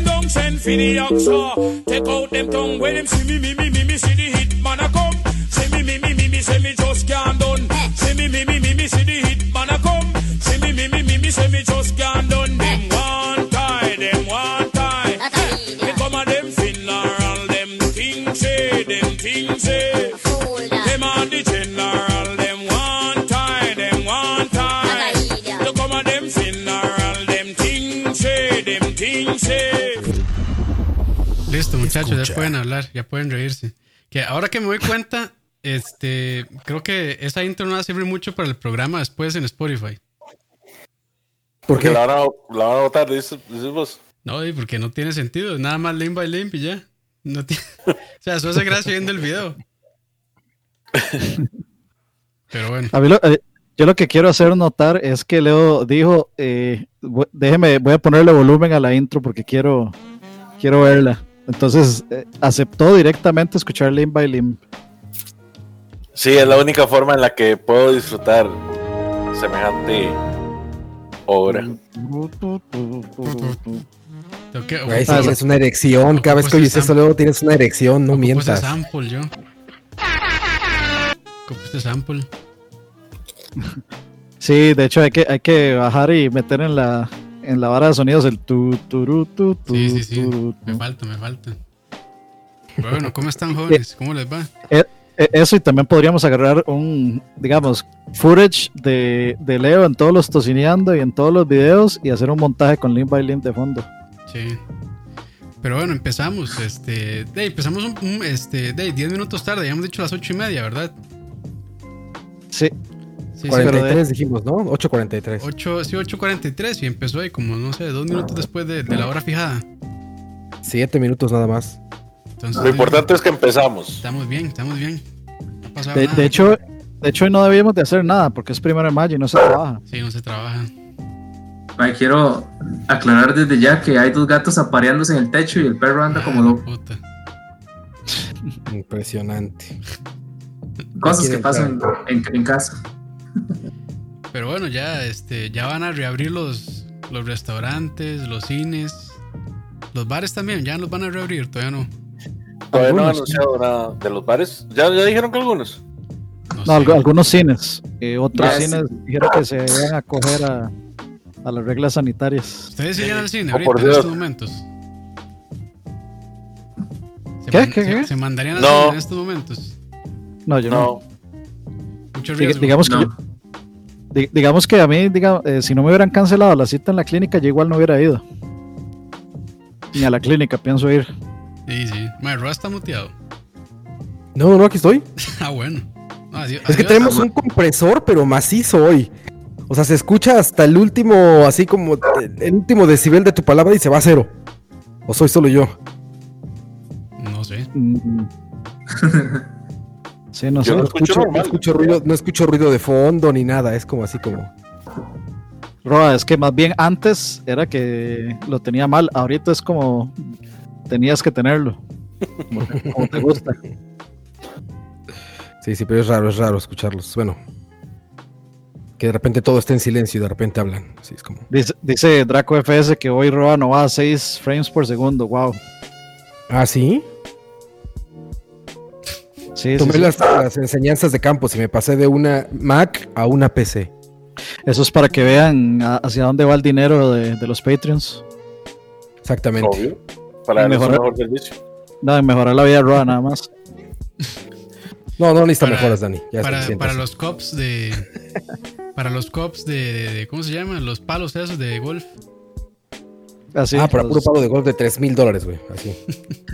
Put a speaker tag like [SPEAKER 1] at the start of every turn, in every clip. [SPEAKER 1] for the action. Take out them tongue when them see me, me, me, me, me, see the hit man a come. See me, me, me, me, me, see me just gone done. See me, me, me, me, me, see the hit man a come. See me, me, me, me, me, see me just gone done. Them one tie, them one tie. Me come a them funeral, them things say, them things say. Them are the general, them one tie, them one tie. You come a them funeral, them things say, them things say.
[SPEAKER 2] Listo, muchachos,
[SPEAKER 3] Escucha.
[SPEAKER 2] ya pueden hablar, ya pueden reírse. Que ahora que me doy cuenta, este, creo que esa intro no va a servir mucho para el programa después en Spotify.
[SPEAKER 3] ¿Por
[SPEAKER 4] Porque
[SPEAKER 3] qué?
[SPEAKER 4] la van a, la van a votar, dices, dices vos.
[SPEAKER 2] No, y porque no tiene sentido, nada más limp by limp y ya. No tiene- o sea, eso hace gracia viendo el video. Pero bueno,
[SPEAKER 5] A mí lo- eh, yo lo que quiero hacer notar es que Leo dijo, eh, bu- déjeme, voy a ponerle volumen a la intro porque quiero, quiero verla. Entonces eh, aceptó directamente escuchar Limb by Limb.
[SPEAKER 4] Sí, es la única forma en la que puedo disfrutar semejante obra.
[SPEAKER 5] Mm.
[SPEAKER 2] tengo que
[SPEAKER 3] Güey, si
[SPEAKER 5] Ah,
[SPEAKER 3] tienes una erección, cada vez que
[SPEAKER 2] ocupo
[SPEAKER 3] oyes
[SPEAKER 2] ese
[SPEAKER 3] esto luego tienes una erección, no
[SPEAKER 2] ocupo ese
[SPEAKER 3] mientas.
[SPEAKER 2] sample yo. Ocupo este sample.
[SPEAKER 5] Sí, de hecho hay que, hay que bajar y meter en la, en la vara de sonidos el tu, turu, tu, tu,
[SPEAKER 2] Sí, sí, sí.
[SPEAKER 5] turu, tu.
[SPEAKER 2] Me falta, me falta. Bueno, ¿cómo están jóvenes? ¿Cómo les va?
[SPEAKER 5] Eh, Eso y también podríamos agarrar un, digamos, footage de, de Leo en todos los tocineando y en todos los videos y hacer un montaje con Limb by Limb de fondo.
[SPEAKER 2] Sí. Pero bueno, empezamos. Este, de ahí, empezamos un, un, este, de ahí, 10 minutos tarde. Habíamos dicho las 8 y media, ¿verdad?
[SPEAKER 5] Sí,
[SPEAKER 2] Sí, sí.
[SPEAKER 5] Cuarenta-
[SPEAKER 3] 43 dijimos, ¿no? 8.43.
[SPEAKER 2] 8, sí, 8.43 y empezó ahí como, no sé, dos minutos después de, de la hora fijada.
[SPEAKER 3] 7 minutos nada más.
[SPEAKER 2] Entonces,
[SPEAKER 4] Lo importante es que empezamos.
[SPEAKER 2] Estamos bien, estamos bien. No ha pasado
[SPEAKER 5] de,
[SPEAKER 2] nada.
[SPEAKER 5] de hecho, de hecho hoy no debíamos de hacer nada porque es primero de mayo y no se trabaja.
[SPEAKER 2] Sí, no se trabaja.
[SPEAKER 6] Mae, quiero aclarar desde ya que hay dos gatos apareándose en el techo y el perro anda como loco.
[SPEAKER 2] Puta.
[SPEAKER 3] Impresionante.
[SPEAKER 6] Cosas que
[SPEAKER 3] quieren
[SPEAKER 6] pasan en, en casa.
[SPEAKER 2] Pero bueno, ya, este, ya van a reabrir los, los restaurantes, los cines, los bares también, ya los van a reabrir, todavía no.
[SPEAKER 4] Todavía no han
[SPEAKER 5] Algunos, sí.
[SPEAKER 4] anunciado nada de los bares. ¿Ya, ya dijeron que algunos?
[SPEAKER 2] No
[SPEAKER 5] No,
[SPEAKER 2] sé.
[SPEAKER 5] algu- algunos cines, eh, otros
[SPEAKER 6] Ya, sí.
[SPEAKER 5] cines dijeron que se deben acoger a, a las reglas sanitarias.
[SPEAKER 2] Ustedes siguen al cine
[SPEAKER 4] Oh,
[SPEAKER 2] ahorita,
[SPEAKER 4] por
[SPEAKER 2] en
[SPEAKER 4] Dios.
[SPEAKER 2] estos momentos. Se
[SPEAKER 5] ¿Qué?
[SPEAKER 2] man-
[SPEAKER 5] ¿Qué?
[SPEAKER 2] se-
[SPEAKER 5] ¿Qué?
[SPEAKER 2] Se mandarían al
[SPEAKER 4] No.
[SPEAKER 2] cine en estos momentos.
[SPEAKER 5] No, yo no.
[SPEAKER 4] No.
[SPEAKER 2] Mucho
[SPEAKER 5] Diga-
[SPEAKER 2] riesgo.
[SPEAKER 5] digamos, que
[SPEAKER 6] No.
[SPEAKER 5] yo- di- digamos que a mí, diga, eh, si no me hubieran cancelado la cita en la clínica, yo igual no hubiera ido. Ni a la clínica pienso ir.
[SPEAKER 2] Sí, sí. Mae, Roa está muteado.
[SPEAKER 3] No, no, aquí estoy.
[SPEAKER 2] Ah, bueno. No, adió-
[SPEAKER 3] Es que
[SPEAKER 2] adiós.
[SPEAKER 3] tenemos un compresor, pero macizo hoy. O sea, se escucha hasta el último, así como el el último decibel de tu palabra y se va a cero. O soy solo yo.
[SPEAKER 2] No sé.
[SPEAKER 5] Mm. Sí, no
[SPEAKER 4] Yo
[SPEAKER 5] sé.
[SPEAKER 4] no escucho
[SPEAKER 3] No escucho, no
[SPEAKER 4] normal.
[SPEAKER 3] escucho ruido, no escucho ruido de fondo ni nada. Es como así como.
[SPEAKER 5] Roa, es que más bien antes era que lo tenía mal, ahorita es como tenías que tenerlo. Como, como te gusta.
[SPEAKER 3] Sí, sí, pero es raro, es raro escucharlos. Bueno. Que de repente todo esté en silencio y de repente hablan. Sí, es como.
[SPEAKER 5] Dice, dice Draco FS que hoy Roa no va a 6 frames por segundo. Wow.
[SPEAKER 3] Ah, sí.
[SPEAKER 5] Sí, sí,
[SPEAKER 3] Tomé
[SPEAKER 5] sí.
[SPEAKER 3] Las, las enseñanzas de campos y me pasé de una Mac a una PC.
[SPEAKER 5] Eso es para que vean a- hacia dónde va el dinero de, de los Patreons.
[SPEAKER 3] Exactamente.
[SPEAKER 4] Obvio. Para darles un
[SPEAKER 5] Mejor-
[SPEAKER 4] mejor servicio.
[SPEAKER 5] Nada, de mejorar la vida de Roa nada más.
[SPEAKER 3] No, no necesita
[SPEAKER 2] Para-
[SPEAKER 3] mejoras, Dani. Ya
[SPEAKER 2] para,
[SPEAKER 3] se
[SPEAKER 2] para los cops de. Para los cops de, de- de- ¿Cómo se llaman? Los palos esos de golf.
[SPEAKER 5] Así, pues,
[SPEAKER 3] ah, para
[SPEAKER 5] los-
[SPEAKER 3] puro pago de golf de 3 mil dólares, güey. Así.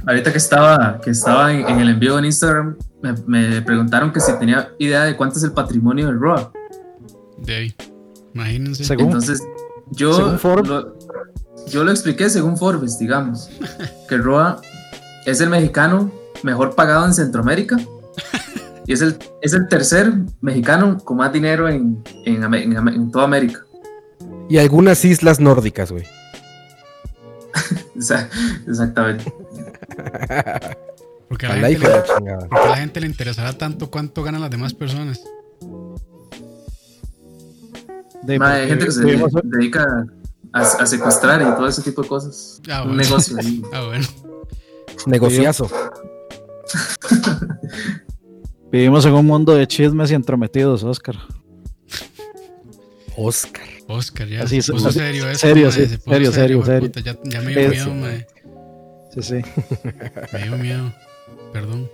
[SPEAKER 6] Ahorita que estaba, que estaba en, en el envío en Instagram, me, me preguntaron que si tenía idea de cuánto es el patrimonio del Roa.
[SPEAKER 2] De ahí. Imagínense.
[SPEAKER 5] Según-
[SPEAKER 6] Entonces, yo,
[SPEAKER 5] Según Forbes.
[SPEAKER 6] Lo, yo lo expliqué según Forbes, digamos, que Roa es el mexicano mejor pagado en Centroamérica y es el, es el tercer mexicano con más dinero en, en, Ame- en Ame- en toda América.
[SPEAKER 3] Y algunas islas nórdicas, güey.
[SPEAKER 6] Exa- Exactamente.
[SPEAKER 2] Porque a
[SPEAKER 3] A
[SPEAKER 2] la,
[SPEAKER 3] la
[SPEAKER 2] gente
[SPEAKER 3] hija de
[SPEAKER 2] le,
[SPEAKER 3] la chingada.
[SPEAKER 2] porque a la gente le interesará tanto cuánto ganan las demás personas.
[SPEAKER 5] de-
[SPEAKER 6] Ma, hay gente que se
[SPEAKER 5] tuvimos-
[SPEAKER 6] dedica a, a secuestrar y todo ese tipo de cosas.
[SPEAKER 2] Ah,
[SPEAKER 6] Un
[SPEAKER 2] bueno.
[SPEAKER 6] negocio ahí.
[SPEAKER 2] Ah, bueno.
[SPEAKER 3] Negociazo.
[SPEAKER 5] Vivimos en un mundo de chismes y entrometidos, Oscar.
[SPEAKER 3] Oscar.
[SPEAKER 2] Oscar, ya. Así
[SPEAKER 5] Así es,
[SPEAKER 2] se puso
[SPEAKER 5] así-
[SPEAKER 2] serio eso.
[SPEAKER 5] serio,
[SPEAKER 2] mae,
[SPEAKER 5] sí,
[SPEAKER 2] se puso
[SPEAKER 5] serio, serio,
[SPEAKER 2] güey, puta, Ya, ya me dio
[SPEAKER 5] Es-
[SPEAKER 2] miedo, mae.
[SPEAKER 5] Sí, sí.
[SPEAKER 2] Me dio miedo. Perdón.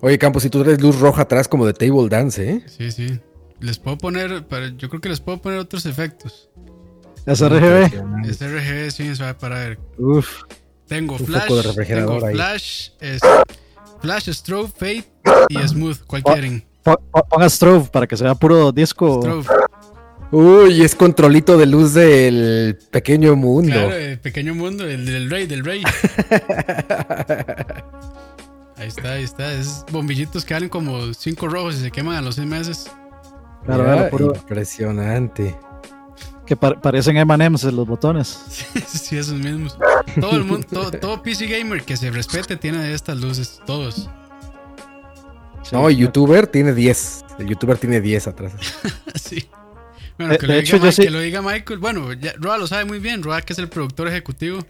[SPEAKER 3] Oye, Campos, si tú traes luz roja atrás como de table dance, ¿eh?
[SPEAKER 2] Sí, sí. Les puedo poner, para- yo creo que les puedo poner otros efectos.
[SPEAKER 5] SRGB.
[SPEAKER 2] Este RGB, sí, se va para ver.
[SPEAKER 5] Uf.
[SPEAKER 2] Tengo
[SPEAKER 3] Un
[SPEAKER 2] flash,
[SPEAKER 3] foco de
[SPEAKER 2] tengo
[SPEAKER 3] refrigerador ahí.
[SPEAKER 2] flash, es- flash, strobe, fade y smooth. ¿Cuál
[SPEAKER 3] Ah.
[SPEAKER 2] quieren?
[SPEAKER 5] Po- po- Ponga strobe para que sea puro disco.
[SPEAKER 2] Strobe.
[SPEAKER 3] Uy, es controlito de luz del pequeño mundo.
[SPEAKER 2] Claro, el pequeño mundo, el del rey, del rey. ahí está, ahí está. Es bombillitos que salen como cinco rojos y se queman a los seis meses.
[SPEAKER 5] Claro,
[SPEAKER 3] Mira,
[SPEAKER 5] claro, puro-
[SPEAKER 3] Impresionante.
[SPEAKER 5] que pa- parecen M&M's los botones.
[SPEAKER 2] sí, esos mismos. Todo el mundo, todo, todo PC gamer que se respete tiene de estas luces, todos.
[SPEAKER 5] Sí.
[SPEAKER 3] No, y youtuber tiene 10. El youtuber tiene 10 atrás.
[SPEAKER 2] sí. Bueno,
[SPEAKER 5] Eh,
[SPEAKER 2] que, lo
[SPEAKER 5] de
[SPEAKER 2] diga
[SPEAKER 5] hecho, yo
[SPEAKER 2] Mike-
[SPEAKER 5] sí-
[SPEAKER 2] que lo diga Michael. Bueno, ya, Roa lo sabe muy bien. Roa, que es el productor ejecutivo.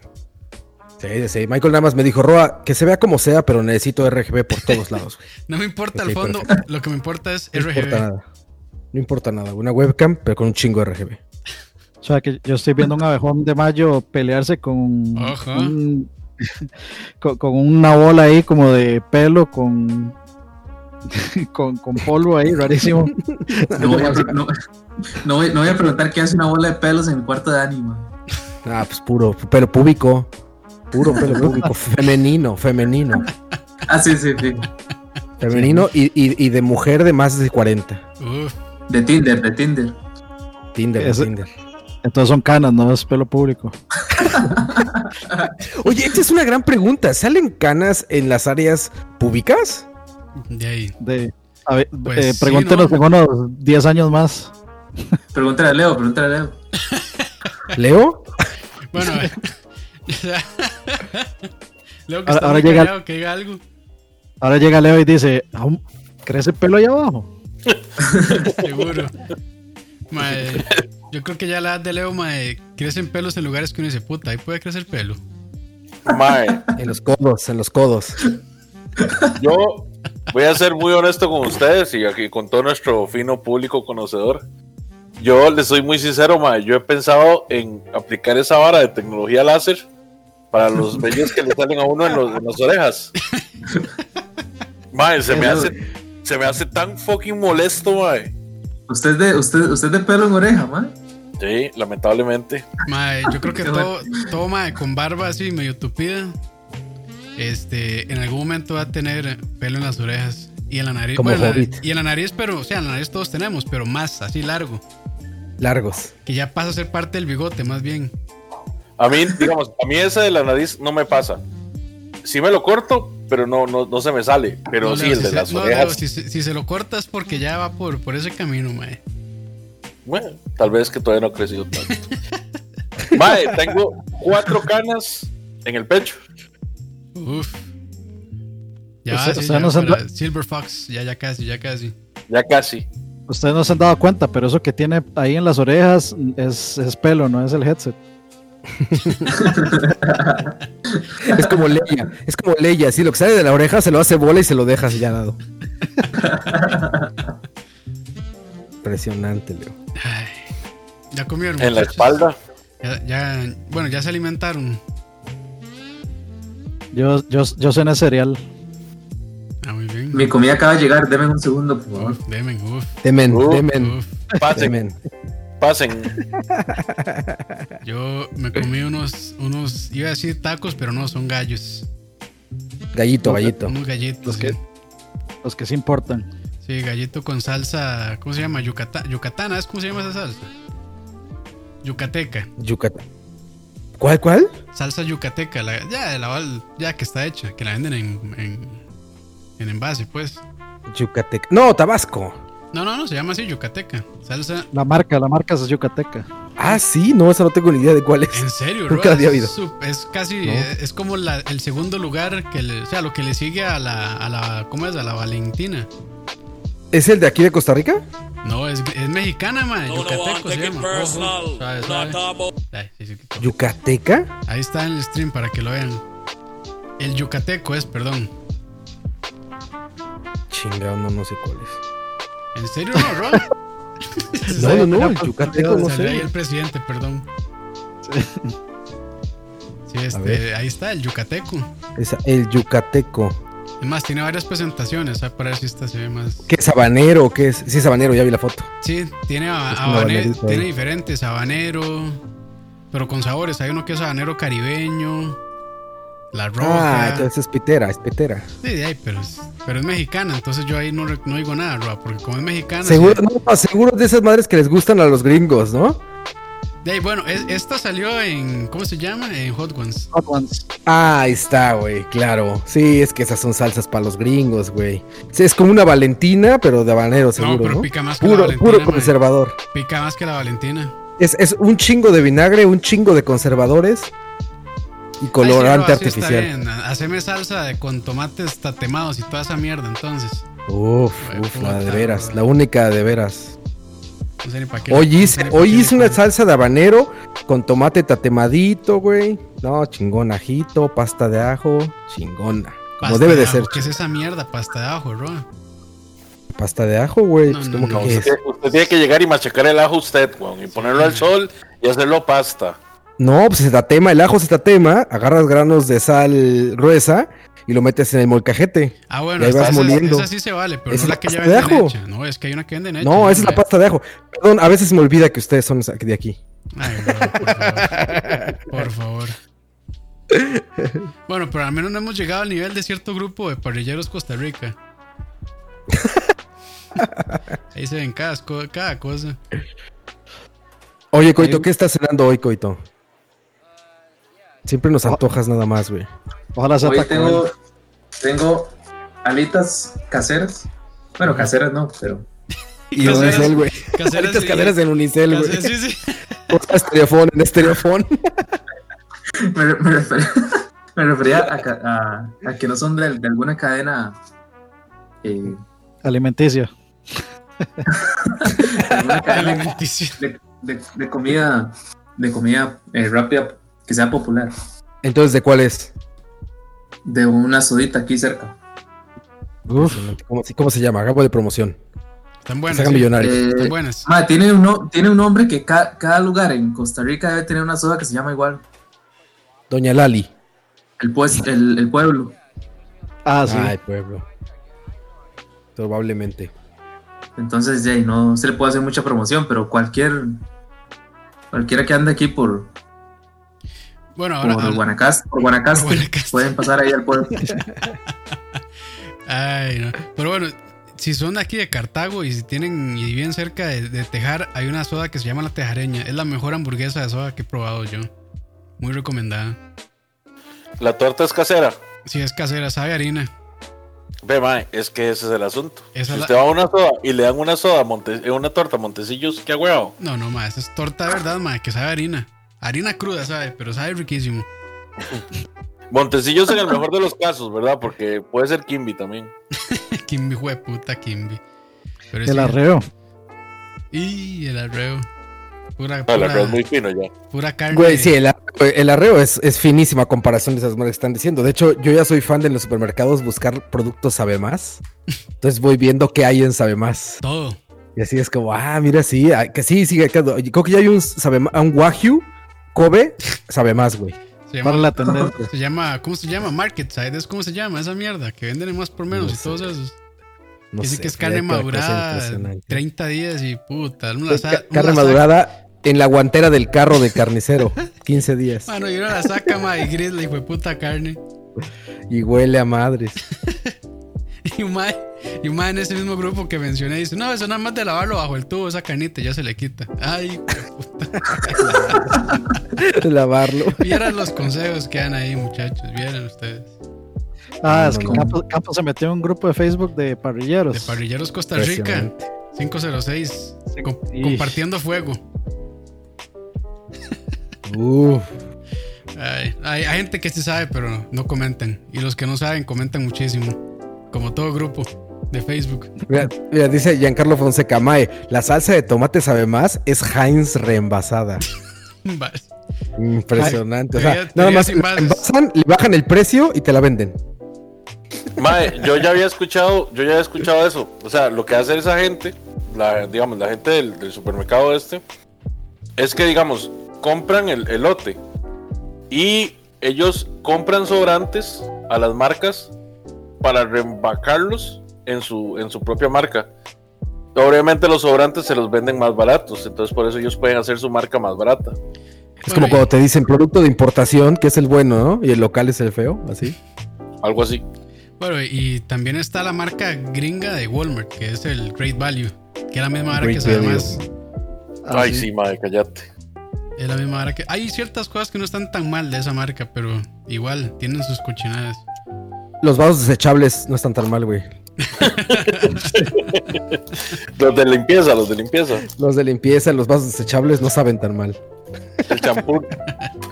[SPEAKER 3] Sí, sí. Michael nada más me dijo, Roa, que se vea como sea, pero necesito RGB por todos lados. güey.
[SPEAKER 2] No me importa el
[SPEAKER 3] Ok,
[SPEAKER 2] fondo, lo que me importa es
[SPEAKER 3] No importa
[SPEAKER 2] RGB.
[SPEAKER 3] nada. No importa nada. Una webcam, pero con un chingo de RGB.
[SPEAKER 5] O sea, que yo estoy viendo un abejón de mayo pelearse con
[SPEAKER 2] Ajá.
[SPEAKER 5] un- con, con una bola ahí como de pelo con con, con polvo ahí, rarísimo.
[SPEAKER 6] No voy, a, no- no voy- no voy a preguntar qué hace una bola de pelos en el cuarto de ánimo.
[SPEAKER 3] Ah, pues puro pelo público. Puro pelo público. Femenino, femenino.
[SPEAKER 6] Ah, sí, sí, sí.
[SPEAKER 3] Femenino y, y- y de mujer de más de 40.
[SPEAKER 2] Uf,
[SPEAKER 6] De Tinder, de Tinder.
[SPEAKER 3] Tinder,
[SPEAKER 5] Eso-
[SPEAKER 3] Tinder.
[SPEAKER 5] Entonces son canas, no es pelo público.
[SPEAKER 3] Oye, esta es una gran pregunta. ¿Salen canas en las áreas públicas?
[SPEAKER 2] de ahí.
[SPEAKER 5] De, a ver,
[SPEAKER 2] Pues
[SPEAKER 5] eh,
[SPEAKER 2] sí,
[SPEAKER 5] pregúntenos
[SPEAKER 2] ¿no?
[SPEAKER 5] en unos 10 años más.
[SPEAKER 6] Pregúntale a Leo, pregúntale a Leo.
[SPEAKER 3] ¿Leo?
[SPEAKER 2] Bueno, eh, Leo que
[SPEAKER 5] Ahora-
[SPEAKER 2] está
[SPEAKER 5] ahora
[SPEAKER 2] muy
[SPEAKER 5] llega-
[SPEAKER 2] callado, que diga algo.
[SPEAKER 5] Ahora llega Leo y dice, "Aún ¿crece pelo allá abajo?
[SPEAKER 2] Seguro. Mae, yo creo que ya la edad de Leo, mae, crecen pelos en lugares que uno dice, puta, ahí puede crecer pelo.
[SPEAKER 4] Mae,
[SPEAKER 3] En los codos, en los codos.
[SPEAKER 4] yo voy a ser muy honesto con ustedes y aquí con todo nuestro fino público conocedor. Yo les soy muy sincero, mae. Yo he pensado en aplicar esa vara de tecnología láser para los bellos que le salen a uno en, los- en las orejas. Mae, se me hace, se me hace tan fucking molesto, mae.
[SPEAKER 6] Usted es de, usted, usted es de pelo en oreja, man.
[SPEAKER 4] Sí, lamentablemente.
[SPEAKER 2] Mae, yo creo que
[SPEAKER 6] Qué
[SPEAKER 2] todo, todo mae, con barba así medio tupida, este, en algún momento va a tener pelo en las orejas y en la nariz.
[SPEAKER 3] Como
[SPEAKER 2] bueno, en la-
[SPEAKER 3] Hobbit.
[SPEAKER 2] y en la nariz, pero, o sea, en la nariz todos tenemos, pero más, así largo.
[SPEAKER 3] Largos.
[SPEAKER 2] Que ya pasa a ser parte del bigote, más bien.
[SPEAKER 4] A mí, digamos, a mí esa de la nariz no me pasa. Sí me lo corto, pero no, no, no se me sale. Pero
[SPEAKER 2] No,
[SPEAKER 4] sí,
[SPEAKER 2] Leo,
[SPEAKER 4] el de
[SPEAKER 2] si
[SPEAKER 4] las
[SPEAKER 2] se, no,
[SPEAKER 4] orejas.
[SPEAKER 2] Leo, si, se- si se lo cortas porque ya va por, por ese camino, mae.
[SPEAKER 4] Bueno, tal vez que todavía no ha crecido tanto. Mae, tengo cuatro canas en el pecho.
[SPEAKER 2] Uf. Ya,
[SPEAKER 5] Usted-
[SPEAKER 2] sí,
[SPEAKER 5] usted
[SPEAKER 2] ya
[SPEAKER 5] no se
[SPEAKER 2] para
[SPEAKER 5] anda-
[SPEAKER 2] Silver Fox, ya, ya casi, ya casi.
[SPEAKER 4] Ya casi.
[SPEAKER 5] Ustedes no se han dado cuenta, pero eso que tiene ahí en las orejas es, es pelo, no es el headset.
[SPEAKER 3] Es como Leia. Es como Leia. Sí, lo que sale de la oreja se lo hace bola y se lo deja así ya dado. Impresionante, Leo.
[SPEAKER 2] Ay, ya comieron.
[SPEAKER 4] En la
[SPEAKER 2] muchachos.
[SPEAKER 4] espalda.
[SPEAKER 2] Ya, ya- bueno, ya se alimentaron.
[SPEAKER 5] Yo, yo, yo cené cereal.
[SPEAKER 2] Ah, muy bien.
[SPEAKER 6] Mi comida acaba de llegar, denme un segundo, por favor.
[SPEAKER 2] Uf, Demen, uf,
[SPEAKER 3] Temen,
[SPEAKER 4] Uh,
[SPEAKER 3] temen,
[SPEAKER 2] uf.
[SPEAKER 4] Pasen,
[SPEAKER 3] temen.
[SPEAKER 4] pasen.
[SPEAKER 2] Yo me comí unos, unos, iba a decir tacos, pero no, son gallos.
[SPEAKER 3] Gallito, gallito.
[SPEAKER 2] Unos gallitos.
[SPEAKER 5] Los
[SPEAKER 2] sí.
[SPEAKER 5] que- Los que sí importan.
[SPEAKER 2] Sí, gallito con salsa, ¿cómo se llama? Yucatán, yucatana, ¿es cómo se llama esa salsa? Yucateca,
[SPEAKER 3] Yucatán. ¿Cuál, cuál?
[SPEAKER 2] salsa yucateca, la- ya, la, ya que está hecha, que la venden en, en, en envase, pues.
[SPEAKER 3] Yucatec. No, Tabasco.
[SPEAKER 2] No, no, no, se llama así yucateca, salsa...
[SPEAKER 5] La marca, la marca es yucateca.
[SPEAKER 3] Ah, sí, no, esa no tengo ni idea de cuál
[SPEAKER 2] En
[SPEAKER 3] es.
[SPEAKER 2] serio,
[SPEAKER 3] Nunca
[SPEAKER 2] Roa,
[SPEAKER 3] había
[SPEAKER 2] es
[SPEAKER 3] oído.
[SPEAKER 2] su- Es casi,
[SPEAKER 3] No.
[SPEAKER 2] eh, es como la- el segundo lugar que le, o sea, lo que le sigue a la, a la, ¿cómo es? A la Valentina.
[SPEAKER 3] ¿Es el de aquí de Costa Rica?
[SPEAKER 2] No, es, es mexicana, ma.
[SPEAKER 1] No, no, I'm
[SPEAKER 2] Yucateco se
[SPEAKER 1] taking
[SPEAKER 2] llama.
[SPEAKER 1] personal.
[SPEAKER 2] Ojo, suave,
[SPEAKER 1] Not
[SPEAKER 2] suave.
[SPEAKER 1] about
[SPEAKER 2] Ay, sí, sí, quito.
[SPEAKER 3] ¿Yucateca?
[SPEAKER 2] Ahí está en el stream para que lo vean. El yucateco es, perdón.
[SPEAKER 3] Chingado, no, no sé cuál es.
[SPEAKER 2] ¿En serio no, Roa?
[SPEAKER 3] No, no, no,
[SPEAKER 5] tenía
[SPEAKER 3] el
[SPEAKER 5] por-
[SPEAKER 3] yucateco no
[SPEAKER 2] Salió ahí
[SPEAKER 3] sé.
[SPEAKER 2] el presidente, perdón. Sí, este,
[SPEAKER 3] ver.
[SPEAKER 2] ahí está, el yucateco.
[SPEAKER 3] Es el yucateco.
[SPEAKER 2] Es más, tiene varias presentaciones, ¿sabes? Para ver si esta se ve más.
[SPEAKER 3] ¿Qué es habanero? o ¿Qué es? Sí, es habanero, ya vi la foto.
[SPEAKER 2] Sí, tiene, haba-
[SPEAKER 3] Es un
[SPEAKER 2] habane-
[SPEAKER 3] habanerito ahí.
[SPEAKER 2] tiene diferentes, habanero, pero con sabores. Hay uno que es habanero caribeño, la roja. Ah,
[SPEAKER 3] Ah, entonces es pitera, es pitera.
[SPEAKER 2] Sí, de ahí, pero, es, pero es mexicana, entonces yo ahí no, re- no digo nada, Roa, porque como es mexicana...
[SPEAKER 3] Seguro, no, seguro de esas madres que les gustan a los gringos, ¿no?
[SPEAKER 2] sí. De ahí, bueno, es- esta salió en, ¿cómo se llama? En Hot Ones.
[SPEAKER 5] Hot Ones.
[SPEAKER 3] Ah, ahí está, güey, claro. Sí, es que esas son salsas para los gringos, güey. Sí, es como una Valentina, pero de habanero, seguro,
[SPEAKER 2] no, pero
[SPEAKER 3] ¿no?
[SPEAKER 2] pica más que la
[SPEAKER 3] Puro,
[SPEAKER 2] Valentina.
[SPEAKER 3] puro
[SPEAKER 2] mae.
[SPEAKER 3] conservador.
[SPEAKER 2] Pica más que la Valentina.
[SPEAKER 3] Es, es un chingo de vinagre, un chingo de conservadores y colorante
[SPEAKER 2] Ay, sí, Roa, sí, está
[SPEAKER 3] artificial.
[SPEAKER 2] bien, Haceme salsa de- con tomates tatemados y toda esa mierda, entonces.
[SPEAKER 3] Uf,
[SPEAKER 2] Ay,
[SPEAKER 3] uf, la de
[SPEAKER 2] puta,
[SPEAKER 3] veras,
[SPEAKER 2] bro.
[SPEAKER 3] la única de veras.
[SPEAKER 2] No sé ni para qué.
[SPEAKER 3] Hoy
[SPEAKER 2] no
[SPEAKER 3] hice,
[SPEAKER 2] sé ni pa'
[SPEAKER 3] hoy
[SPEAKER 2] qué
[SPEAKER 3] hice
[SPEAKER 2] le
[SPEAKER 3] una
[SPEAKER 2] puse.
[SPEAKER 3] salsa de habanero con tomate tatemadito, güey. No, chingón ajito, pasta de ajo, chingona. Como
[SPEAKER 2] Pasta
[SPEAKER 3] debe de
[SPEAKER 2] ajo,
[SPEAKER 3] ser,
[SPEAKER 2] ¿Qué es esa mierda? Pasta de ajo, Roa.
[SPEAKER 3] ch- pasta de ajo, güey.
[SPEAKER 2] No,
[SPEAKER 3] pues,
[SPEAKER 2] no,
[SPEAKER 3] ¿cómo
[SPEAKER 2] no,
[SPEAKER 3] que
[SPEAKER 4] Usted,
[SPEAKER 3] es?
[SPEAKER 4] usted tiene que llegar y machacar el ajo usted, weón, y ponerlo al sol y hacerlo pasta.
[SPEAKER 3] No, pues se tatema, el ajo se tatema, agarras granos de sal gruesa y lo metes en el molcajete.
[SPEAKER 2] Ah, bueno,
[SPEAKER 3] Y ahí
[SPEAKER 2] esa,
[SPEAKER 3] vas
[SPEAKER 2] esa-
[SPEAKER 3] moliendo.
[SPEAKER 2] esa sí se vale, pero no
[SPEAKER 3] Esa es
[SPEAKER 2] la
[SPEAKER 3] la
[SPEAKER 2] que ya
[SPEAKER 3] pasta de
[SPEAKER 2] venden
[SPEAKER 3] ajo.
[SPEAKER 2] hecha. No, es que hay una que venden hecha.
[SPEAKER 3] No, esa es la pasta de ajo. Perdón, a veces me olvida que ustedes son de aquí.
[SPEAKER 2] Ay, bro, por favor. Por favor. Bueno, pero al menos no hemos llegado al nivel de cierto grupo de parrilleros Costa Rica. Ahí se ven cada, esco- cada cosa.
[SPEAKER 3] Oye, Coito, ¿qué estás cenando hoy, Coito? Siempre nos antojas nada más, güey.
[SPEAKER 5] Ojalá sea
[SPEAKER 6] Hoy
[SPEAKER 5] Taco
[SPEAKER 6] tengo,
[SPEAKER 5] Bell.
[SPEAKER 6] tengo alitas caseras. Bueno, caseras no, pero.
[SPEAKER 3] Y
[SPEAKER 2] Caseras-
[SPEAKER 3] unicel, güey.
[SPEAKER 2] caseras
[SPEAKER 3] Ahorita
[SPEAKER 2] y-
[SPEAKER 3] caderas en unicel, güey.
[SPEAKER 2] Case- sí, sí.
[SPEAKER 3] Otra estereofón, en estereofón.
[SPEAKER 6] Me, re- me refería, me refería a, ca- a- a que no son de, de alguna cadena. eh,
[SPEAKER 5] Alimenticia.
[SPEAKER 6] de alguna cadena
[SPEAKER 2] Alimenticio.
[SPEAKER 6] de, de- de comida, de comida eh, rápida que sea popular.
[SPEAKER 3] Entonces, ¿de cuál es?
[SPEAKER 6] De una sodita aquí cerca.
[SPEAKER 5] Uf.
[SPEAKER 3] ¿Cómo, sí, cómo se llama? Hagamos de promoción.
[SPEAKER 2] Están
[SPEAKER 3] Que
[SPEAKER 2] buenas.
[SPEAKER 3] se hagan
[SPEAKER 2] sí.
[SPEAKER 3] millonarios.
[SPEAKER 6] Eh,
[SPEAKER 2] Están buenas.
[SPEAKER 6] ma, tiene, un, no- tiene un nombre que ca- cada lugar en Costa Rica debe tener una soda que se llama igual.
[SPEAKER 3] Doña Lali.
[SPEAKER 6] El, pues, el, el pueblo.
[SPEAKER 5] Ah, sí.
[SPEAKER 3] Ay, pueblo. Probablemente.
[SPEAKER 6] Entonces, ya, y no se le puede hacer mucha promoción, pero cualquier. Cualquiera que ande aquí por,
[SPEAKER 2] Bueno, ahora.
[SPEAKER 6] por
[SPEAKER 2] ahora-
[SPEAKER 6] Guanacaste, por Guanacaste,
[SPEAKER 2] Guanacaste.
[SPEAKER 6] pueden pasar ahí al pueblo.
[SPEAKER 2] Ay, no. Pero bueno, si son de aquí de Cartago y si tienen y bien cerca de, de Tejar, hay una soda que se llama la Tejareña. Es la mejor hamburguesa de soda que he probado yo. Muy recomendada.
[SPEAKER 4] La torta es casera.
[SPEAKER 2] Si es casera, sabe a harina.
[SPEAKER 4] Ve, mae, es que ese es el asunto.
[SPEAKER 2] Esa
[SPEAKER 4] si
[SPEAKER 2] la-
[SPEAKER 4] usted va a una soda y le dan una soda, a Monte- eh, una torta a Montecillos, qué huevo.
[SPEAKER 2] No, no, ma, esa es torta de verdad, ma, que sabe a harina. Harina cruda, sabe, pero sabe riquísimo.
[SPEAKER 4] Montecillos en el mejor de los casos, ¿verdad? Porque puede ser Kimby también.
[SPEAKER 2] Kimbi, jueputa, Kimbi. Pero
[SPEAKER 5] El
[SPEAKER 2] sí,
[SPEAKER 5] arreo.
[SPEAKER 2] Y el arreo. Pura,
[SPEAKER 4] No, Ah, la
[SPEAKER 2] pura-
[SPEAKER 4] verdad es muy fino ya.
[SPEAKER 2] pura carne.
[SPEAKER 3] Güey, sí, el, arreo- el arreo es, es finísimo a comparación de esas madres que están diciendo. De hecho, yo ya soy fan de en los supermercados buscar productos Sabe Más. Entonces voy viendo qué hay en Sabe Más.
[SPEAKER 2] Todo.
[SPEAKER 3] Y así es como, ah, mira, sí, ah, que sí, sí, que- creo que ya hay un, sabe, Más- un Wagyu, Kobe, Sabe Más, güey.
[SPEAKER 2] Se llama,
[SPEAKER 5] Para la tendencia.
[SPEAKER 2] se llama- ¿cómo se llama? Market Side, es como se llama esa mierda, que venden en más por menos
[SPEAKER 3] No
[SPEAKER 2] y
[SPEAKER 3] sé.
[SPEAKER 2] todos esos.
[SPEAKER 3] No
[SPEAKER 2] Dice
[SPEAKER 3] sé,
[SPEAKER 2] que es carne
[SPEAKER 3] fíjate, una cosa
[SPEAKER 2] madurada,
[SPEAKER 3] impresionante.
[SPEAKER 2] 30 días y puta. Una
[SPEAKER 3] Pues,
[SPEAKER 2] sa-
[SPEAKER 3] ca-
[SPEAKER 2] una
[SPEAKER 3] carne
[SPEAKER 2] la saca-
[SPEAKER 3] madurada en la guantera del carro del carnicero. 15 días.
[SPEAKER 2] Mano, y uno la saca, ma, y gris la hijo puta carne.
[SPEAKER 3] Y huele a madres.
[SPEAKER 2] Y un mae- y un mae en ese mismo grupo que mencioné dice: No, eso nada más de lavarlo bajo el tubo, esa carnita ya se le quita. Ay, hijueputa.
[SPEAKER 3] Lavarlo.
[SPEAKER 2] Vieran los consejos que dan ahí, muchachos, vieran ustedes.
[SPEAKER 5] Ah,
[SPEAKER 3] No,
[SPEAKER 5] es que
[SPEAKER 3] no, no.
[SPEAKER 5] Campos, Campos se metió en un grupo de Facebook de parrilleros.
[SPEAKER 3] Pues,
[SPEAKER 2] De Parrilleros Costa Rica, 506, com-
[SPEAKER 5] Ish.
[SPEAKER 2] compartiendo fuego.
[SPEAKER 3] Uf.
[SPEAKER 2] Ay, hay, hay gente que sí sabe, pero no, no comentan. Y los que no saben, comentan muchísimo. Como todo grupo. de Facebook.
[SPEAKER 3] Mira, mira, dice Giancarlo Fonseca Mae, la salsa de tomate sabe más, es Heinz reembasada.
[SPEAKER 2] Va-
[SPEAKER 3] Impresionante. o
[SPEAKER 2] Ay,
[SPEAKER 3] sea,
[SPEAKER 2] teoría-
[SPEAKER 3] nada
[SPEAKER 2] teoría
[SPEAKER 3] más
[SPEAKER 2] sin
[SPEAKER 3] la
[SPEAKER 2] bases.
[SPEAKER 3] envasan, le bajan el precio y te la venden.
[SPEAKER 4] Mae, yo ya había escuchado, yo ya había escuchado eso. O sea, lo que hace esa gente, la, digamos, la gente del, del supermercado este, es que, digamos, compran el elote y ellos compran sobrantes a las marcas para reembacarlos en su, en su propia marca. Obviamente los sobrantes se los venden más baratos, entonces por eso ellos pueden hacer su marca más barata.
[SPEAKER 3] Es como cuando te dicen producto de importación, que es el bueno, ¿no? Y el local es el feo, así.
[SPEAKER 4] Algo así.
[SPEAKER 2] Bueno, y también está la marca gringa de Walmart, que es el Great Value, que es la misma vara que
[SPEAKER 3] Great
[SPEAKER 2] sabe
[SPEAKER 3] Value.
[SPEAKER 2] más.
[SPEAKER 5] Ah,
[SPEAKER 4] Ay, sí, madre, cállate.
[SPEAKER 2] Es la misma vara que. Hay ciertas cosas que no están tan mal de esa marca, pero igual tienen sus cochinadas.
[SPEAKER 3] Los vasos desechables no están tan mal, güey.
[SPEAKER 4] Los de limpieza, los de limpieza.
[SPEAKER 3] Los de limpieza, los vasos desechables no saben tan mal.
[SPEAKER 4] El champú.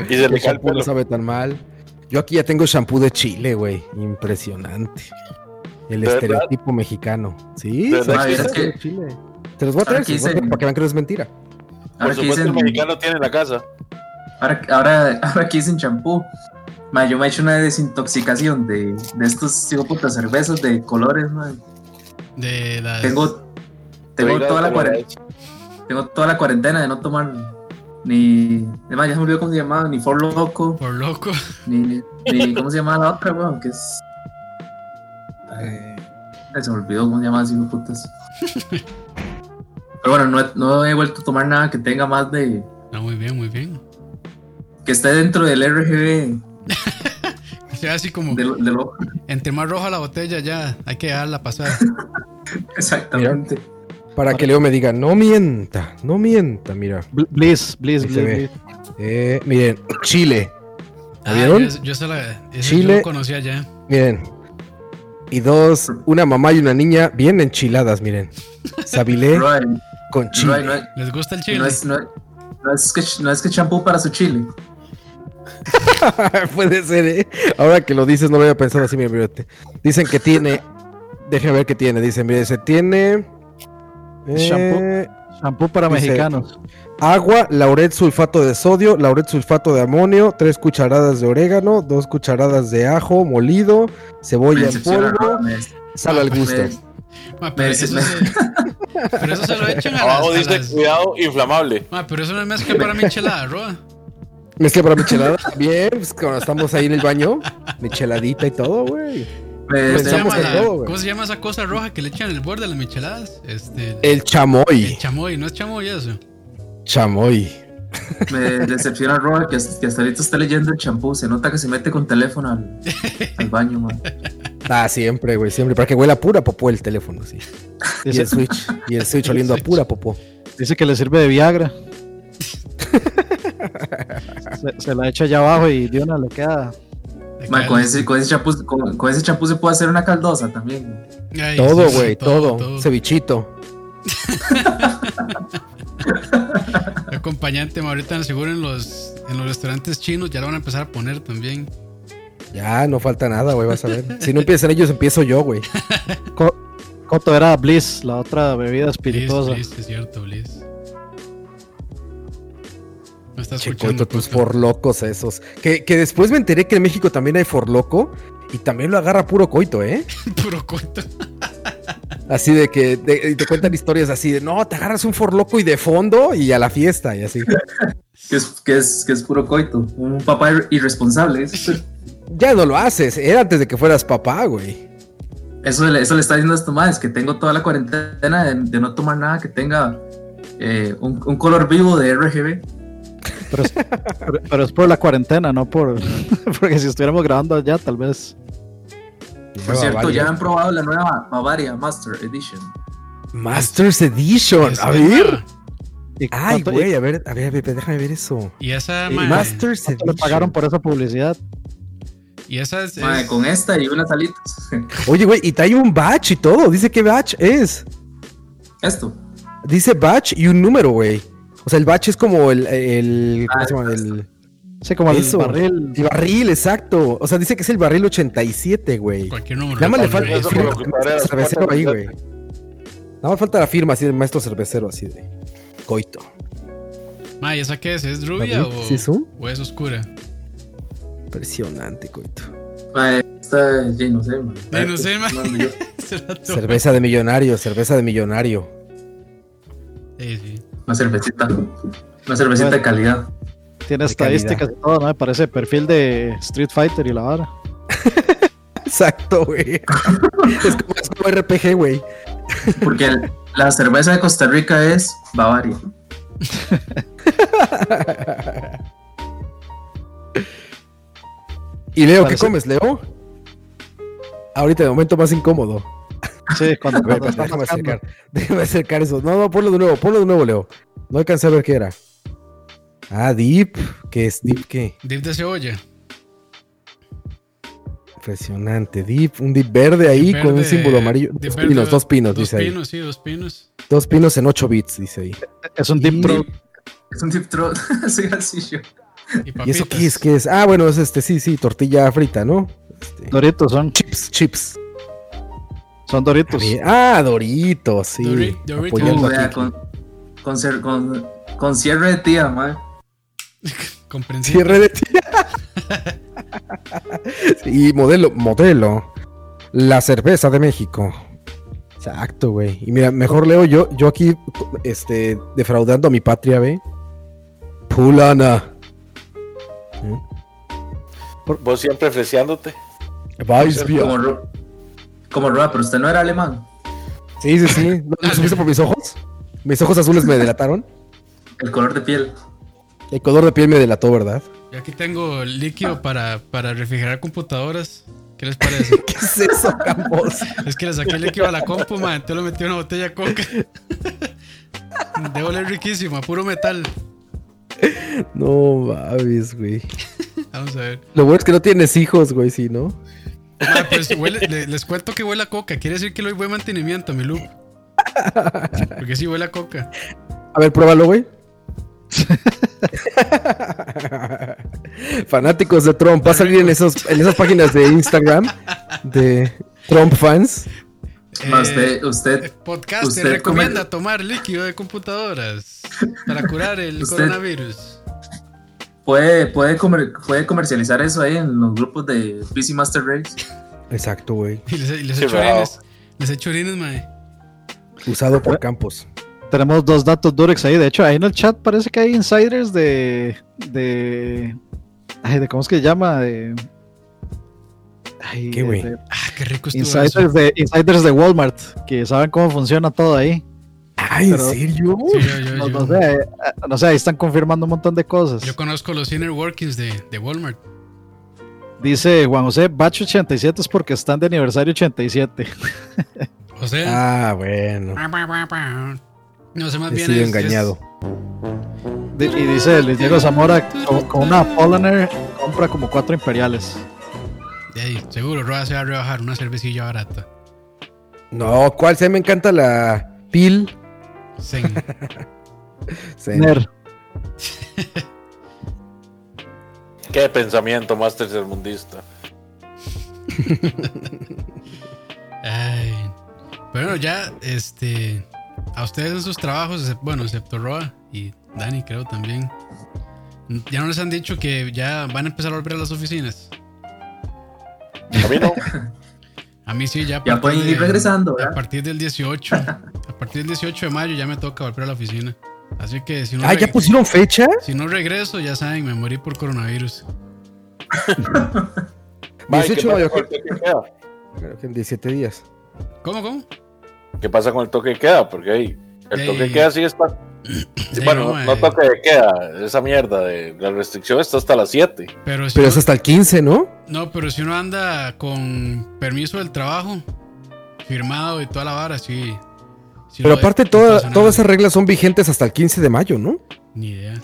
[SPEAKER 4] Y se
[SPEAKER 3] El
[SPEAKER 4] le cae el
[SPEAKER 3] shampoo no
[SPEAKER 4] pelo.
[SPEAKER 3] sabe tan mal. Yo aquí ya tengo shampoo de Chile, güey. Impresionante. El
[SPEAKER 4] ¿De verdad?
[SPEAKER 3] estereotipo mexicano. Sí,
[SPEAKER 4] ¿De
[SPEAKER 3] son
[SPEAKER 4] verdad
[SPEAKER 3] cosas
[SPEAKER 6] existe?
[SPEAKER 3] de Chile. Te los voy a
[SPEAKER 6] Ahora
[SPEAKER 3] traer,
[SPEAKER 6] que
[SPEAKER 3] se los voy a
[SPEAKER 6] dicen-
[SPEAKER 3] traer para que vean que no es mentira.
[SPEAKER 6] Ahora
[SPEAKER 4] Por
[SPEAKER 6] que
[SPEAKER 4] supuesto,
[SPEAKER 6] dicen,
[SPEAKER 4] el mexicano tiene en la casa.
[SPEAKER 6] ahora, ahora, ahora que dicen champú, ma, yo me he hecho una desintoxicación de, de estos hijo de puta cervezas de colores, ma.
[SPEAKER 2] De las.
[SPEAKER 6] Tengo, tengo,
[SPEAKER 4] Oiga,
[SPEAKER 6] toda la
[SPEAKER 4] como
[SPEAKER 6] cuarentena, tengo toda la cuarentena de no tomar ni. Además, ya se me olvidó cómo se llamaba, ni For Loco,
[SPEAKER 2] Por loco.
[SPEAKER 6] ni, ni, ni- ¿Cómo se llamaba la otra, weón? Que es. Eh, se me olvidó cómo se llamaba, así, hijo de putas. Pero bueno, no he, no he vuelto a tomar nada que tenga más de.
[SPEAKER 2] Ah, muy bien, muy bien.
[SPEAKER 6] que esté dentro del RGB
[SPEAKER 2] O sea, así como.
[SPEAKER 6] de, lo- de lo-
[SPEAKER 2] Entre más roja la botella, ya hay que dejarla pasar.
[SPEAKER 6] Exactamente.
[SPEAKER 3] Para que Leo me diga, no mienta, no mienta, mira.
[SPEAKER 5] Bl- Bliss, Bliss,
[SPEAKER 3] Ahí se
[SPEAKER 5] Bliss.
[SPEAKER 3] ve.
[SPEAKER 5] Bliss.
[SPEAKER 3] Eh, miren, Chile,
[SPEAKER 2] Ah,
[SPEAKER 3] ¿Vieron?
[SPEAKER 2] yo, yo se la. esa
[SPEAKER 3] Chile.
[SPEAKER 2] Yo conocía ya.
[SPEAKER 3] miren. Y dos, una mamá y una niña bien enchiladas, miren. Sabilé
[SPEAKER 6] Roy,
[SPEAKER 3] con
[SPEAKER 6] Roy,
[SPEAKER 3] chile.
[SPEAKER 6] no, es-
[SPEAKER 2] ¿Les gusta el chile?
[SPEAKER 6] no es, no, no es que, no es que champú para su chile.
[SPEAKER 3] Puede ser, ¿eh? Ahora que lo dices, no lo había pensado así, mira, mira. Dicen que tiene. Déjame ver qué tiene. Dicen, mire, se tiene. eh,
[SPEAKER 5] Shampoo para
[SPEAKER 3] Dice-
[SPEAKER 5] mexicanos.
[SPEAKER 3] agua, lauret sulfato de sodio, lauret sulfato de amonio, tres cucharadas de orégano, dos cucharadas de ajo molido, cebolla en
[SPEAKER 6] decepciona,
[SPEAKER 3] polvo,
[SPEAKER 6] Roy, me des-
[SPEAKER 3] sal al gusto.
[SPEAKER 6] me-
[SPEAKER 2] Ma, pero,
[SPEAKER 6] me-
[SPEAKER 2] eso
[SPEAKER 6] me-
[SPEAKER 2] se, pero eso se lo echan a las.
[SPEAKER 4] Abajo
[SPEAKER 2] a
[SPEAKER 4] dice
[SPEAKER 2] las-
[SPEAKER 4] cuidado inflamable.
[SPEAKER 2] Ma, pero eso no es mezcla para michelada, roja.
[SPEAKER 3] Mezcla para michelada también, pues, cuando estamos ahí en el baño, micheladita y todo, güey.
[SPEAKER 6] me
[SPEAKER 2] ¿Cómo se,
[SPEAKER 6] decepciona.
[SPEAKER 2] llama
[SPEAKER 3] Pensamos en
[SPEAKER 2] la-
[SPEAKER 3] todo, güey.
[SPEAKER 2] cómo se llama esa cosa roja que le echan en el borde de las micheladas? Este,
[SPEAKER 3] El chamoy,
[SPEAKER 2] chamoy, ¿no es chamoy eso?
[SPEAKER 3] chamoy.
[SPEAKER 6] Me decepciona Roy que, hasta- que hasta ahorita está leyendo el champú. Se nota que se mete con teléfono al, al baño, man.
[SPEAKER 3] Ah, siempre, güey, siempre. Para que huela a pura popó el teléfono, sí. Y
[SPEAKER 5] Dice,
[SPEAKER 3] el Switch. Y el Switch oliendo a pura popó.
[SPEAKER 5] dice que le sirve de Viagra. se, se la echa allá abajo y de una le queda.
[SPEAKER 6] Man, con ese, con ese champú, con, con ese champú se puede hacer una caldosa también.
[SPEAKER 2] Ay,
[SPEAKER 3] Todo,
[SPEAKER 2] sí, sí,
[SPEAKER 3] güey, todo. Cevichito.
[SPEAKER 2] Acompañante, ma, ahorita seguro en los, en los restaurantes chinos ya lo van a empezar a poner también.
[SPEAKER 3] Ya, no falta nada, güey, vas a ver. Si no empiezan ellos, empiezo yo, güey.
[SPEAKER 5] Co- Coto era Bliss, la otra bebida
[SPEAKER 2] Bliss,
[SPEAKER 5] espirituosa.
[SPEAKER 2] Bliss, es cierto, Bliss. No estás escuchando.
[SPEAKER 3] Chicoito, tus
[SPEAKER 2] Coco.
[SPEAKER 3] forlocos esos. Que, que después me enteré que en México también hay forloco. Y también lo agarra puro coito, ¿eh?
[SPEAKER 2] Puro coito.
[SPEAKER 3] Así de que de- y te cuentan historias así de no, te agarras un forloco y de fondo y a la fiesta y así.
[SPEAKER 6] Que es, que es, que es puro coito. Un papá ir- irresponsable. Eso,
[SPEAKER 3] Ya no lo haces, era antes de que fueras papá, güey.
[SPEAKER 6] eso, le, eso le está diciendo a esto más. Que tengo toda la cuarentena de, de no tomar nada que tenga eh, un, un color vivo de RGB.
[SPEAKER 5] Pero es, pero- pero es por la cuarentena, no por. Porque si estuviéramos grabando allá, tal vez.
[SPEAKER 6] Por
[SPEAKER 3] Ya,
[SPEAKER 6] cierto,
[SPEAKER 3] vale.
[SPEAKER 6] ya han probado la nueva Bavaria Master Edition.
[SPEAKER 3] Masters Edition,
[SPEAKER 2] Es
[SPEAKER 3] a
[SPEAKER 2] nueva.
[SPEAKER 3] ver.
[SPEAKER 5] ¿Y
[SPEAKER 3] Ay,
[SPEAKER 5] cuánto- y
[SPEAKER 3] güey, a ver, a ver, a ver, déjame ver eso.
[SPEAKER 2] Y esa,
[SPEAKER 4] Ah,
[SPEAKER 3] Eh,
[SPEAKER 5] Y
[SPEAKER 2] ma,
[SPEAKER 3] Masters
[SPEAKER 5] cuánto le
[SPEAKER 3] Edition.
[SPEAKER 5] pagaron por esa publicidad?
[SPEAKER 2] Y esa es.
[SPEAKER 6] Madre,
[SPEAKER 2] es-
[SPEAKER 6] con esta y unas alitas.
[SPEAKER 3] Oye, güey, y trae un batch y todo. Dice qué batch es.
[SPEAKER 6] Esto.
[SPEAKER 3] Dice batch y un número, güey. O sea, el batch es como el. el ¿Cómo
[SPEAKER 6] Ah,
[SPEAKER 3] se llama?
[SPEAKER 6] es-
[SPEAKER 3] El,
[SPEAKER 5] Sí, como el
[SPEAKER 3] Eso.
[SPEAKER 5] barril.
[SPEAKER 3] El barril, exacto. O sea, dice que es el barril 87, güey.
[SPEAKER 2] Cualquier número.
[SPEAKER 3] Nada más le
[SPEAKER 2] Con
[SPEAKER 3] falta
[SPEAKER 4] Eso
[SPEAKER 3] el
[SPEAKER 4] como
[SPEAKER 3] firma
[SPEAKER 4] lo que
[SPEAKER 3] del
[SPEAKER 4] parece,
[SPEAKER 3] maestro cervecero ahí, güey.
[SPEAKER 4] parece.
[SPEAKER 3] Nada más falta la firma así del maestro cervecero, así de coito.
[SPEAKER 2] Ma, ¿y esa qué es? ¿Es rubia
[SPEAKER 3] ¿Barril?
[SPEAKER 2] o,
[SPEAKER 3] ¿Sí es un?
[SPEAKER 2] o es oscura?
[SPEAKER 3] Impresionante, coito.
[SPEAKER 6] Mae, esta, sí, no sé, mae.
[SPEAKER 3] Ah,
[SPEAKER 2] Ay, no sé, mae.
[SPEAKER 6] Mae, yo-
[SPEAKER 2] Se la to-
[SPEAKER 3] Cerveza de millonario, cerveza de millonario.
[SPEAKER 2] Sí, sí.
[SPEAKER 6] Una cervecita. Una cervecita de calidad.
[SPEAKER 5] Tiene
[SPEAKER 3] De calidad.
[SPEAKER 5] estadísticas y todo, ¿no? Me parece perfil de Street Fighter y la vara.
[SPEAKER 3] Exacto, güey. es, como, es como RPG, güey.
[SPEAKER 6] Porque el- la cerveza de Costa Rica es Bavaria.
[SPEAKER 3] Y Leo,
[SPEAKER 5] Parece-
[SPEAKER 3] ¿qué comes, Leo? Ahorita, de momento más incómodo.
[SPEAKER 5] Sí, cuando,
[SPEAKER 3] A
[SPEAKER 5] cuando está
[SPEAKER 3] ver, pues, déjame
[SPEAKER 5] marcando.
[SPEAKER 3] acercar. Déjame acercar eso. No, no, ponlo de nuevo, ponlo de nuevo, Leo. No alcancé a ver qué era. Ah, Deep. ¿Qué es Deep? ¿Qué?
[SPEAKER 2] Dip de cebolla.
[SPEAKER 3] Impresionante. Deep, un Deep verde ahí con un
[SPEAKER 2] Verde-
[SPEAKER 3] símbolo amarillo.
[SPEAKER 2] de
[SPEAKER 3] Dos
[SPEAKER 2] verde-
[SPEAKER 3] pinos, dos pinos,
[SPEAKER 2] Dos
[SPEAKER 3] dice
[SPEAKER 2] pinos, sí, dos pinos.
[SPEAKER 3] ahí. Dos pinos en 8 bits, dice ahí.
[SPEAKER 5] Es un deep throat.
[SPEAKER 6] Es un deep throat. Soy así yo.
[SPEAKER 2] ¿Y,
[SPEAKER 3] ¿Y eso
[SPEAKER 2] papitas.
[SPEAKER 3] qué es? ¿Qué es? Ah, bueno, es este, sí, sí, tortilla frita, ¿no? Este,
[SPEAKER 5] Doritos son,
[SPEAKER 3] chips, chips.
[SPEAKER 5] son doritos.
[SPEAKER 3] Ah, Doritos, sí.
[SPEAKER 2] Dori- Doritos.
[SPEAKER 3] Apoyando
[SPEAKER 6] Uh,
[SPEAKER 3] a
[SPEAKER 6] vea,
[SPEAKER 3] Kiki.
[SPEAKER 6] con, con, cer- con, con cierre de tía, mae.
[SPEAKER 2] Comprensible.
[SPEAKER 3] Cierre de tía. y modelo, modelo. La cerveza de México. Exacto, güey. Y mira, mejor leo yo, yo aquí, este, defraudando a mi patria, ve. Pulana.
[SPEAKER 4] Vos siempre freseándote.
[SPEAKER 6] Como, Ro- como Roa, pero usted no era alemán.
[SPEAKER 3] Sí, sí, sí. ¿No lo supiste por mis ojos? Mis ojos azules me delataron.
[SPEAKER 6] El color de piel.
[SPEAKER 3] El color de piel me delató, ¿verdad?
[SPEAKER 2] Yo aquí tengo líquido para, para refrigerar computadoras. ¿Qué les parece?
[SPEAKER 3] ¿Qué es eso, Campos?
[SPEAKER 2] es que le saqué el líquido a la compu, man. Te lo metí en una botella de coca. Debo oler riquísimo, a puro metal.
[SPEAKER 3] No mames, güey.
[SPEAKER 2] Vamos a ver.
[SPEAKER 3] Lo bueno es que no tienes hijos, güey, sí, ¿no?
[SPEAKER 2] Ma, pues huele- le- les cuento que huele a coca. Quiere decir que le doy buen mantenimiento a mi loop. Porque sí huele a coca.
[SPEAKER 3] A ver, pruébalo, güey. Fanáticos de Trump, va a salir en, esos, en esas páginas de Instagram de Trump fans.
[SPEAKER 6] Ma,
[SPEAKER 2] Eh,
[SPEAKER 6] usted, usted,
[SPEAKER 2] Podcast
[SPEAKER 6] usted
[SPEAKER 2] recomienda
[SPEAKER 6] come-
[SPEAKER 2] tomar líquido de computadoras para curar el
[SPEAKER 6] Usted-
[SPEAKER 2] coronavirus.
[SPEAKER 6] puede, puede, comer- puede comercializar eso ahí en los grupos de PC Master Race.
[SPEAKER 3] Exacto, güey.
[SPEAKER 2] Y les, y les
[SPEAKER 4] Sí,
[SPEAKER 2] echo
[SPEAKER 4] bravo.
[SPEAKER 2] orines. Les echo orines, mae.
[SPEAKER 3] Usado por Campos.
[SPEAKER 5] Tenemos dos datos Durex ahí. De hecho, ahí en el chat parece que hay insiders de. de. Ay, de ¿Cómo es que se llama? De, ay,
[SPEAKER 3] ¿Qué, güey?
[SPEAKER 5] de-
[SPEAKER 2] Ah, qué rico estuvo eso.
[SPEAKER 5] Insiders de, insiders de Walmart, que saben cómo funciona todo ahí.
[SPEAKER 3] Ay, ¿en
[SPEAKER 5] Pero-
[SPEAKER 3] serio?
[SPEAKER 2] Sí, yo, yo-
[SPEAKER 5] No,
[SPEAKER 2] yo-
[SPEAKER 5] no sé, eh, no sé, ahí están confirmando un montón de cosas.
[SPEAKER 2] yo conozco los inner workings de, de Walmart.
[SPEAKER 5] Dice Juan José, Batch 87 es porque están de aniversario 87.
[SPEAKER 2] O sea,
[SPEAKER 3] Ah, bueno.
[SPEAKER 2] no sé más
[SPEAKER 3] Ah. He
[SPEAKER 2] bien.
[SPEAKER 3] sido
[SPEAKER 2] es-
[SPEAKER 3] engañado.
[SPEAKER 5] Di- y dice Luis Diego Zamora, con, con una Polaner compra como cuatro imperiales.
[SPEAKER 2] es- de ahí, seguro, Roa se va a rebajar una cervecilla barata.
[SPEAKER 3] No, ¿cuál? Se me encanta la pil.
[SPEAKER 2] Zen.
[SPEAKER 3] Sí.
[SPEAKER 5] Ner.
[SPEAKER 4] Qué pensamiento más tercermundista.
[SPEAKER 2] Ay. Pero bueno, ya, este. A ustedes en sus trabajos, excep- bueno, excepto Roa y Dani, creo también. ¿Ya no les han dicho que ya van a empezar a volver a las oficinas?
[SPEAKER 4] A mí no.
[SPEAKER 2] A mí sí, ya. a
[SPEAKER 6] Ya
[SPEAKER 2] partir
[SPEAKER 6] pueden ir
[SPEAKER 2] de-
[SPEAKER 6] regresando,
[SPEAKER 2] A
[SPEAKER 6] ¿verdad?
[SPEAKER 2] partir del 18. A partir del 18 de mayo ya me toca volver a la oficina. Así que si no,
[SPEAKER 3] Ah, ¿ya
[SPEAKER 2] reg-
[SPEAKER 3] pusieron fecha?
[SPEAKER 2] si no regreso, ya saben, me morí por coronavirus.
[SPEAKER 3] 18 de mayo.
[SPEAKER 4] ¿Qué pasa con el toque de queda?
[SPEAKER 3] Creo que en 17 días.
[SPEAKER 2] ¿Cómo, cómo?
[SPEAKER 4] ¿Qué pasa con el toque de queda? Porque ahí, el
[SPEAKER 2] Ey.
[SPEAKER 4] toque de queda sigue está.
[SPEAKER 2] Sí,
[SPEAKER 4] bueno,
[SPEAKER 2] no,
[SPEAKER 4] no,
[SPEAKER 2] eh.
[SPEAKER 4] toque de queda, esa mierda de la restricción está hasta las 7.
[SPEAKER 2] Pero si,
[SPEAKER 3] Pero
[SPEAKER 2] uno-
[SPEAKER 3] es hasta el 15, ¿no?
[SPEAKER 2] No, pero si uno anda con permiso del trabajo, firmado y toda la vara, sí. sí
[SPEAKER 3] Pero
[SPEAKER 2] lo de-
[SPEAKER 3] aparte,
[SPEAKER 2] no
[SPEAKER 3] toda-
[SPEAKER 2] pasa nada.
[SPEAKER 3] todas esas reglas son vigentes hasta el 15 de mayo, ¿no?
[SPEAKER 2] Ni idea.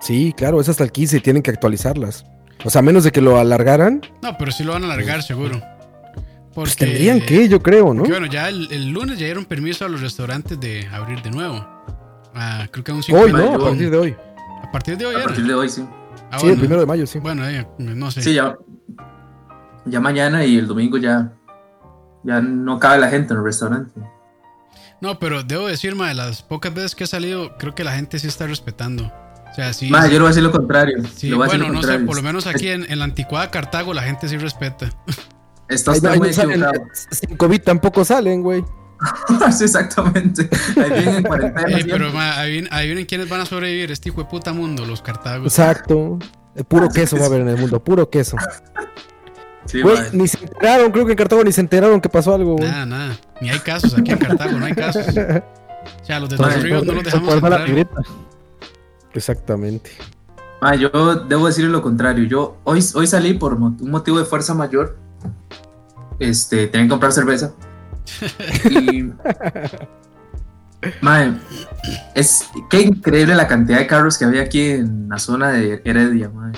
[SPEAKER 3] Sí, claro, es hasta el 15 y tienen que actualizarlas. O sea, a menos de que lo alargaran,
[SPEAKER 2] No, pero sí lo van a alargar, seguro.
[SPEAKER 3] pues
[SPEAKER 2] Porque,
[SPEAKER 3] tendrían que, yo creo, ¿no?
[SPEAKER 2] porque, bueno, ya el, el lunes ya dieron permiso a los restaurantes de abrir de nuevo. Ah, creo que a un
[SPEAKER 3] Hoy,
[SPEAKER 2] 50.
[SPEAKER 3] ¿no?
[SPEAKER 6] mayo.
[SPEAKER 3] A partir de hoy.
[SPEAKER 2] A partir de hoy
[SPEAKER 6] A
[SPEAKER 2] era.
[SPEAKER 6] partir de hoy, sí.
[SPEAKER 2] Ah,
[SPEAKER 3] sí, el primero de mayo, sí.
[SPEAKER 2] Bueno, eh, no sé.
[SPEAKER 6] Sí, ya, ya mañana y el domingo ya, ya no cabe la gente en el restaurante.
[SPEAKER 2] No, pero debo decir, ma, de las pocas veces que he salido, creo que la gente sí está respetando. O sea, sí.
[SPEAKER 6] Más, yo le voy a decir lo contrario.
[SPEAKER 2] sí,
[SPEAKER 6] le voy a decir
[SPEAKER 2] bueno, no
[SPEAKER 6] lo
[SPEAKER 2] sé,
[SPEAKER 6] contrario.
[SPEAKER 2] por lo menos aquí en, en la anticuada Cartago la gente sí respeta.
[SPEAKER 6] Está
[SPEAKER 3] Ahí no-
[SPEAKER 6] usted
[SPEAKER 3] ahí
[SPEAKER 6] muy
[SPEAKER 3] no salen,
[SPEAKER 6] equivocado.
[SPEAKER 3] sin COVID tampoco salen, güey.
[SPEAKER 6] Sí, exactamente. Ahí vienen en cuarentena.
[SPEAKER 2] Eh, pero
[SPEAKER 6] siempre.
[SPEAKER 2] ma, adivin- adivinen quiénes van a sobrevivir, este hijo de puta mundo, los cartagos.
[SPEAKER 3] Exacto. Eh,
[SPEAKER 2] Ah,
[SPEAKER 3] Puro queso va a haber en el mundo, puro queso.
[SPEAKER 5] Ah,
[SPEAKER 6] Sí,
[SPEAKER 3] Güey,
[SPEAKER 6] madre.
[SPEAKER 3] ni se enteraron, creo que en Cartago ni se enteraron que pasó algo, güey.
[SPEAKER 2] Nada, nada. Ni hay casos aquí en Cartago, no hay casos. O sea, los de Dos
[SPEAKER 6] Madre,
[SPEAKER 2] Ríos no los
[SPEAKER 5] Se
[SPEAKER 2] dejamos
[SPEAKER 5] forma la
[SPEAKER 2] entrar.
[SPEAKER 5] negrita.
[SPEAKER 3] Exactamente.
[SPEAKER 6] Ma, Ah, yo debo decir lo contrario. Yo hoy, hoy salí por mo- un motivo de fuerza mayor. Este, tenía que comprar cerveza. Y. Mae, es qué increíble la cantidad de carros que había aquí en la zona de Heredia, mae.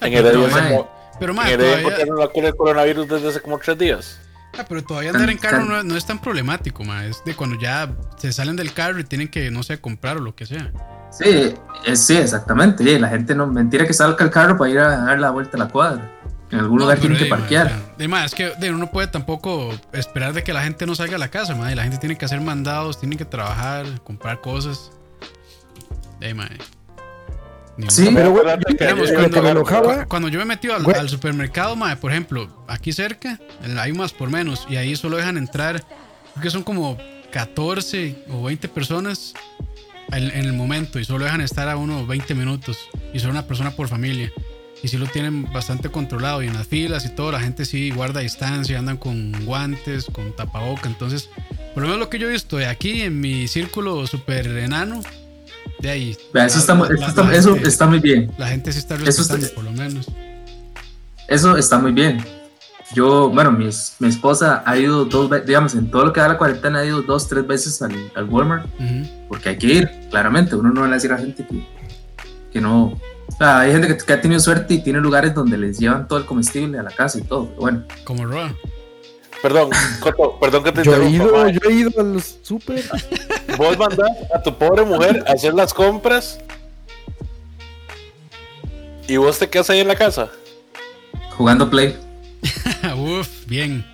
[SPEAKER 4] En Heredia
[SPEAKER 6] Pero,
[SPEAKER 4] se
[SPEAKER 6] mae,
[SPEAKER 4] mo-
[SPEAKER 2] Pero,
[SPEAKER 4] en
[SPEAKER 2] ma,
[SPEAKER 4] Heredia
[SPEAKER 2] todavía,
[SPEAKER 4] encontraron la cura del coronavirus desde hace como tres días.
[SPEAKER 2] ah, pero todavía andar en carro no, no es tan problemático, ma. Es de cuando ya se salen del carro y tienen que, no sé, comprar o lo que sea.
[SPEAKER 6] Sí, es- sí, exactamente. sí, la gente no. Mentira que salga el carro para ir a dar la vuelta a la cuadra. En algún lugar
[SPEAKER 2] pero
[SPEAKER 6] tienen que
[SPEAKER 2] di, ma,
[SPEAKER 6] parquear.
[SPEAKER 2] o sea, di, ma, es que di, uno no puede tampoco esperar de que la gente no salga a la casa, ma, y la gente tiene que hacer mandados, tiene que trabajar, comprar cosas. Di, ma, eh. Ni
[SPEAKER 6] Sí,
[SPEAKER 2] modo.
[SPEAKER 3] Pero, güey,
[SPEAKER 4] Acuérdate
[SPEAKER 3] yo-
[SPEAKER 4] que
[SPEAKER 2] Digamos,
[SPEAKER 4] ayer-
[SPEAKER 3] lo que me enojaba,
[SPEAKER 2] Cu- Cuando yo me metí al,
[SPEAKER 3] Güey.
[SPEAKER 2] al supermercado, ma, por ejemplo, aquí cerca, en- hay más por menos, y ahí solo dejan entrar, creo que son como 14 o 20 personas en, en el momento, y solo dejan estar a uno 20 minutos, y solo una persona por familia. Y sí lo tienen bastante controlado, y en las filas y todo, la gente sí guarda distancia, andan con guantes, con tapaboca, entonces, por lo menos lo que yo he visto de aquí, en mi círculo super enano, de ahí.
[SPEAKER 6] Vea, Eso,
[SPEAKER 2] la-
[SPEAKER 6] está, mu-
[SPEAKER 2] la-
[SPEAKER 6] eso
[SPEAKER 2] la-
[SPEAKER 6] está-
[SPEAKER 2] la
[SPEAKER 6] eso
[SPEAKER 2] gente-
[SPEAKER 6] está muy bien.
[SPEAKER 2] la gente sí está
[SPEAKER 6] está-
[SPEAKER 2] respetando, por lo menos.
[SPEAKER 6] Eso está muy bien. Yo, bueno, mi, es- mi esposa ha ido dos veces, digamos, en todo lo que da la cuarentena ha ido dos, tres veces al, al Walmart,
[SPEAKER 2] Ujú.
[SPEAKER 6] porque hay que ir, claramente. Uno no le va a decir a la gente que, que no. O sea, hay gente que, que ha tenido suerte y tiene lugares donde les llevan todo el comestible a la casa y todo. pero bueno,
[SPEAKER 2] Como Roa.
[SPEAKER 4] Perdón, Coto, perdón que te
[SPEAKER 3] yo he
[SPEAKER 4] interrumpa.
[SPEAKER 3] ido,
[SPEAKER 4] mae.
[SPEAKER 3] yo he ido al súper.
[SPEAKER 4] Vos mandás a tu pobre mujer a hacer las compras y vos te quedas ahí en la casa.
[SPEAKER 6] jugando play.
[SPEAKER 2] Uf, bien.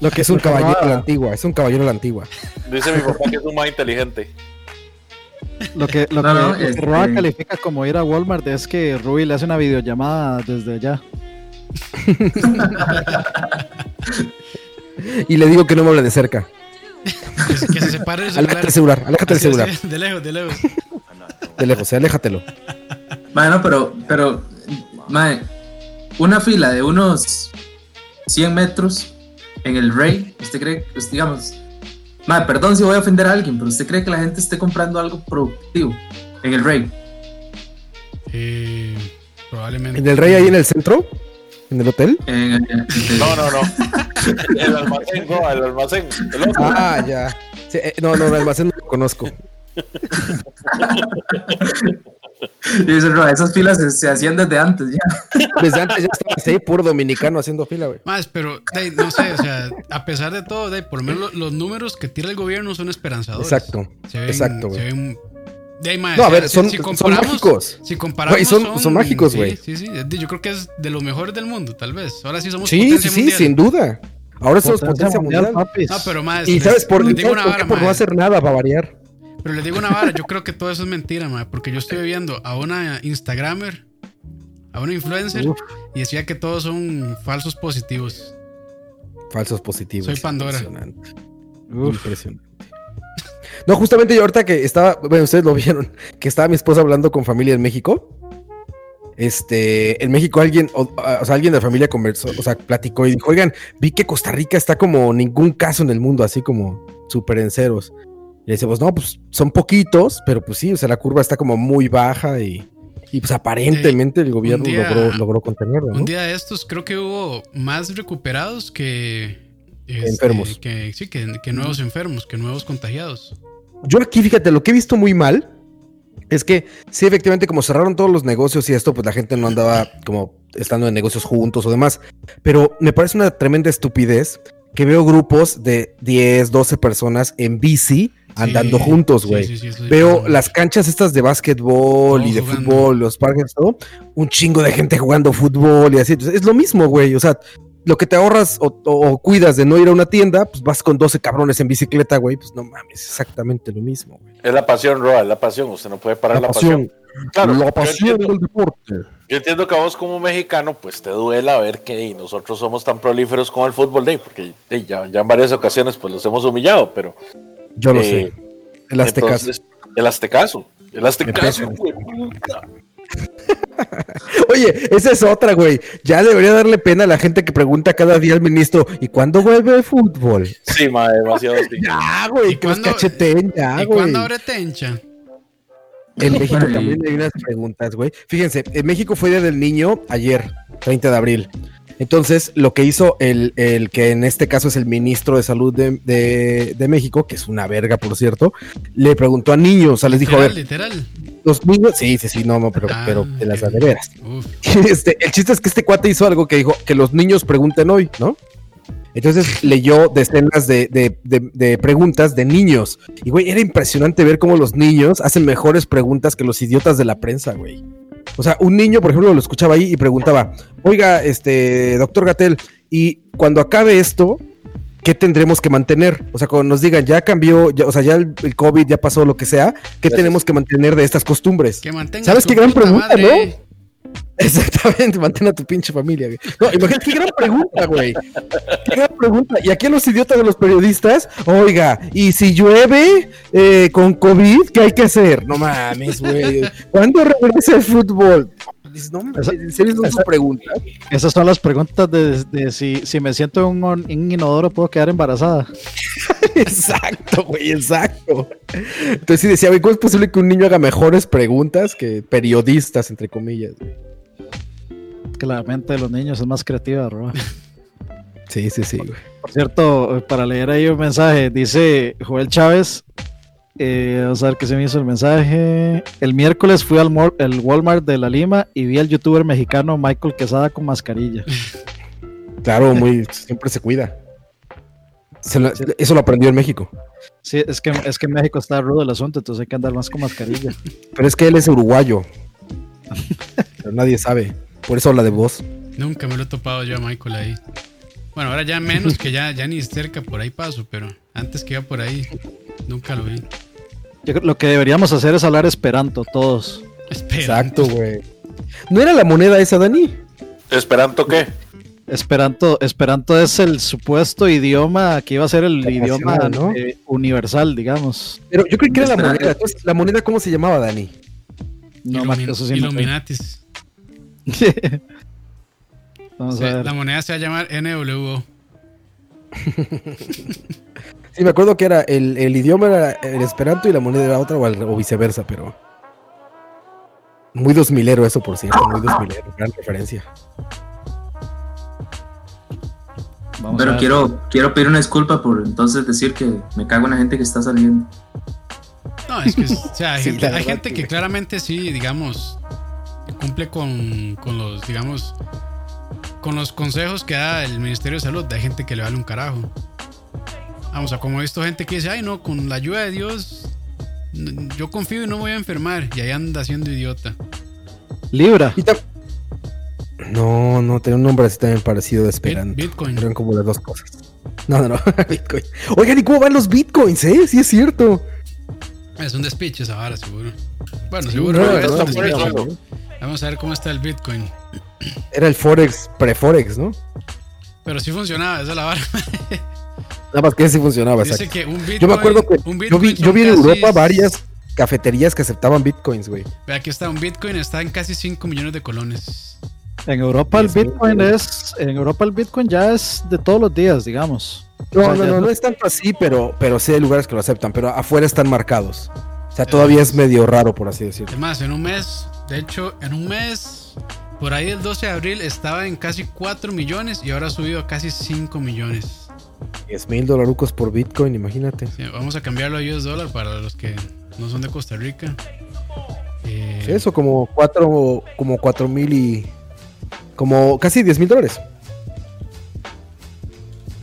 [SPEAKER 3] Lo que es un
[SPEAKER 5] Porque
[SPEAKER 3] caballero
[SPEAKER 5] no-
[SPEAKER 3] a la antigua, es un caballero a la antigua.
[SPEAKER 4] Dice mi papá que es un más inteligente.
[SPEAKER 5] Lo que, lo
[SPEAKER 6] No,
[SPEAKER 5] que,
[SPEAKER 6] no,
[SPEAKER 5] lo que
[SPEAKER 6] este-
[SPEAKER 5] Roa califica como ir a Walmart es que Ruby le hace una videollamada desde allá.
[SPEAKER 3] Y le digo que no me hable de cerca.
[SPEAKER 2] Que, se- que se separe el celular.
[SPEAKER 3] Aléjate del celular, aléjate del
[SPEAKER 2] Pues, Así, así, de
[SPEAKER 3] celular.
[SPEAKER 2] lejos, de lejos.
[SPEAKER 3] De lejos, eh, aléjatelo.
[SPEAKER 6] Bueno, pero, pero, mae, una fila de unos 100 metros en el Rey, ¿usted cree, pues, digamos, mae, perdón si voy a ofender a alguien, pero ¿usted cree que la gente esté comprando algo productivo en el Rey?
[SPEAKER 2] Eh, probablemente.
[SPEAKER 3] En el rey ahí en el centro, en el hotel.
[SPEAKER 6] En- en- en-
[SPEAKER 4] No, no, no. El almacén, no, el almacén. El otro.
[SPEAKER 3] Ah, ya. Sí, eh, no, no, el almacén no lo conozco.
[SPEAKER 6] y dice, "No, esas filas se, se hacían desde antes ya.
[SPEAKER 3] Desde antes ya estaba así, puro dominicano haciendo fila, güey.
[SPEAKER 2] Más, pero de, no sé, o sea, a pesar de todo, de, por lo menos lo- los, números que tira el gobierno son esperanzadores.
[SPEAKER 3] Exacto.
[SPEAKER 2] Se ven,
[SPEAKER 3] exacto,
[SPEAKER 2] se
[SPEAKER 3] güey.
[SPEAKER 2] ven- de ahí, mae,
[SPEAKER 3] No, a
[SPEAKER 2] o sea,
[SPEAKER 3] ver, son- son mágicos.
[SPEAKER 2] Si comparamos.
[SPEAKER 3] Güey, son- son mágicos,
[SPEAKER 2] sí,
[SPEAKER 3] güey.
[SPEAKER 2] Sí, sí, de- Yo creo que es de lo mejor del mundo, tal vez. Ahora sí somos
[SPEAKER 3] Sí, sí,
[SPEAKER 2] potencia
[SPEAKER 3] sí,
[SPEAKER 2] mundial.
[SPEAKER 3] sin duda. Ahora somos
[SPEAKER 5] Potencia mundial, papis.
[SPEAKER 2] No, Ah, pero más.
[SPEAKER 3] Y sabes por,
[SPEAKER 2] digo una
[SPEAKER 3] ¿sabes por qué?
[SPEAKER 2] vara,
[SPEAKER 3] Por no
[SPEAKER 2] mae.
[SPEAKER 3] hacer nada va a variar.
[SPEAKER 2] Pero les digo una vara, yo creo que todo eso es mentira, ma, porque yo estoy viendo a una Instagramer, a una influencer,
[SPEAKER 5] Uf.
[SPEAKER 2] y decía que todos son falsos positivos.
[SPEAKER 3] Falsos positivos.
[SPEAKER 2] Soy Pandora.
[SPEAKER 3] Impresionante.
[SPEAKER 5] Uf.
[SPEAKER 3] Impresionante. No, justamente yo ahorita que estaba, bueno, ustedes lo vieron, que estaba mi esposa hablando con familia en México. Este, en México alguien, o, o sea, alguien de la familia conversó, o sea, platicó y dijo, oigan, vi que Costa Rica está como ningún caso en el mundo, así como súper en ceros. Y le decimos, no, pues son poquitos, pero pues sí, o sea, la curva está como muy baja y, y pues aparentemente el gobierno
[SPEAKER 2] día-
[SPEAKER 3] logró, logró contenerlo, ¿no?
[SPEAKER 2] Un día de estos creo que hubo más recuperados que... este,
[SPEAKER 3] Enfermos.
[SPEAKER 2] Que, sí, que, que nuevos enfermos, que nuevos contagiados.
[SPEAKER 3] Yo aquí, fíjate, lo que he visto muy mal es que sí, efectivamente, como cerraron todos los negocios y esto, pues la gente no andaba como estando en negocios juntos o demás. Pero me parece una tremenda estupidez que veo grupos de 10, 12 personas en bici andando juntos,
[SPEAKER 2] sí,
[SPEAKER 3] güey.
[SPEAKER 2] sí, sí, estoy
[SPEAKER 3] Veo
[SPEAKER 2] pensando.
[SPEAKER 3] las canchas estas de básquetbol
[SPEAKER 2] Todos
[SPEAKER 3] y de
[SPEAKER 2] jugando.
[SPEAKER 3] fútbol, los parques, todo, un chingo de gente jugando fútbol y así. Entonces, es lo mismo, güey. O sea, lo que te ahorras o, o- o cuidas de no ir a una tienda, pues vas con 12 cabrones en bicicleta, güey. Pues no mames, exactamente lo mismo, güey.
[SPEAKER 4] Es la pasión, Roa, es la pasión. Usted no puede parar la, pasión. Claro, yo entiendo-
[SPEAKER 3] deporte.
[SPEAKER 4] Yo entiendo que a vos como mexicano, pues te duela ver que y nosotros somos tan prolíferos con el fútbol, de, porque de, ya, ya en varias ocasiones pues los hemos humillado, pero
[SPEAKER 3] Yo lo
[SPEAKER 4] Eh,
[SPEAKER 3] sé. El Azteca.
[SPEAKER 4] entonces, el aztecaso, el aztecaso,
[SPEAKER 3] Me pesa.
[SPEAKER 4] güey, puta.
[SPEAKER 3] Oye, esa es otra, güey. Ya debería darle pena a la gente que pregunta cada día al ministro, ¿y cuándo vuelve el fútbol?
[SPEAKER 4] sí, ma, demasiado. sí.
[SPEAKER 3] Ya, güey,
[SPEAKER 2] ¿Y
[SPEAKER 3] que nos
[SPEAKER 2] cuándo-
[SPEAKER 3] cacheteen ya,
[SPEAKER 2] ¿Y
[SPEAKER 3] güey.
[SPEAKER 2] cuándo abre Tencha?
[SPEAKER 3] En México
[SPEAKER 6] Bueno, y-
[SPEAKER 3] también hay unas preguntas, güey. Fíjense, en México fue Día del Niño ayer, 30 de abril. Entonces, lo que hizo el, el que en este caso es el ministro de Salud de, de- de México, que es una verga, por cierto, le preguntó a niños, o sea, les dijo, a
[SPEAKER 2] Literal,
[SPEAKER 3] ver,
[SPEAKER 2] literal.
[SPEAKER 3] los niños, sí, sí, sí, no, no, pero,
[SPEAKER 2] Ah,
[SPEAKER 3] pero de las
[SPEAKER 2] ok.
[SPEAKER 3] de veras.
[SPEAKER 2] Uf,
[SPEAKER 3] Este, el chiste es que este cuate hizo algo que dijo que los niños pregunten hoy, ¿no? Entonces leyó decenas de, de- de- de preguntas de niños. Y, güey, era impresionante ver cómo los niños hacen mejores preguntas que los idiotas de la prensa, güey. O sea, un niño, por ejemplo, lo escuchaba ahí y preguntaba, oiga, este, doctor Gatel, y cuando acabe esto, ¿qué tendremos que mantener? O sea, cuando nos digan, ya cambió, ya- o sea, ya el, el COVID, ya pasó lo que sea, ¿qué
[SPEAKER 4] Gracias.
[SPEAKER 3] tenemos que mantener de estas costumbres?
[SPEAKER 2] que mantenga
[SPEAKER 3] ¿Sabes
[SPEAKER 2] su
[SPEAKER 3] qué gran
[SPEAKER 2] puta
[SPEAKER 3] pregunta,
[SPEAKER 2] madre.
[SPEAKER 3] Exactamente, mantén a tu pinche familia, güey. No, imagínate qué gran pregunta, güey. Qué gran pregunta. Y aquí a los idiotas de los periodistas, oiga, y si llueve eh, con COVID, ¿qué hay que hacer? No mames, güey. ¿Cuándo regresa el fútbol? Dices, No, mames, en serio son sus preguntas.
[SPEAKER 5] Esas son las preguntas de, de si, si me siento en un, on- en un inodoro puedo quedar embarazada.
[SPEAKER 3] Exacto, güey, exacto. Entonces sí decía, güey, ¿cómo es posible que un niño haga mejores preguntas que periodistas, entre comillas? güey?
[SPEAKER 5] Que la mente de los niños es más creativa, Roa.
[SPEAKER 3] Sí, sí, sí, güey.
[SPEAKER 5] Por cierto, eh, para leer ahí un mensaje, dice Joel Chávez. eh, vamos a ver qué se me hizo el mensaje. El miércoles fui al mall- el Walmart de La Lima y vi al youtuber mexicano Michael Quesada con mascarilla.
[SPEAKER 3] Claro, muy, siempre se cuida. Se lo- eso lo aprendió en México.
[SPEAKER 5] Sí, es que, es que en México está rudo el asunto, entonces hay que andar más con mascarilla.
[SPEAKER 3] Pero es que él es uruguayo. Pero nadie sabe. Por eso habla de voz.
[SPEAKER 2] Nunca me lo he topado yo a Michael ahí. Bueno, ahora ya menos, que ya, ya ni cerca por ahí paso, pero antes que iba por ahí, nunca lo vi.
[SPEAKER 5] Yo creo- lo que deberíamos hacer es hablar esperanto todos.
[SPEAKER 2] Espera.
[SPEAKER 3] Exacto, güey. ¿No era la moneda esa, Dani?
[SPEAKER 4] ¿Esperanto qué?
[SPEAKER 5] Esperanto, esperanto es el supuesto idioma que iba a ser el idioma
[SPEAKER 3] Internacional, ¿no?
[SPEAKER 5] eh, universal, digamos.
[SPEAKER 3] Pero yo creo que era la
[SPEAKER 6] Espera.
[SPEAKER 3] moneda. Entonces, ¿la moneda cómo se llamaba, Dani?
[SPEAKER 5] No más que eso sí. no sé.
[SPEAKER 2] Illuminatis.
[SPEAKER 5] Vamos
[SPEAKER 2] Se-
[SPEAKER 5] a ver.
[SPEAKER 2] la moneda se va a llamar NWO.
[SPEAKER 3] Sí, me acuerdo que era el, el idioma era el esperanto y la moneda era otra o, al- o viceversa, pero... Muy dos milero eso, por cierto. Muy dos milero. Gran referencia.
[SPEAKER 5] Vamos a
[SPEAKER 6] Pero
[SPEAKER 5] ver.
[SPEAKER 6] quiero, quiero pedir una disculpa por entonces decir que me cago en la gente que está saliendo.
[SPEAKER 2] No, es que o sea, hay
[SPEAKER 3] Sí,
[SPEAKER 2] gente,
[SPEAKER 3] la
[SPEAKER 2] hay
[SPEAKER 3] verdad
[SPEAKER 2] gente
[SPEAKER 3] que-
[SPEAKER 2] que claramente sí, digamos, cumple con, con los, digamos, con los consejos que da el Ministerio de Salud. Hay gente que le vale un carajo. Vamos a como he visto gente que dice, ay no, con la ayuda de Dios, n- yo confío y no me voy a enfermar. Y ahí anda siendo idiota.
[SPEAKER 5] Libra.
[SPEAKER 3] Y tam- No, no, tenía un nombre así también parecido de
[SPEAKER 2] Bit-
[SPEAKER 3] esperanto.
[SPEAKER 2] Bitcoin.
[SPEAKER 3] Eran como las dos cosas. No, no, no. Bitcoin. Oigan, ¿y cómo van los bitcoins, eh? Sí, es cierto.
[SPEAKER 2] Es un despiche esa vara, seguro. Bueno,
[SPEAKER 3] Sí,
[SPEAKER 2] seguro.
[SPEAKER 3] no,
[SPEAKER 2] pero
[SPEAKER 3] no,
[SPEAKER 2] es un
[SPEAKER 3] no,
[SPEAKER 2] despiche.
[SPEAKER 4] no,
[SPEAKER 3] no.
[SPEAKER 2] Vamos a ver cómo está el Bitcoin.
[SPEAKER 3] Era el Forex, pre-Forex, ¿no?
[SPEAKER 2] Pero sí funcionaba, esa es la vara.
[SPEAKER 3] Nada más que ese funcionaba,
[SPEAKER 2] Dice
[SPEAKER 3] exacto.
[SPEAKER 2] que un Bitcoin.
[SPEAKER 3] Yo me acuerdo que
[SPEAKER 2] un
[SPEAKER 3] yo vi,
[SPEAKER 2] Bitcoin
[SPEAKER 3] yo vi en
[SPEAKER 2] son casi-
[SPEAKER 3] Europa varias cafeterías que aceptaban bitcoins, güey.
[SPEAKER 2] Ve, Aquí está, un Bitcoin está en casi 5 millones de colones.
[SPEAKER 5] En Europa el
[SPEAKER 3] Diez mil
[SPEAKER 5] Bitcoin
[SPEAKER 3] dólares.
[SPEAKER 5] es. En Europa el Bitcoin ya es de todos los días, digamos. O
[SPEAKER 3] No,
[SPEAKER 5] sea,
[SPEAKER 3] no,
[SPEAKER 5] ya
[SPEAKER 3] no,
[SPEAKER 5] no-
[SPEAKER 3] no es tanto así, pero, pero sí hay lugares que lo aceptan, pero afuera están marcados. O sea, todavía es medio raro, por así decirlo.
[SPEAKER 2] Es más, en un mes, de hecho, en un mes, por ahí del 12 de abril estaba en casi 4 millones y ahora ha subido a casi 5 millones.
[SPEAKER 3] 10 mil dolarucos por bitcoin, imagínate.
[SPEAKER 2] Sí, vamos a cambiarlo a US dólar para los que no son de Costa Rica. Eh,
[SPEAKER 3] Sí, Eso, como cuatro, como cuatro mil y... Como casi 10 mil dólares.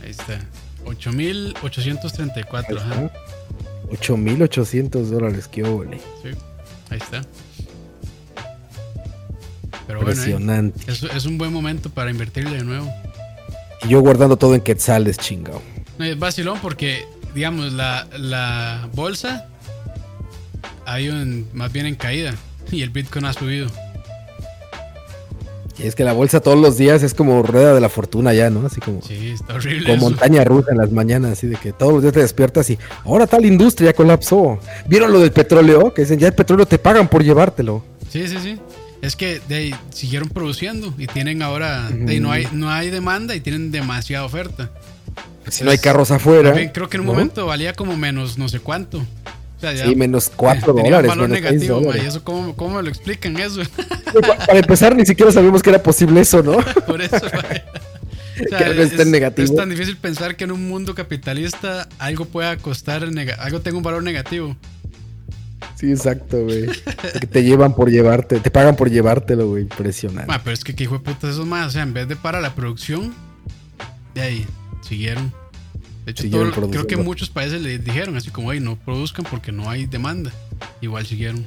[SPEAKER 2] Ahí está. 8.834.
[SPEAKER 3] Ahí
[SPEAKER 2] ajá.
[SPEAKER 3] está. 8.800 dólares, qué ole.
[SPEAKER 2] Sí, ahí está. Pero bueno, eh,
[SPEAKER 3] Impresionante.
[SPEAKER 2] es, es un buen momento para invertirle de nuevo.
[SPEAKER 3] Y yo guardando todo en quetzales, chingado.
[SPEAKER 2] No, es vacilón porque, digamos, la, la bolsa hay un, más bien en caída y el Bitcoin ha subido.
[SPEAKER 3] Y es que la bolsa todos los días es como rueda de la fortuna ya, ¿no? Así como,
[SPEAKER 2] Sí, está horrible.
[SPEAKER 3] como
[SPEAKER 2] eso.
[SPEAKER 3] montaña rusa en las mañanas, así de que todos los días te despiertas y ahora tal industria colapsó. ¿Vieron lo del petróleo? Que dicen, ya el petróleo te pagan por llevártelo.
[SPEAKER 2] Sí, sí, sí. Es que de ahí, siguieron produciendo y tienen ahora. de ahí, no, hay, no hay demanda y tienen demasiada oferta.
[SPEAKER 3] Pues Si no hay carros afuera.
[SPEAKER 2] También creo que en un
[SPEAKER 3] ¿no?
[SPEAKER 2] momento valía como menos no sé cuánto. O sea, ya
[SPEAKER 3] Sí, menos 4
[SPEAKER 2] tenía un
[SPEAKER 3] dólares.
[SPEAKER 2] valor
[SPEAKER 3] menos seis
[SPEAKER 2] negativo, ma,
[SPEAKER 3] dólares.
[SPEAKER 2] ¿y eso cómo, cómo me lo explican eso?
[SPEAKER 3] Sí, pa- Para empezar, ni siquiera sabíamos que era posible eso, ¿no?
[SPEAKER 2] Por eso, ma. O sea,
[SPEAKER 3] Que algo esté en negativo.
[SPEAKER 2] es tan difícil pensar que en un mundo capitalista algo pueda costar, nega- algo tenga un valor negativo.
[SPEAKER 3] Sí, exacto, güey. Que te llevan por llevarte, te pagan por llevártelo, güey. Impresionante.
[SPEAKER 2] Ma, Ah, pero es que qué hijo de puta esos más. O sea, en vez de para la producción, de ahí siguieron. De hecho,
[SPEAKER 3] Siguieron
[SPEAKER 2] todo- creo que
[SPEAKER 3] produciendo.
[SPEAKER 2] muchos países les dijeron así como, hey, no produzcan porque no hay demanda. Igual siguieron.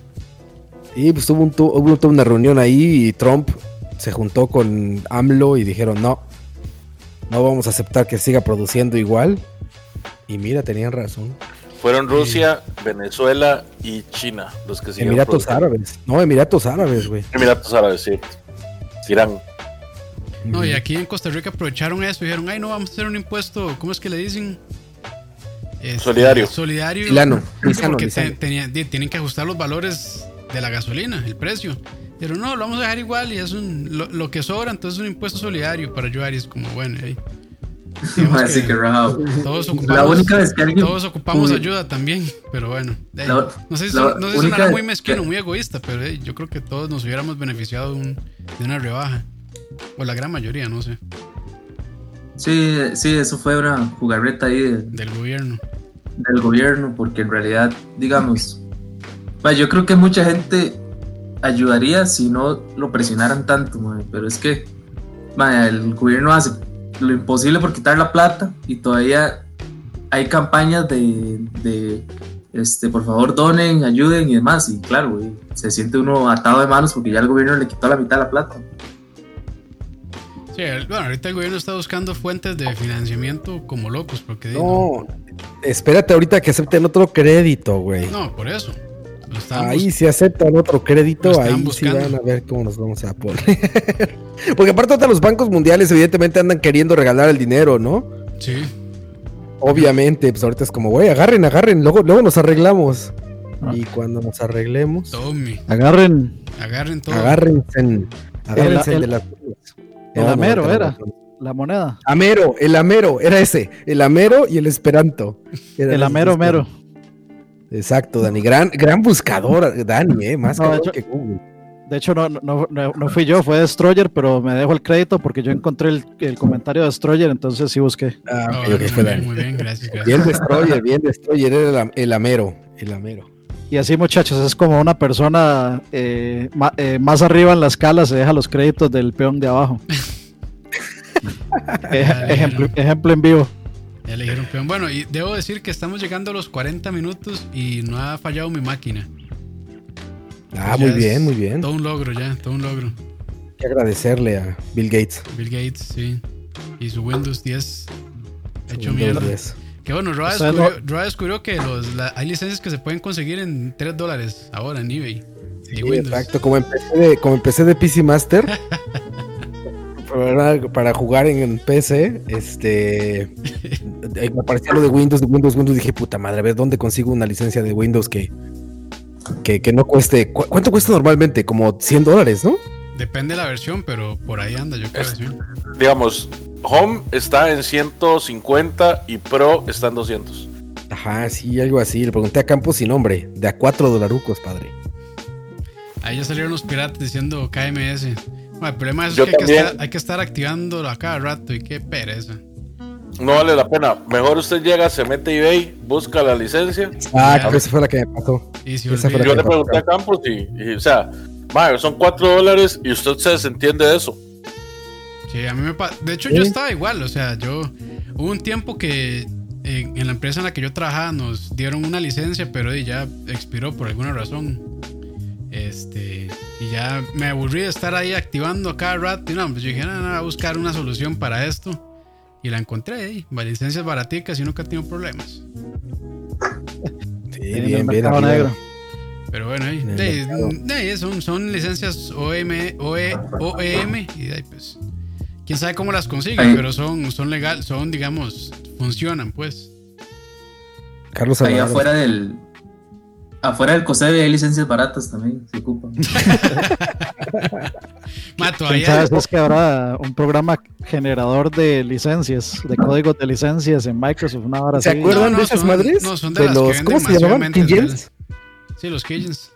[SPEAKER 3] Y pues hubo, un tu- hubo toda una reunión ahí y Trump se juntó con AMLO y dijeron, no, no vamos a aceptar que siga produciendo igual. Y mira, tenían razón.
[SPEAKER 4] Fueron Rusia, Venezuela y China los que siguieron.
[SPEAKER 3] Emiratos
[SPEAKER 4] produciendo.
[SPEAKER 3] Árabes. No, Emiratos Árabes, güey.
[SPEAKER 4] Emiratos Árabes, sí. Irán.
[SPEAKER 2] No, y aquí en Costa Rica aprovecharon eso y dijeron, ay, no, vamos a hacer un impuesto, ¿cómo es que le dicen? Este,
[SPEAKER 4] Solidario.
[SPEAKER 2] Solidario.
[SPEAKER 3] Lilano,
[SPEAKER 2] Sí,
[SPEAKER 3] Lizano,
[SPEAKER 2] porque
[SPEAKER 3] Lizano.
[SPEAKER 2] te- tenía- di- tienen que ajustar los valores de la gasolina, el precio. Pero no, lo vamos a dejar igual y es un, lo, lo que sobra, entonces es un impuesto solidario para ayudar y es como, bueno, ey, digamos
[SPEAKER 6] Así
[SPEAKER 2] que
[SPEAKER 6] que rajado.
[SPEAKER 2] todos
[SPEAKER 6] La
[SPEAKER 2] ocupamos,
[SPEAKER 6] única vez que alguien.
[SPEAKER 2] todos ocupamos
[SPEAKER 6] Uy.
[SPEAKER 2] ayuda también, pero bueno, ey,
[SPEAKER 6] La-
[SPEAKER 2] no sé si,
[SPEAKER 6] la
[SPEAKER 2] no sé si
[SPEAKER 6] única-
[SPEAKER 2] sonará muy mezquino, muy egoísta, pero ey, yo creo que todos nos hubiéramos beneficiado de, un- de una rebaja, o la gran mayoría, no sé,
[SPEAKER 6] Sí, sí, eso fue una jugarreta ahí de-
[SPEAKER 2] del gobierno.
[SPEAKER 6] del gobierno, porque en realidad, digamos, ma, yo creo que mucha gente ayudaría si no lo presionaran tanto, ma, pero es que ma, el gobierno hace lo imposible por quitar la plata y todavía hay campañas de, de, este, por favor donen, ayuden y demás, y claro, güey, se siente uno atado de manos porque ya el gobierno le quitó la mitad de la plata.
[SPEAKER 2] Sí, el- bueno, ahorita el gobierno está buscando fuentes de financiamiento como locos, porque di,
[SPEAKER 3] No, espérate ahorita que acepten otro crédito, güey.
[SPEAKER 2] No, por eso. Lo estaban
[SPEAKER 3] Ahí
[SPEAKER 2] bus-
[SPEAKER 3] si aceptan otro
[SPEAKER 2] Lo
[SPEAKER 3] crédito,
[SPEAKER 2] estaban
[SPEAKER 3] ahí sí
[SPEAKER 2] buscando.
[SPEAKER 3] van a ver cómo nos vamos a poner. Porque aparte hasta los bancos mundiales evidentemente andan queriendo regalar el dinero, ¿no?
[SPEAKER 2] Sí.
[SPEAKER 3] Obviamente, pues ahorita es como, güey, agarren, agarren, luego, luego nos arreglamos. Y cuando nos arreglemos,
[SPEAKER 2] Tome.
[SPEAKER 5] Agarren
[SPEAKER 2] Agarren todo.
[SPEAKER 3] agárrense, agárrense
[SPEAKER 5] El- el-
[SPEAKER 3] de las...
[SPEAKER 5] el
[SPEAKER 3] No, no,
[SPEAKER 5] amero
[SPEAKER 3] ahorita no,
[SPEAKER 5] era.
[SPEAKER 3] no, no.
[SPEAKER 5] la moneda.
[SPEAKER 3] Amero, el amero, era ese. El amero y el esperanto. Eran
[SPEAKER 5] El
[SPEAKER 3] esos
[SPEAKER 5] amero
[SPEAKER 3] dos
[SPEAKER 5] mero.
[SPEAKER 3] Exacto, Dani. Gran, gran buscador, Dani, ¿eh? Más
[SPEAKER 5] No,
[SPEAKER 3] cabrón
[SPEAKER 5] yo-
[SPEAKER 3] que Google.
[SPEAKER 5] De hecho, no, no, no, no fui yo, fue Destroyer, pero me dejo el crédito porque yo encontré el, el comentario de Destroyer, entonces sí busqué.
[SPEAKER 2] Ah,
[SPEAKER 3] Ah, ok,
[SPEAKER 2] bueno,
[SPEAKER 3] ok, fue
[SPEAKER 2] muy, bien,
[SPEAKER 3] Dani.
[SPEAKER 2] muy bien, gracias, gracias.
[SPEAKER 3] Bien Destroyer, bien Destroyer, era el, am- el amero, el amero.
[SPEAKER 5] Y así, muchachos, es como una persona eh, ma- eh, más arriba en la escala se deja los créditos del peón de abajo. Ej- ejemplo, ejemplo en vivo.
[SPEAKER 2] Ya le dijeron peón. Bueno, y debo decir que estamos llegando a los 40 minutos y no ha fallado mi máquina.
[SPEAKER 3] Ah,
[SPEAKER 2] Ya
[SPEAKER 3] muy
[SPEAKER 2] es
[SPEAKER 3] bien, muy bien.
[SPEAKER 2] Todo un logro ya, todo un logro.
[SPEAKER 3] Hay que agradecerle a Bill Gates.
[SPEAKER 2] Bill Gates, sí. Y su Windows 10 hecho
[SPEAKER 3] Windows
[SPEAKER 2] mierda.
[SPEAKER 3] 10.
[SPEAKER 2] Que bueno, Roa
[SPEAKER 5] Ustedes
[SPEAKER 2] descubrió, Roa descubrió que los, la- hay licencias que se pueden conseguir en 3 dólares ahora en eBay.
[SPEAKER 3] Sí,
[SPEAKER 2] de Windows.
[SPEAKER 3] exacto, como empecé de, como empecé de PC Master para, para jugar en PC, este eh, me aparecía lo de Windows, de Windows, Windows, dije, puta madre, a ver dónde consigo una licencia de Windows que, que, que no cueste. ¿Cu- ¿Cuánto cuesta normalmente? Como 100 dólares, ¿no?
[SPEAKER 2] Depende de la versión, pero por ahí anda, yo creo. sí.
[SPEAKER 4] Digamos, Home está en 150 y Pro está en 200.
[SPEAKER 3] Ajá, sí, algo así. Le pregunté a Campos sin nombre, de a 4 dolarucos, padre.
[SPEAKER 2] Ahí ya salieron los piratas diciendo KMS. Bueno, el problema es
[SPEAKER 4] Yo
[SPEAKER 2] que hay que,
[SPEAKER 4] también.
[SPEAKER 2] estar, hay que estar activándolo a cada rato y qué pereza.
[SPEAKER 4] No vale la pena. Mejor usted llega, se mete a eBay, busca la licencia.
[SPEAKER 3] Ah,
[SPEAKER 2] Ya.
[SPEAKER 3] creo que esa fue la que me pasó.
[SPEAKER 2] Y si
[SPEAKER 3] Esa fue
[SPEAKER 4] Yo
[SPEAKER 2] olvida,
[SPEAKER 3] la-
[SPEAKER 4] le pregunté a Campos y, y, o sea, madre, son 4 dólares y usted se desentiende de eso.
[SPEAKER 2] sí, a mí me pa- De hecho,
[SPEAKER 3] ¿Sí?
[SPEAKER 2] yo estaba igual. O sea, yo. Hubo un tiempo que eh, en, en la empresa en la que yo trabajaba nos dieron una licencia, pero di, ya expiró por alguna razón. Este, y ya me aburrí de estar ahí activando a cada rato. Y no, pues yo dije, no, no, voy a buscar una solución para esto. Y la encontré ahí. va, Licencias baraticas y nunca tengo problemas.
[SPEAKER 3] Sí,
[SPEAKER 5] en el
[SPEAKER 3] bien, bien.
[SPEAKER 5] mercado
[SPEAKER 3] amigo.
[SPEAKER 5] negro.
[SPEAKER 2] Pero bueno, ahí,
[SPEAKER 3] En el
[SPEAKER 2] de ahí,
[SPEAKER 3] mercado.
[SPEAKER 2] de ahí son, son licencias OM, OE, OEM E y de ahí pues. Quién sabe cómo las consiguen,
[SPEAKER 6] Ahí.
[SPEAKER 2] pero son, son legal, son, digamos, funcionan pues.
[SPEAKER 3] Carlos
[SPEAKER 6] Ahí
[SPEAKER 3] Alvarado.
[SPEAKER 6] afuera del. Afuera del COSEBE hay licencias baratas también, se ocupan.
[SPEAKER 2] Ma,
[SPEAKER 5] ¿Quién
[SPEAKER 2] todavía,
[SPEAKER 5] sabe si es que habrá un programa generador de licencias, de códigos de licencias en Microsoft, una hora
[SPEAKER 3] ¿Se
[SPEAKER 5] así?
[SPEAKER 3] acuerdan
[SPEAKER 2] No, no,
[SPEAKER 3] de esas
[SPEAKER 2] son-
[SPEAKER 3] madres?
[SPEAKER 2] no, son de
[SPEAKER 3] de,
[SPEAKER 2] las que
[SPEAKER 3] los,
[SPEAKER 2] venden
[SPEAKER 3] ¿cómo se llamaban?
[SPEAKER 2] masivamente en
[SPEAKER 3] ¿Pigeons?
[SPEAKER 2] sí, los Cajuns.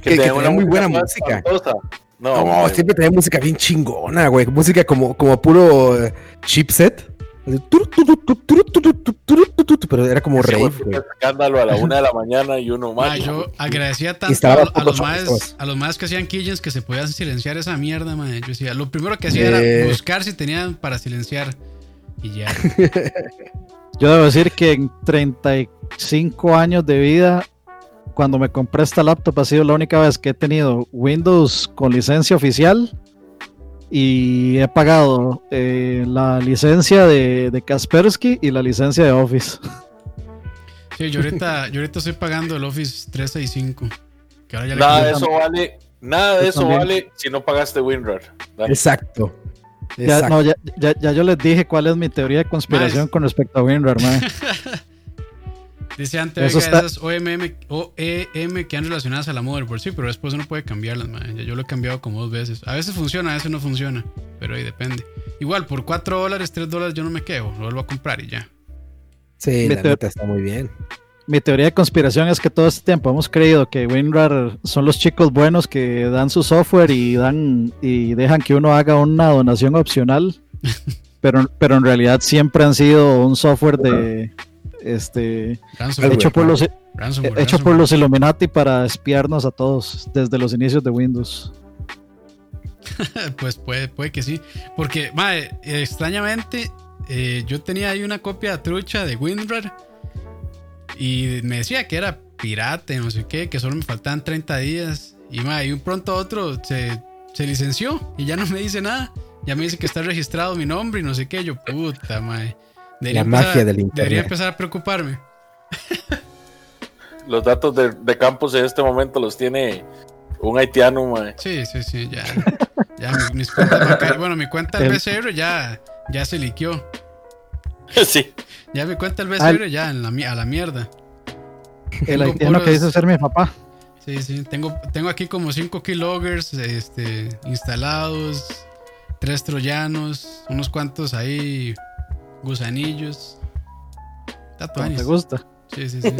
[SPEAKER 3] Que- que
[SPEAKER 4] tenga
[SPEAKER 3] tenía muy buena
[SPEAKER 4] más
[SPEAKER 3] música.
[SPEAKER 4] espantosa. No,
[SPEAKER 3] No, este
[SPEAKER 4] hombre,
[SPEAKER 3] siempre tenía música bien chingona, güey. Música como, como puro eh, chipset. Así, turu, turu, turu, turu, turu, turu, turu, turu, turu, Pero era como
[SPEAKER 4] ese
[SPEAKER 3] rave,
[SPEAKER 4] güey
[SPEAKER 3] güey.
[SPEAKER 4] fue un escándalo a la una de la mañana y uno
[SPEAKER 2] Ma,
[SPEAKER 4] más.
[SPEAKER 2] yo agradecía tanto a,
[SPEAKER 3] Instalaba
[SPEAKER 2] a los
[SPEAKER 3] Photoshop,
[SPEAKER 2] más
[SPEAKER 3] pues.
[SPEAKER 2] a los más que hacían Kijins que se podían silenciar esa mierda, ma. Yo decía, lo primero que hacía
[SPEAKER 3] Eh.
[SPEAKER 2] era buscar si tenían para silenciar y ya.
[SPEAKER 5] Yo debo decir que en 35 años de vida, cuando me compré esta laptop, ha sido la única vez que he tenido Windows con licencia oficial y he pagado eh, la licencia de, de Kaspersky y la licencia de Office.
[SPEAKER 2] Sí, yo ahorita, yo ahorita estoy pagando el Office 365. Que ahora ya le
[SPEAKER 4] Nada
[SPEAKER 2] cambié.
[SPEAKER 4] de eso vale, nada de
[SPEAKER 5] Yo
[SPEAKER 4] eso
[SPEAKER 5] también.
[SPEAKER 4] vale si no pagaste WinRAR. Dale.
[SPEAKER 3] Exacto.
[SPEAKER 5] Ya,
[SPEAKER 3] Exacto.
[SPEAKER 5] no, ya, ya- ya yo les dije cuál es mi teoría de conspiración
[SPEAKER 2] Más.
[SPEAKER 5] con respecto a WinRAR, man.
[SPEAKER 2] Dice antes,
[SPEAKER 5] Eso
[SPEAKER 2] oiga,
[SPEAKER 5] está-
[SPEAKER 2] esas OMM, OEM E que han relacionadas a la motherboard. Sí, pero después uno puede cambiarlas, man. Ya Yo lo he cambiado como dos veces. A veces funciona, a veces no funciona. Pero ahí depende. Igual, por 4 dólares, 3 dólares yo no me quedo. Lo vuelvo a comprar y ya.
[SPEAKER 3] Sí, la
[SPEAKER 5] Vete-
[SPEAKER 3] neta está muy bien.
[SPEAKER 5] Mi teoría de conspiración es que todo este tiempo hemos creído que WinRAR son los chicos buenos que dan su software y dan y dejan que uno haga una donación opcional, pero, pero en realidad siempre han sido un software de este
[SPEAKER 2] Ransomware.
[SPEAKER 5] hecho por los eh,
[SPEAKER 2] ransomware,
[SPEAKER 5] hecho por
[SPEAKER 2] ransomware.
[SPEAKER 5] los Illuminati para espiarnos a todos desde los inicios de Windows.
[SPEAKER 2] Pues puede, puede que sí. Porque, madre, extrañamente, eh, yo tenía ahí una copia trucha de WinRAR y me decía que era pirata, y no sé qué, que solo me faltaban 30 días. Y, madre, y un pronto a otro se, se licenció y ya no me dice nada. Ya me dice que está registrado mi nombre y no sé qué. Yo, puta, madre.
[SPEAKER 3] La magia del internet.
[SPEAKER 2] Debería empezar a preocuparme.
[SPEAKER 4] Los datos de, de Campos en este momento los tiene un haitiano, mae.
[SPEAKER 2] Sí, sí, sí, ya. ya mis- mis cuentas bancarias- bueno, mi cuenta del
[SPEAKER 5] El-
[SPEAKER 2] BCR ya, ya se liqueó.
[SPEAKER 4] sí.
[SPEAKER 2] Ya mi cuenta del
[SPEAKER 5] Al-
[SPEAKER 2] BCR ya en la, mi- a la mierda.
[SPEAKER 5] El
[SPEAKER 2] Tengo
[SPEAKER 5] haitiano que
[SPEAKER 2] puros-
[SPEAKER 5] dice ser mi papá.
[SPEAKER 2] Sí, sí, tengo, tengo aquí como 5 keyloggers este, instalados, tres troyanos, unos cuantos ahí gusanillos.
[SPEAKER 5] ¿Cómo
[SPEAKER 2] Tatuajes.
[SPEAKER 5] te gusta?
[SPEAKER 2] Sí, sí, sí.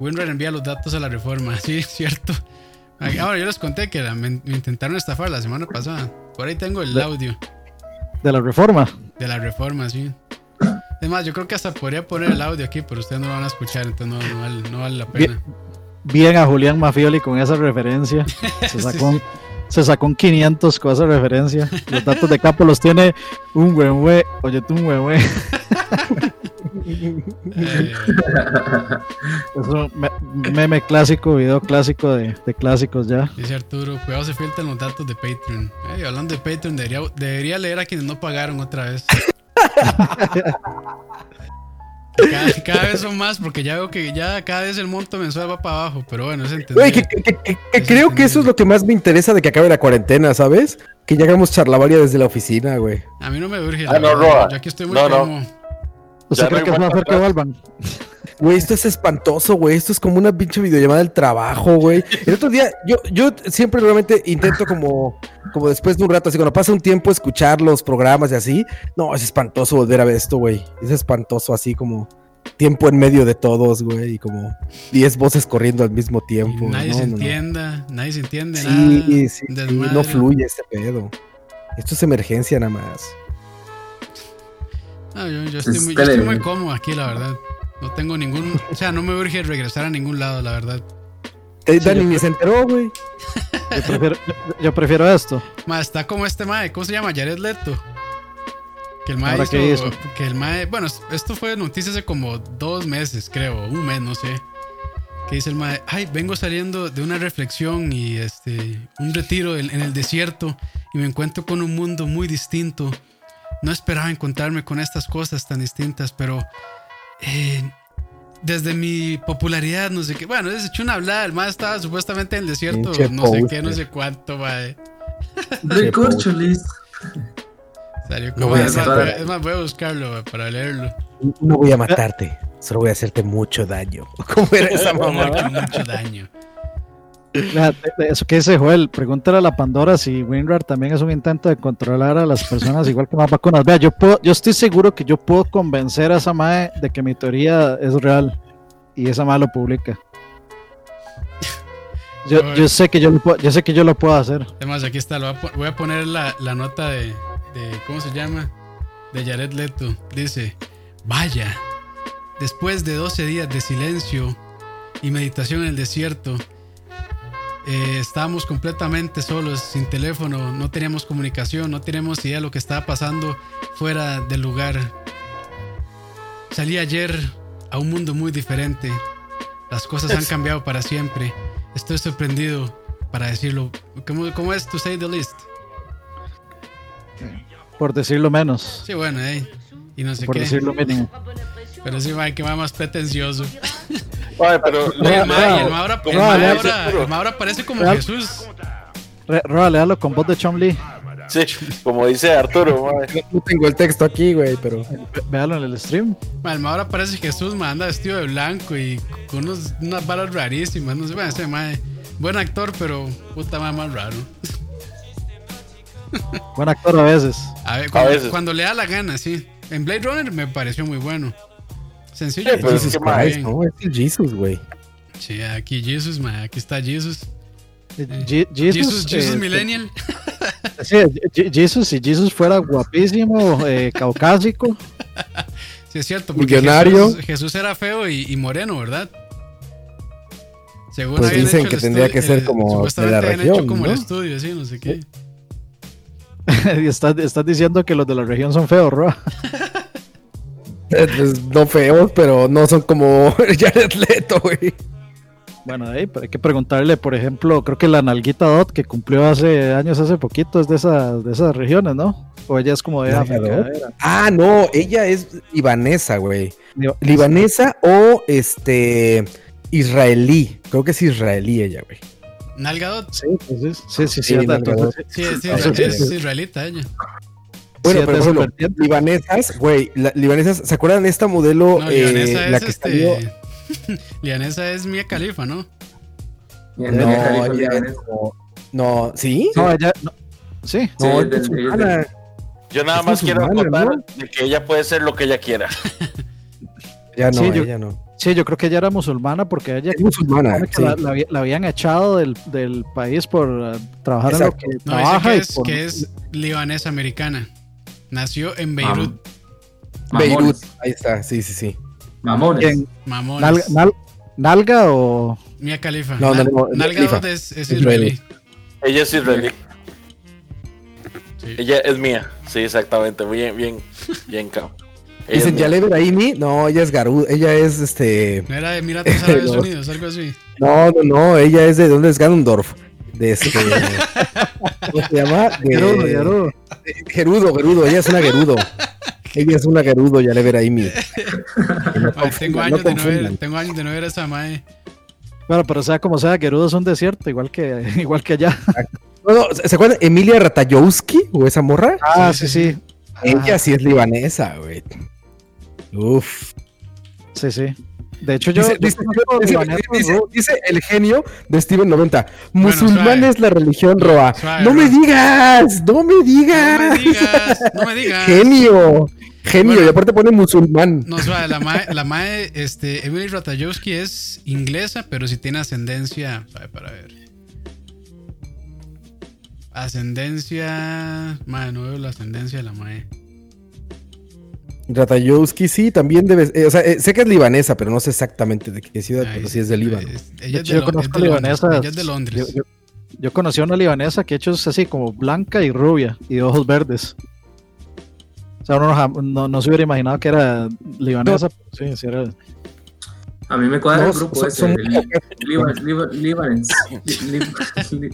[SPEAKER 2] WinRAR envía los datos a la reforma, sí, es cierto. Ahora yo les conté que la- me, me intentaron estafar la semana pasada. Por ahí tengo el audio
[SPEAKER 5] De la reforma.
[SPEAKER 2] de la reforma, sí. Además, yo creo que hasta podría poner el audio aquí, pero ustedes no lo van a escuchar, entonces no, no vale, no vale la pena.
[SPEAKER 5] bien a Julián Mafioli con esa referencia. Se
[SPEAKER 2] Sí,
[SPEAKER 5] sacó, un- se sacó un 500 con esa referencia. Los datos de capo los tiene un buen güey. Oye, tú un buen güey.
[SPEAKER 2] Eh,
[SPEAKER 5] Es un me- meme clásico, video clásico de, de clásicos ya.
[SPEAKER 2] Dice Arturo, cuidado se filtran los datos de Patreon. Ey, hablando de Patreon, debería, debería leer a quienes no pagaron otra vez. cada, cada vez son más, porque ya veo que ya cada vez el monto mensual va para abajo, pero bueno, es entendible.
[SPEAKER 3] Güey, que, que- que- que- que
[SPEAKER 2] Es
[SPEAKER 3] creo que eso es
[SPEAKER 2] entendible.
[SPEAKER 3] lo que más me interesa de que acabe la cuarentena, ¿sabes? Que ya hagamos charlavaria desde la oficina, güey.
[SPEAKER 2] A mí no me urge.
[SPEAKER 4] Ah,
[SPEAKER 2] la
[SPEAKER 4] no,
[SPEAKER 2] verdad.
[SPEAKER 4] Roa.
[SPEAKER 2] Yo aquí estoy muy
[SPEAKER 4] No, no.
[SPEAKER 2] cómodo.
[SPEAKER 5] ¿Usted
[SPEAKER 4] Ya
[SPEAKER 5] cree
[SPEAKER 4] no
[SPEAKER 5] que
[SPEAKER 4] hay
[SPEAKER 5] es más
[SPEAKER 4] vuelta
[SPEAKER 5] hacer que vuelvan?
[SPEAKER 3] Güey, esto es espantoso, güey. Esto es como una pinche videollamada del trabajo, güey. El otro día, yo, yo siempre realmente intento como, como después de un rato, así cuando pasa un tiempo escuchar los programas y así. No, es espantoso volver a ver esto, güey. Es espantoso así como tiempo en medio de todos, güey. Y como 10 voces corriendo al mismo
[SPEAKER 2] Y
[SPEAKER 3] tiempo.
[SPEAKER 2] nadie
[SPEAKER 3] No,
[SPEAKER 2] se
[SPEAKER 3] no, no.
[SPEAKER 2] entienda, nadie se entiende nada.
[SPEAKER 3] Sí, sí, sí,
[SPEAKER 2] desmadre.
[SPEAKER 3] no fluye este pedo. Esto es emergencia nada más.
[SPEAKER 2] No, Ah, yo, yo estoy
[SPEAKER 6] Es
[SPEAKER 2] muy, yo estoy muy
[SPEAKER 6] tele-
[SPEAKER 2] cómodo aquí, la verdad. No tengo ningún. O sea, no me urge regresar a ningún lado, la verdad.
[SPEAKER 5] Sí,
[SPEAKER 3] Eh, Dani
[SPEAKER 5] yo
[SPEAKER 3] ni se enteró, güey.
[SPEAKER 5] Yo prefiero, yo- yo prefiero esto.
[SPEAKER 2] Ma, está como este mae, ¿cómo se llama? Jared Leto. Que el mae
[SPEAKER 5] Ahora, ¿qué
[SPEAKER 2] hizo-
[SPEAKER 5] hizo?
[SPEAKER 2] que el mae- bueno, es- esto fue noticia hace como dos meses, creo, un mes, no sé. Que dice el mae, ay, vengo saliendo de una reflexión y este, un retiro en, en el desierto y me encuentro con un mundo muy distinto. No esperaba encontrarme con estas cosas tan distintas, pero eh, desde mi popularidad, no sé qué, bueno, es hecho una hablada, el mae estaba supuestamente en el desierto,
[SPEAKER 3] Pinche
[SPEAKER 2] no sé qué, no
[SPEAKER 3] poser.
[SPEAKER 2] sé cuánto, mae.
[SPEAKER 6] Recorcholis.
[SPEAKER 2] Salió
[SPEAKER 3] Lo
[SPEAKER 2] como-
[SPEAKER 3] voy a
[SPEAKER 2] es, más,
[SPEAKER 6] hacer.
[SPEAKER 2] es más, voy a buscarlo mae, para leerlo.
[SPEAKER 3] No voy a matarte, solo voy a hacerte mucho daño. ¿Cómo era esa mamá?
[SPEAKER 2] Marca mucho daño.
[SPEAKER 5] Mira, de- de Eso que dice Joel, pregúntale a la Pandora si WinRAR también es un intento de controlar a las personas igual que más vacunas. Vea, yo puedo, yo estoy seguro que yo puedo convencer a esa mae de que mi teoría es real y esa mae lo publica. Yo, yo sé que yo, lo puedo- yo sé que yo lo puedo hacer.
[SPEAKER 2] Además, aquí está, lo voy a po- voy a poner la, la nota de, de- ¿Cómo se llama? De Jared Leto. Dice: Vaya, después de 12 días de silencio y meditación en el desierto, eh, estábamos completamente solos, sin teléfono, no teníamos comunicación, no teníamos idea de lo que estaba pasando fuera del lugar. Salí ayer a un mundo muy diferente. Las cosas han cambiado para siempre. Estoy sorprendido para decirlo. ¿Cómo, cómo es to say the least?
[SPEAKER 5] Por decirlo menos.
[SPEAKER 2] Sí, bueno, eh. Y no sé
[SPEAKER 5] por
[SPEAKER 2] qué.
[SPEAKER 5] decirlo mínimo.
[SPEAKER 2] Pero sí, mae, que va más pretencioso.
[SPEAKER 4] Ay, pero
[SPEAKER 2] Mae,
[SPEAKER 4] no,
[SPEAKER 2] el mae
[SPEAKER 4] no,
[SPEAKER 2] ahora, el
[SPEAKER 4] no,
[SPEAKER 2] mae
[SPEAKER 4] no,
[SPEAKER 2] ahora-
[SPEAKER 4] seguro.
[SPEAKER 2] el mae ahora parece como
[SPEAKER 5] Real.
[SPEAKER 2] Jesús.
[SPEAKER 5] Re- Roa, léalo con voz de Chomley.
[SPEAKER 4] sí, como dice Arturo, mae.
[SPEAKER 3] No tengo el texto aquí, güey, pero.
[SPEAKER 5] Véalo en el stream.
[SPEAKER 2] Mae, el mae ahora parece Jesús, mae, anda vestido de blanco y con unos- unas balas rarísimas. No sé, mae, ese mae, Buen actor, pero puta mae, más raro.
[SPEAKER 5] Buen actor a veces.
[SPEAKER 2] A ver, cuando,
[SPEAKER 4] veces.
[SPEAKER 2] cuando le da la gana, sí. En Blade Runner me pareció muy bueno. Sencillo. y
[SPEAKER 4] Sí, pero
[SPEAKER 2] todo
[SPEAKER 3] Jesus
[SPEAKER 4] es que,
[SPEAKER 2] muy
[SPEAKER 4] mae,
[SPEAKER 3] Christ,
[SPEAKER 2] bien.
[SPEAKER 3] no, es el Jesus, güey.
[SPEAKER 2] Sí, aquí Jesus, mae, aquí está Jesus.
[SPEAKER 5] Je-
[SPEAKER 2] Jesus,
[SPEAKER 5] Jesus,
[SPEAKER 2] Jesus
[SPEAKER 4] este,
[SPEAKER 5] eh,
[SPEAKER 2] Millennial.
[SPEAKER 5] Sí, Je- Jesus, si Jesus fuera guapísimo, eh, caucásico,
[SPEAKER 2] Sí, es cierto. Porque
[SPEAKER 3] Millonario.
[SPEAKER 2] Jesús, Jesús era feo y, y moreno, ¿verdad? Según
[SPEAKER 3] Pues
[SPEAKER 2] habían
[SPEAKER 3] dicen
[SPEAKER 2] hecho el
[SPEAKER 3] que tendría
[SPEAKER 2] estudio-
[SPEAKER 3] que ser
[SPEAKER 2] el-
[SPEAKER 3] como de la
[SPEAKER 2] supuestamente habían
[SPEAKER 3] región,
[SPEAKER 2] hecho como el
[SPEAKER 3] ¿no?
[SPEAKER 2] estudio, sí, no sé qué.
[SPEAKER 5] y estás, estás diciendo que los de la región son feos, Roa.
[SPEAKER 3] Eh, pues, no feos, pero no son como Jared Leto, güey.
[SPEAKER 5] Bueno, ahí, pero hay que preguntarle, por ejemplo, creo que la nalguita Dot que cumplió hace años, hace poquito, es de esas, de esas regiones, ¿no? O ella es como de
[SPEAKER 3] ¿La
[SPEAKER 5] África. ¿eh?
[SPEAKER 3] Dot? Ah, no, ella es libanesa, güey.
[SPEAKER 5] Digo,
[SPEAKER 3] Libanesa o este israelí. Creo que es israelí ella, güey.
[SPEAKER 2] Nalgadot.
[SPEAKER 5] Sí, pues sí, sí, sí,
[SPEAKER 3] Sí,
[SPEAKER 5] es de-
[SPEAKER 3] nalga Dot.
[SPEAKER 5] entonces,
[SPEAKER 2] Sí, sí,
[SPEAKER 5] Ah,
[SPEAKER 2] es,
[SPEAKER 5] sí,
[SPEAKER 2] es
[SPEAKER 5] sí.
[SPEAKER 2] israelita ella.
[SPEAKER 3] Bueno,
[SPEAKER 5] sí,
[SPEAKER 3] pero
[SPEAKER 5] es de esa
[SPEAKER 3] bueno,
[SPEAKER 5] vertiente.
[SPEAKER 3] libanesas, güey, la- libanesas, ¿se acuerdan de esta modelo
[SPEAKER 2] No,
[SPEAKER 3] eh,
[SPEAKER 2] lianesa
[SPEAKER 3] la
[SPEAKER 2] es
[SPEAKER 3] que salió?
[SPEAKER 2] este. Lianesa es Mia Califa, ¿no?
[SPEAKER 6] Bien,
[SPEAKER 3] No,
[SPEAKER 6] bien, Califa,
[SPEAKER 3] ella
[SPEAKER 6] bien.
[SPEAKER 3] es como- no, ¿sí?
[SPEAKER 5] No, ella. no. Sí,
[SPEAKER 6] Sí,
[SPEAKER 3] No,
[SPEAKER 6] del-
[SPEAKER 3] es
[SPEAKER 6] del-
[SPEAKER 3] musulmana.
[SPEAKER 4] Yo nada
[SPEAKER 3] Es
[SPEAKER 4] más quiero
[SPEAKER 3] musulmana,
[SPEAKER 4] contar
[SPEAKER 3] ¿no?
[SPEAKER 4] de que ella puede ser lo que ella quiera.
[SPEAKER 3] Ya no,
[SPEAKER 5] Sí, yo-
[SPEAKER 3] ella no.
[SPEAKER 5] sí, yo creo que ella era musulmana porque ella.
[SPEAKER 3] Es musulmana,
[SPEAKER 5] supone que
[SPEAKER 3] sí.
[SPEAKER 5] la, la había- la habían echado del, del país por eh, trabajar
[SPEAKER 3] Exacto.
[SPEAKER 5] en lo que
[SPEAKER 2] No, dice
[SPEAKER 5] trabaja.
[SPEAKER 2] que
[SPEAKER 5] y
[SPEAKER 2] es,
[SPEAKER 5] por-
[SPEAKER 2] que es libanesa americana. Nació en Beirut,
[SPEAKER 6] Mamones.
[SPEAKER 3] Beirut, ahí está, sí, sí, sí.
[SPEAKER 6] Mamones.
[SPEAKER 5] ¿Quién?
[SPEAKER 2] Mamones.
[SPEAKER 5] Nalga, nal- nalga o.
[SPEAKER 2] Mia Califa.
[SPEAKER 3] No, no, no,
[SPEAKER 2] Nalgadot
[SPEAKER 3] Khalifa.
[SPEAKER 2] es, es
[SPEAKER 3] Israelí.
[SPEAKER 2] israelí.
[SPEAKER 4] Ella es israelí.
[SPEAKER 2] Sí.
[SPEAKER 4] Ella es mía. Sí, exactamente. Muy bien, bien, bien, cabrón. Ella es
[SPEAKER 3] Dicen
[SPEAKER 4] mía.
[SPEAKER 3] Yalev Brahimi, no, ella es Garú, ella es este,
[SPEAKER 2] No era de Emiratos Árabes
[SPEAKER 3] No.
[SPEAKER 2] Unidos, algo así.
[SPEAKER 3] no, no, no, ella es de dónde es Ganondorf, de este, ¿cómo se llama? De,
[SPEAKER 5] Gerudo, Gerudo.
[SPEAKER 3] de- Gerudo, Gerudo, ella es una Gerudo, ella es una Gerudo, Yalev Brahimi. No
[SPEAKER 2] Ay, tengo,
[SPEAKER 3] confundan,
[SPEAKER 2] años
[SPEAKER 3] no
[SPEAKER 2] de no ver,
[SPEAKER 3] confundan.
[SPEAKER 2] tengo años de no ver a esa mae.
[SPEAKER 5] Bueno, pero sea como sea, Gerudo es un desierto, igual que, igual que allá.
[SPEAKER 3] No, no, ¿se acuerdan? Emilia Ratayowski, o esa morra,
[SPEAKER 5] Ah, sí, sí.
[SPEAKER 3] ella sí es libanesa, güey. Uf.
[SPEAKER 5] Sí, sí. De hecho, yo.
[SPEAKER 3] dice,
[SPEAKER 5] yo
[SPEAKER 3] dice-
[SPEAKER 5] conozco
[SPEAKER 3] dice-
[SPEAKER 5] libaneses,
[SPEAKER 3] dice-
[SPEAKER 5] Ru-
[SPEAKER 3] dice el genio de Steven 90. Musulmán
[SPEAKER 2] suave.
[SPEAKER 3] es la religión roa.
[SPEAKER 2] Suave,
[SPEAKER 3] no me
[SPEAKER 2] Roa.
[SPEAKER 3] digas, no me
[SPEAKER 2] No
[SPEAKER 3] digas.
[SPEAKER 2] me digas, no me digas.
[SPEAKER 3] Genio. Genio.
[SPEAKER 2] Bueno.
[SPEAKER 3] y aparte pone musulmán.
[SPEAKER 2] No, o sea, la mae, la mae este, Emily Ratajkowski es inglesa, pero sí tiene ascendencia. a ver, para ver. Ascendencia. Mae, no veo la ascendencia de la mae.
[SPEAKER 3] Ratayowski sí, también debe. eh, o sea, eh, sé que es libanesa, pero no sé exactamente de qué ciudad,
[SPEAKER 2] Ahí
[SPEAKER 3] pero
[SPEAKER 2] sí,
[SPEAKER 3] sí es de Líbano.
[SPEAKER 2] es-
[SPEAKER 5] de
[SPEAKER 2] ella es
[SPEAKER 5] hecho,
[SPEAKER 2] de, Lon-
[SPEAKER 5] yo
[SPEAKER 2] es
[SPEAKER 5] conozco
[SPEAKER 2] de Londres.
[SPEAKER 5] libanesas.
[SPEAKER 2] Ella es de Londres.
[SPEAKER 5] Yo, yo- yo conocí a una libanesa que, de hecho, es así como blanca y rubia y de ojos verdes. O sea, uno no, jam- no- no se hubiera imaginado que era libanesa, pero sí, sí era.
[SPEAKER 6] A mí me cuadra
[SPEAKER 3] No,
[SPEAKER 6] el grupo
[SPEAKER 3] son-
[SPEAKER 6] ese.
[SPEAKER 3] son-
[SPEAKER 6] el- Liba- Liba- Libarens. Li- li-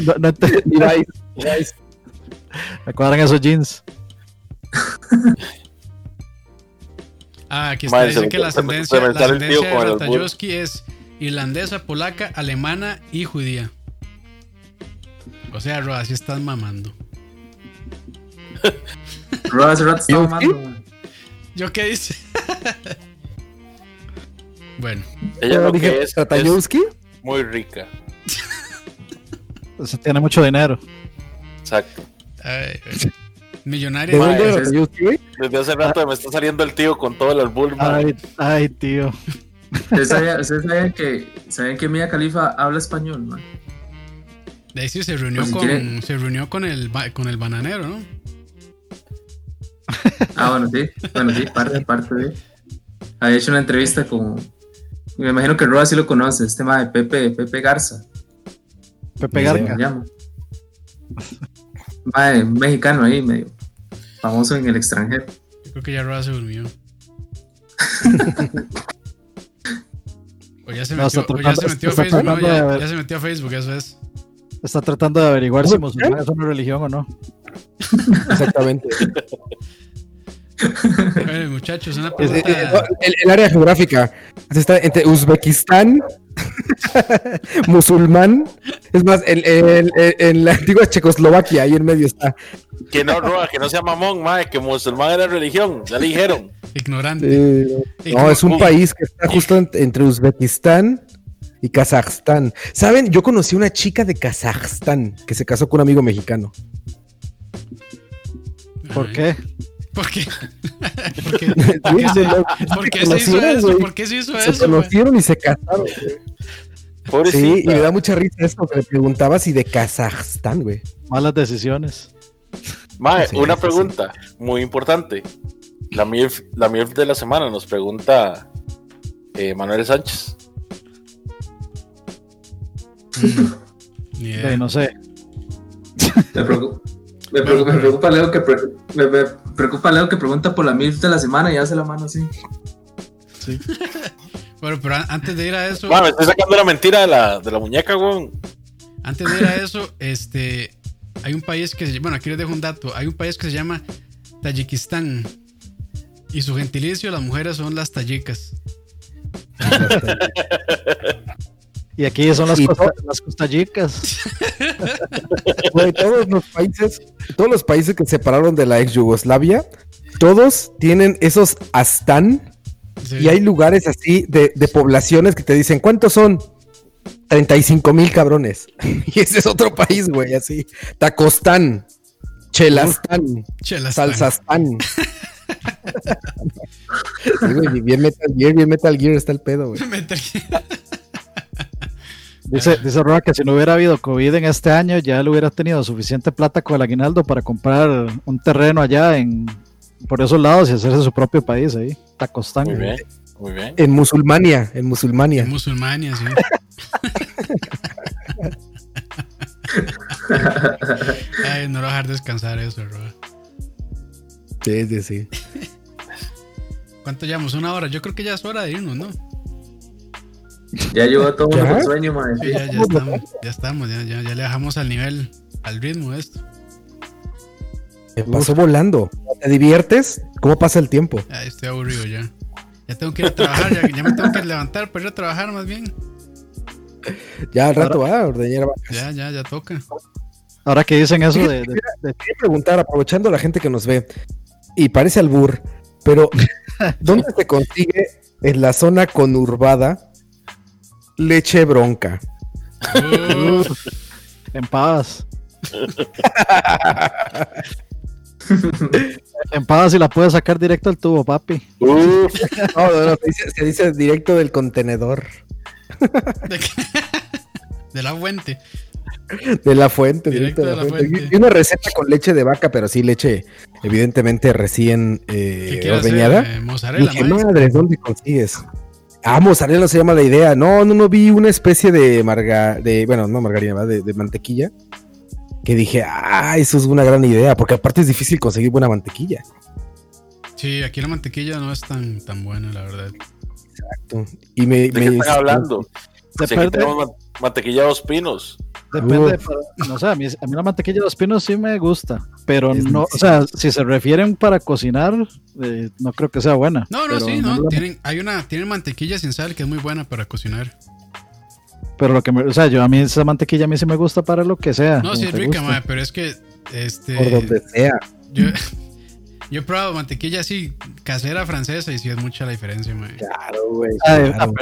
[SPEAKER 5] no- no ent- me cuadran esos jeans.
[SPEAKER 2] Ah, aquí está.
[SPEAKER 4] Madre, se
[SPEAKER 2] Dice
[SPEAKER 4] me-
[SPEAKER 2] que la
[SPEAKER 4] se me-
[SPEAKER 2] ascendencia,
[SPEAKER 4] se me
[SPEAKER 2] la
[SPEAKER 4] sale el tío
[SPEAKER 2] ascendencia
[SPEAKER 4] con
[SPEAKER 2] de
[SPEAKER 4] el
[SPEAKER 2] Ratayovsky es irlandesa, polaca, alemana y judía. O sea, Roa, sí estás mamando.
[SPEAKER 6] Roa hace rato estaba
[SPEAKER 3] ¿Yo
[SPEAKER 6] mamando, güey.
[SPEAKER 2] ¿Yo qué hice? bueno,
[SPEAKER 4] Ella lo
[SPEAKER 3] Dije,
[SPEAKER 4] que es, es
[SPEAKER 3] ¿Ratayovsky?
[SPEAKER 4] muy rica.
[SPEAKER 5] O sea, tiene mucho dinero.
[SPEAKER 4] Exacto.
[SPEAKER 2] ay,
[SPEAKER 3] ¿De
[SPEAKER 2] millonaria.
[SPEAKER 4] Madre,
[SPEAKER 3] dónde era
[SPEAKER 6] es-
[SPEAKER 3] Ratayovsky, güey?
[SPEAKER 4] Desde hace rato me está saliendo el tío con todo el albur, madre.
[SPEAKER 5] Ay, ay, tío.
[SPEAKER 6] Ustedes sabían, ustedes sabían que, sabían que Mia Khalifa habla español, man.
[SPEAKER 2] De ahí sí se reunió,
[SPEAKER 6] Pues si
[SPEAKER 2] con,
[SPEAKER 6] quiere-
[SPEAKER 2] se reunió con, el, ba- con el bananero, ¿no?
[SPEAKER 6] Ah, bueno, sí. Bueno, sí, parte, parte de. Había hecho una entrevista con. y Me imagino que Roa sí lo conoce, este tema de Pepe, Pepe Garza.
[SPEAKER 5] Pepe
[SPEAKER 3] Ni
[SPEAKER 5] Garca.
[SPEAKER 6] ¿Cómo se llama? Mae, un mexicano ahí, medio famoso en el extranjero.
[SPEAKER 2] Yo creo que ya Roa se durmió. o ya se
[SPEAKER 5] No,
[SPEAKER 2] metió,
[SPEAKER 5] está
[SPEAKER 2] o ya
[SPEAKER 5] tratando-
[SPEAKER 2] se metió a
[SPEAKER 5] está
[SPEAKER 2] Facebook, ¿no?
[SPEAKER 5] tratando de
[SPEAKER 2] Ya,
[SPEAKER 5] ver.
[SPEAKER 2] ya se metió a Facebook, eso es.
[SPEAKER 5] Está tratando de averiguar si
[SPEAKER 3] ¿Qué?
[SPEAKER 5] musulmán es una religión o no.
[SPEAKER 3] Exactamente.
[SPEAKER 2] Bueno, muchachos, una
[SPEAKER 3] Es- es- es-
[SPEAKER 2] pregunta.
[SPEAKER 3] el, el área geográfica está entre Uzbekistán, musulmán, es más, en, en- en- en la antigua Checoslovaquia, ahí en medio está.
[SPEAKER 4] Que no, Roa, que no sea mamón, madre, que musulmán era religión. Ya le dijeron.
[SPEAKER 2] Ignorante.
[SPEAKER 3] Eh, no,
[SPEAKER 2] Igno- Oh,
[SPEAKER 3] es un país que está justo en- entre Uzbekistán y Kazajstán. ¿Saben? Yo conocí una chica de Kazajstán que se casó con un amigo mexicano.
[SPEAKER 5] ¿Por
[SPEAKER 2] Ay.
[SPEAKER 5] qué?
[SPEAKER 2] ¿Por qué? ¿Por qué? ¿Por qué se hizo
[SPEAKER 3] conocieron,
[SPEAKER 2] eso?
[SPEAKER 3] güey.
[SPEAKER 2] ¿Por qué se hizo
[SPEAKER 3] Se
[SPEAKER 2] eso? güey?
[SPEAKER 3] conocieron y se casaron.
[SPEAKER 4] Pobrecita.
[SPEAKER 3] Sí, y me da mucha risa esto que le preguntaba si de Kazajstán, güey.
[SPEAKER 5] Malas decisiones.
[SPEAKER 4] Mae,
[SPEAKER 3] Sí,
[SPEAKER 4] una
[SPEAKER 3] sí,
[SPEAKER 4] pregunta muy importante. La MILF, la MILF de la semana nos pregunta eh, Manuel Sánchez.
[SPEAKER 2] Mm, ni idea.
[SPEAKER 5] Eh, no sé.
[SPEAKER 6] Me preocupa, me preocupa, me preocupa Leo que pre- me, me preocupa Leo que pregunta por la MILF de la semana y hace la mano así.
[SPEAKER 5] Sí.
[SPEAKER 2] Bueno, pero an- antes de ir a eso,
[SPEAKER 4] Mae, me estoy sacando la mentira de la, de la muñeca, weón.
[SPEAKER 2] antes de ir a eso, este, hay un país que, se- bueno, aquí les dejo un dato, hay un país que se llama Tayikistán y su gentilicio, las mujeres son las tayicas.
[SPEAKER 5] Y aquí son las,
[SPEAKER 3] Y
[SPEAKER 5] costa- las costallicas.
[SPEAKER 3] Güey, todos los países, todos los países que se separaron de la ex Yugoslavia, todos tienen esos astán
[SPEAKER 2] Sí.
[SPEAKER 3] y hay lugares así de, de poblaciones que te dicen, ¿cuántos son? 35 mil cabrones. Y ese es otro país, güey, así. Tacostán, Chelastán,
[SPEAKER 2] Chelastán.
[SPEAKER 3] Salsastán. Sí, güey, bien Metal Gear, bien Metal Gear está el pedo, güey.
[SPEAKER 2] Metal Gear.
[SPEAKER 5] Dice, dice Roa que si no hubiera habido COVID en este año, ya él hubiera tenido suficiente plata con el aguinaldo para comprar un terreno allá en por esos lados y hacerse su propio país ahí. Tacostán.
[SPEAKER 4] Muy bien, muy bien.
[SPEAKER 3] En Musulmania, en Musulmania.
[SPEAKER 2] Musulmania, sí. Ay, no lo voy a dejar descansar eso, Roa.
[SPEAKER 3] Sí, sí, sí.
[SPEAKER 2] ¿Cuánto llevamos? Una hora. Yo creo que ya es hora de irnos, ¿no?
[SPEAKER 6] Ya llegó todo
[SPEAKER 3] ¿Ya?
[SPEAKER 6] el sueño, mae.
[SPEAKER 2] Sí, ya, ya estamos, ya estamos, ya, ya- ya le bajamos al nivel, al ritmo de esto.
[SPEAKER 3] Me pasó volando. ¿Te diviertes? ¿Cómo pasa el tiempo?
[SPEAKER 2] Ay, estoy aburrido ya. Ya tengo que ir a trabajar, ya, ya me tengo que levantar para ir a trabajar más bien.
[SPEAKER 3] Ya al rato va a ordeñar vacas.
[SPEAKER 2] Ya, ya, ya toca.
[SPEAKER 5] Ahora que dicen eso de, de- de-
[SPEAKER 3] Quería preguntar, aprovechando a la gente que nos ve, y parece albur, pero ¿dónde se consigue en la zona conurbada leche bronca?
[SPEAKER 2] Uh,
[SPEAKER 5] en pavas. en pavas y la puedes sacar directo al tubo, papi.
[SPEAKER 4] Uf,
[SPEAKER 3] No, no, no, se dice, se dice directo del contenedor,
[SPEAKER 2] de, de la fuente.
[SPEAKER 3] de la fuente.
[SPEAKER 2] Directo de la fuente.
[SPEAKER 3] Y una receta con leche de vaca, pero sí leche, evidentemente recién eh,
[SPEAKER 2] ¿Qué quiere hacer?
[SPEAKER 3] ordeñada.
[SPEAKER 2] Eh, mozzarella,
[SPEAKER 3] Dije,
[SPEAKER 2] mae.
[SPEAKER 3] madre, ¿dónde consigues? Ah, mozzarella se llama la idea. No, no, no vi una especie de marga, de, bueno, no margarina, ¿verdad? de, de mantequilla que dije, ah, eso es una gran idea, porque aparte es difícil conseguir buena mantequilla.
[SPEAKER 2] Sí, aquí la mantequilla no es tan, tan buena, la verdad.
[SPEAKER 3] Exacto. Y me,
[SPEAKER 4] ¿De
[SPEAKER 3] me-
[SPEAKER 4] qué están hablando? Si aquí
[SPEAKER 5] Depende.
[SPEAKER 4] tenemos man- mantequilla dos pinos.
[SPEAKER 5] Depende,
[SPEAKER 3] Uf.
[SPEAKER 5] para- no sé, a mí, a mí la mantequilla de los pinos sí me gusta, pero
[SPEAKER 3] Es
[SPEAKER 5] no, o sea, si se refieren para cocinar, eh, no creo que sea buena.
[SPEAKER 2] No, no,
[SPEAKER 5] pero
[SPEAKER 2] sí, no.
[SPEAKER 5] la-
[SPEAKER 2] Tienen, hay una, tienen mantequilla sin sal que es muy buena para cocinar.
[SPEAKER 5] pero lo que me, o sea, yo a mí esa mantequilla a mí sí me gusta para lo que sea.
[SPEAKER 2] No,
[SPEAKER 5] como
[SPEAKER 2] sí es
[SPEAKER 5] te
[SPEAKER 2] rica,
[SPEAKER 5] guste.
[SPEAKER 2] mae, pero es que este
[SPEAKER 3] por donde sea.
[SPEAKER 2] yo, yo he probado mantequilla así casera francesa y sí es mucha la diferencia, mae.
[SPEAKER 3] Claro, güey.
[SPEAKER 5] Ay,
[SPEAKER 3] claro.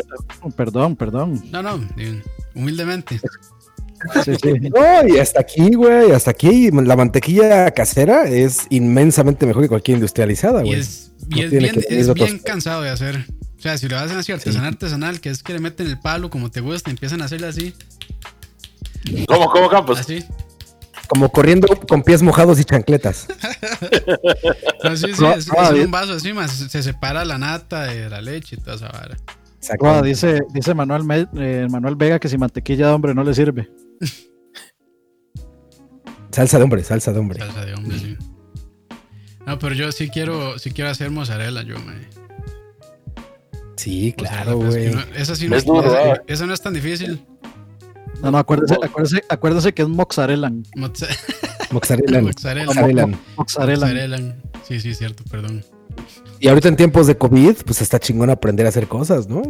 [SPEAKER 5] ah, perdón, perdón.
[SPEAKER 2] No, no, digo, humildemente.
[SPEAKER 5] Sí, sí.
[SPEAKER 3] No, y hasta aquí, güey, hasta aquí la mantequilla casera es inmensamente mejor que cualquier industrializada,
[SPEAKER 2] Y
[SPEAKER 3] güey.
[SPEAKER 2] es, y
[SPEAKER 3] No
[SPEAKER 2] es
[SPEAKER 3] tiene
[SPEAKER 2] bien,
[SPEAKER 3] que tener
[SPEAKER 2] es
[SPEAKER 3] otros
[SPEAKER 2] bien cansado de hacer. O sea, si lo hacen así artesanal, artesanal, que es que le meten el palo como te gusta, empiezan a hacerle así,
[SPEAKER 4] ¿Cómo, cómo, Campos?
[SPEAKER 2] así.
[SPEAKER 3] Como corriendo con pies mojados y chancletas.
[SPEAKER 2] No, sí, sí,
[SPEAKER 5] Ro-
[SPEAKER 2] es,
[SPEAKER 5] Roa,
[SPEAKER 2] es
[SPEAKER 5] di-
[SPEAKER 2] un vaso así, más se separa la nata de la leche y toda esa vara.
[SPEAKER 3] Exacto.
[SPEAKER 5] Guau, dice, dice Manuel, Me- eh, Manuel Vega que si mantequilla de hombre no le sirve.
[SPEAKER 3] Salsa de hombre, salsa de hombre.
[SPEAKER 2] Salsa de hombre, sí. No, pero yo sí quiero, sí quiero hacer mozzarella, yo, mae.
[SPEAKER 3] Sí, claro,
[SPEAKER 2] Mozzarella,
[SPEAKER 3] güey.
[SPEAKER 2] pero pues, es que no- esa sí no,
[SPEAKER 4] Es duro,
[SPEAKER 2] esa-
[SPEAKER 4] ¿verdad?
[SPEAKER 2] esa no es tan difícil.
[SPEAKER 5] No, no, acuérdese, acuérdese, acuérdese que es mozzarella.
[SPEAKER 2] Mozza-
[SPEAKER 3] Mozzarella.
[SPEAKER 2] Mozzarella.
[SPEAKER 3] Mozzarella.
[SPEAKER 5] Mozzarella.
[SPEAKER 2] Mozzarella. Sí, sí, cierto, perdón.
[SPEAKER 3] Y ahorita en tiempos de COVID, pues está chingón aprender a hacer cosas, ¿no?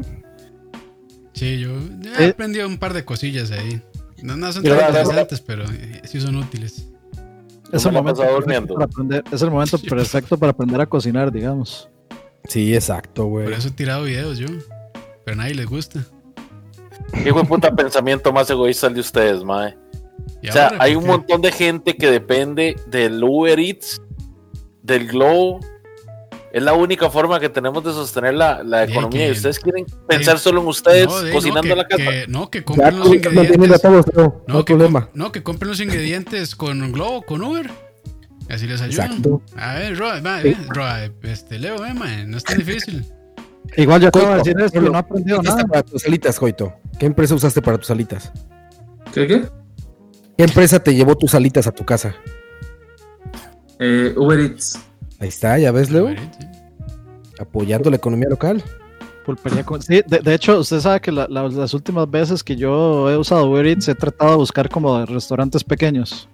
[SPEAKER 2] Sí, yo he
[SPEAKER 5] Eh.
[SPEAKER 2] aprendido un par de cosillas ahí. No, no son
[SPEAKER 4] Pero,
[SPEAKER 2] tan
[SPEAKER 4] pero-
[SPEAKER 2] interesantes, pero eh, sí son útiles.
[SPEAKER 5] Es
[SPEAKER 4] Yo me
[SPEAKER 5] el,
[SPEAKER 4] la he
[SPEAKER 5] momento
[SPEAKER 4] pasado
[SPEAKER 5] perfecto
[SPEAKER 4] durmiendo.
[SPEAKER 5] para aprender, es el momento
[SPEAKER 2] Sí.
[SPEAKER 5] perfecto para aprender a cocinar, digamos.
[SPEAKER 3] Sí, exacto,
[SPEAKER 2] Por
[SPEAKER 3] güey.
[SPEAKER 2] eso he tirado videos yo. Pero a nadie les gusta.
[SPEAKER 4] Qué hijo de puta pensamiento más egoísta el de ustedes, mae.
[SPEAKER 2] Y
[SPEAKER 4] O sea,
[SPEAKER 2] ahora,
[SPEAKER 4] hay
[SPEAKER 2] ¿por
[SPEAKER 4] un
[SPEAKER 2] pues, qué?
[SPEAKER 4] montón de gente que depende del Uber Eats, del Globo. Es la única forma que tenemos de sostener la, la
[SPEAKER 2] Sí,
[SPEAKER 4] economía.
[SPEAKER 2] que-
[SPEAKER 4] y ustedes quieren pensar
[SPEAKER 2] sí.
[SPEAKER 4] solo en ustedes
[SPEAKER 2] de-
[SPEAKER 4] cocinando
[SPEAKER 2] que,
[SPEAKER 4] la casa.
[SPEAKER 2] Que, no, que
[SPEAKER 3] Ya
[SPEAKER 2] compren los
[SPEAKER 3] tú manteniendo a
[SPEAKER 2] ingredientes.
[SPEAKER 3] todos, no, no,
[SPEAKER 2] No,
[SPEAKER 3] hay
[SPEAKER 2] que, com-
[SPEAKER 3] problema.
[SPEAKER 2] no, que compren los ingredientes con Globo, con Uber. Y así les ayudan.
[SPEAKER 3] Exacto.
[SPEAKER 2] A ver, Roa, va, eh, Roa, este, Leo, eh, man, no es tan difícil.
[SPEAKER 5] Igual yo acabo de
[SPEAKER 3] Coito,
[SPEAKER 5] decir eso,
[SPEAKER 3] solo-
[SPEAKER 5] no he aprendido
[SPEAKER 3] ¿Qué
[SPEAKER 5] nada.
[SPEAKER 3] para tus alitas, Joito? ¿Qué empresa usaste para tus alitas?
[SPEAKER 6] ¿Qué qué?
[SPEAKER 3] ¿Qué empresa te llevó tus alitas a tu casa?
[SPEAKER 6] Eh, Uber Eats.
[SPEAKER 3] Ahí está, ya ves, Leo,
[SPEAKER 2] Sí.
[SPEAKER 3] apoyando la economía local.
[SPEAKER 5] Pulpería con- Sí, de, de hecho, usted sabe que la- la- las últimas veces que yo he usado Uber Eats he tratado de buscar como de restaurantes pequeños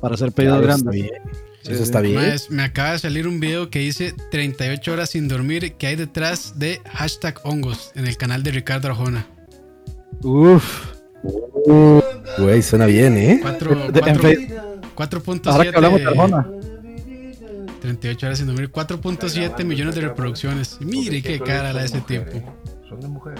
[SPEAKER 5] para hacer pedidos
[SPEAKER 3] Claro,
[SPEAKER 5] grandes.
[SPEAKER 3] Está bien.
[SPEAKER 5] Sí,
[SPEAKER 3] Eso
[SPEAKER 5] sí.
[SPEAKER 3] está bien.
[SPEAKER 2] Más, me acaba de salir un video que dice 38 horas sin dormir que hay detrás de hashtag hongos en el canal de Ricardo Arjona.
[SPEAKER 5] Uf,
[SPEAKER 3] Uh, Güey, suena bien, ¿eh?
[SPEAKER 5] De- de- en
[SPEAKER 2] 4.7
[SPEAKER 5] ahora que hablamos de Arjona.
[SPEAKER 2] 38 horas sin dormir, 4.7 millones de reproducciones. Mire qué cara la de este ese tipo.
[SPEAKER 7] Son de mujer.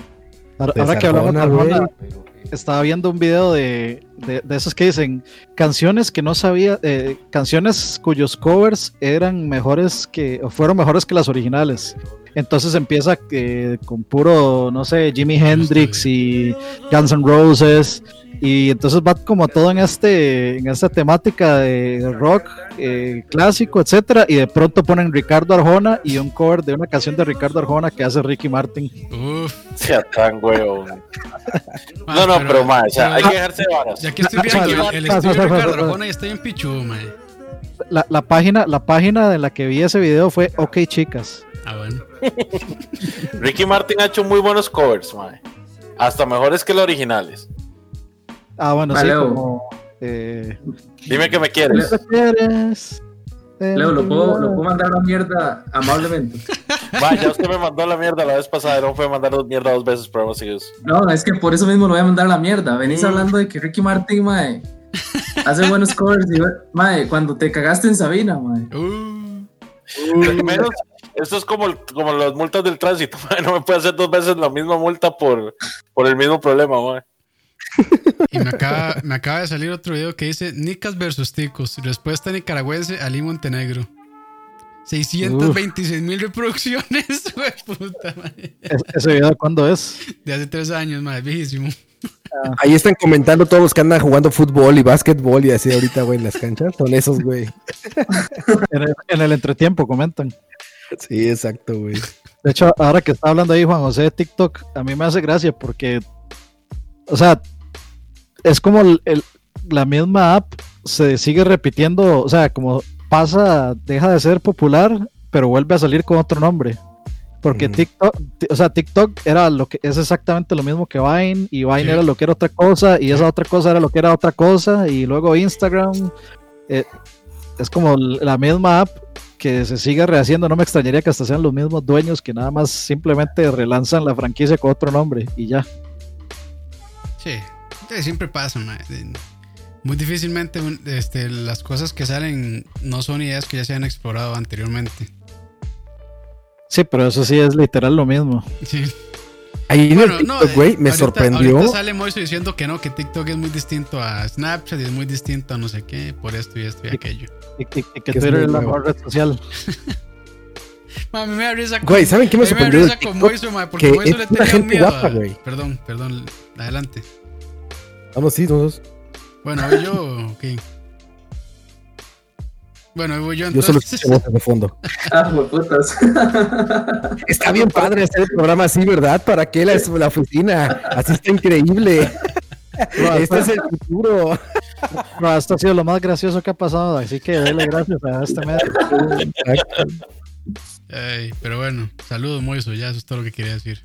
[SPEAKER 5] Ahora,
[SPEAKER 3] De
[SPEAKER 5] ahora que hablamos de
[SPEAKER 3] Arjona,
[SPEAKER 5] Arjona,
[SPEAKER 3] güey.
[SPEAKER 7] Pero, eh,
[SPEAKER 5] estaba viendo un video de, de- de esos que dicen canciones que no sabía, eh, canciones cuyos covers eran mejores que, o fueron mejores que las originales. Entonces empieza que con puro, no sé, Jimi Hendrix y Guns N' Roses. Y entonces va como todo en este en esta temática de rock eh, clásico, etcétera Y de pronto ponen Ricardo Arjona y un cover de una canción de Ricardo Arjona que hace Ricky Martin.
[SPEAKER 2] Uf.
[SPEAKER 4] Sea tan huevón.
[SPEAKER 2] ma,
[SPEAKER 4] no, no, pero, mae, o sea, hay
[SPEAKER 2] Ah, pero-
[SPEAKER 4] que dejarse de varas.
[SPEAKER 2] Ya que estoy viendo
[SPEAKER 5] Ah,
[SPEAKER 2] el, el
[SPEAKER 5] ah,
[SPEAKER 2] estudio de
[SPEAKER 5] ah,
[SPEAKER 2] Ricardo
[SPEAKER 5] ah,
[SPEAKER 2] Arjona y está bien pichudo, mae.
[SPEAKER 5] La, la página la página de la que vi ese video fue OK Chicas.
[SPEAKER 2] Ah, bueno.
[SPEAKER 4] Ricky Martin ha hecho muy buenos covers, mae. Hasta mejores que los originales.
[SPEAKER 5] Ah, bueno, sí,
[SPEAKER 6] Vale, Leo.
[SPEAKER 5] como. eh,
[SPEAKER 4] Dime que me quieres.
[SPEAKER 5] ¿Qué quieres? eh,
[SPEAKER 6] Leo, ¿lo puedo, lo puedo mandar a la mierda amablemente?
[SPEAKER 4] Mae, ya usted me mandó la mierda la vez pasada. No fue mandar mierda dos veces programas seguidos.
[SPEAKER 6] No, es que por eso mismo lo voy a mandar a la mierda. Venís hablando de que Ricky Martin, mae, hace buenos covers. y, mae, cuando te cagaste en Sabina, mae.
[SPEAKER 2] Uh,
[SPEAKER 4] Menos, esto es como, como las multas del tránsito. mae, No me puede hacer dos veces la misma multa por, por el mismo problema. mae.
[SPEAKER 2] y me acaba, me acaba de salir otro video que dice Nicas versus Ticos. Respuesta nicaragüense Ali Montenegro. 626 mil reproducciones, güey, puta madre.
[SPEAKER 5] Es- ¿Ese video cuándo es?
[SPEAKER 2] De hace tres años, madre, viejísimo. Ah.
[SPEAKER 3] Ahí están comentando todos los que andan jugando fútbol y básquetbol y así ahorita, güey, en las canchas. Son esos, güey.
[SPEAKER 5] En el, en el entretiempo, comentan.
[SPEAKER 3] Sí, exacto, güey.
[SPEAKER 5] De hecho, ahora que está hablando ahí Juan José de TikTok, a mí me hace gracia porque, o sea, es como el, el- la misma app se sigue repitiendo, o sea, como pasa, deja de ser popular, pero vuelve a salir con otro nombre. Porque
[SPEAKER 3] Ujú.
[SPEAKER 5] TikTok, ti- o sea, TikTok era lo que es exactamente lo mismo que Vine, y Vine
[SPEAKER 2] Sí.
[SPEAKER 5] era lo que era otra cosa, y esa otra cosa era lo que era otra cosa, y luego Instagram. eh, es como l- la misma app que se siga rehaciendo. No me extrañaría que hasta sean los mismos dueños que nada más simplemente relanzan la franquicia con otro nombre y ya.
[SPEAKER 2] Sí, sí, siempre pasa, mae. De- Muy difícilmente un- este, las cosas que salen no son ideas que ya se han explorado anteriormente.
[SPEAKER 5] Sí, pero eso sí es literal lo mismo.
[SPEAKER 2] Sí.
[SPEAKER 3] Ahí en
[SPEAKER 2] Bueno,
[SPEAKER 3] el
[SPEAKER 2] no,
[SPEAKER 3] TikTok,
[SPEAKER 2] eh,
[SPEAKER 3] güey, me
[SPEAKER 2] ahorita-
[SPEAKER 3] sorprendió.
[SPEAKER 2] Ahorita sale Moiso diciendo que no, que TikTok es muy distinto a Snapchat y es muy distinto a no sé qué, por esto y esto y aquello.
[SPEAKER 5] Y, y- y que
[SPEAKER 3] Que es
[SPEAKER 5] Twitter
[SPEAKER 3] muy
[SPEAKER 5] es la
[SPEAKER 3] nuevo.
[SPEAKER 5] mejor red social.
[SPEAKER 2] Ma, a mí me da risa con-
[SPEAKER 3] Güey, ¿saben qué me
[SPEAKER 2] a mí da
[SPEAKER 3] sorprendió? de
[SPEAKER 2] risa con
[SPEAKER 3] TikTok?
[SPEAKER 2] Moiso, mae, porque
[SPEAKER 3] que
[SPEAKER 2] Moiso
[SPEAKER 3] es
[SPEAKER 2] le
[SPEAKER 3] pura
[SPEAKER 2] tenía
[SPEAKER 3] gente
[SPEAKER 2] miedo. a-
[SPEAKER 3] guapa, güey.
[SPEAKER 2] Perdón, perdón, adelante.
[SPEAKER 3] Vamos, sí, nosotros.
[SPEAKER 2] Bueno, voy yo, ok. Bueno, ahí voy yo
[SPEAKER 3] Yo solo
[SPEAKER 2] entonces.
[SPEAKER 3] escucho voces de fondo.
[SPEAKER 6] Ah, putas.
[SPEAKER 3] Está bien padre hacer el programa así, ¿verdad? ¿Para qué la, la oficina? Así está increíble. este es el futuro.
[SPEAKER 5] No, esto ha sido lo más gracioso que ha pasado, así que dale gracias a este medio.
[SPEAKER 2] Ay, pero bueno, saludos Moiso, ya eso es todo lo que quería decir.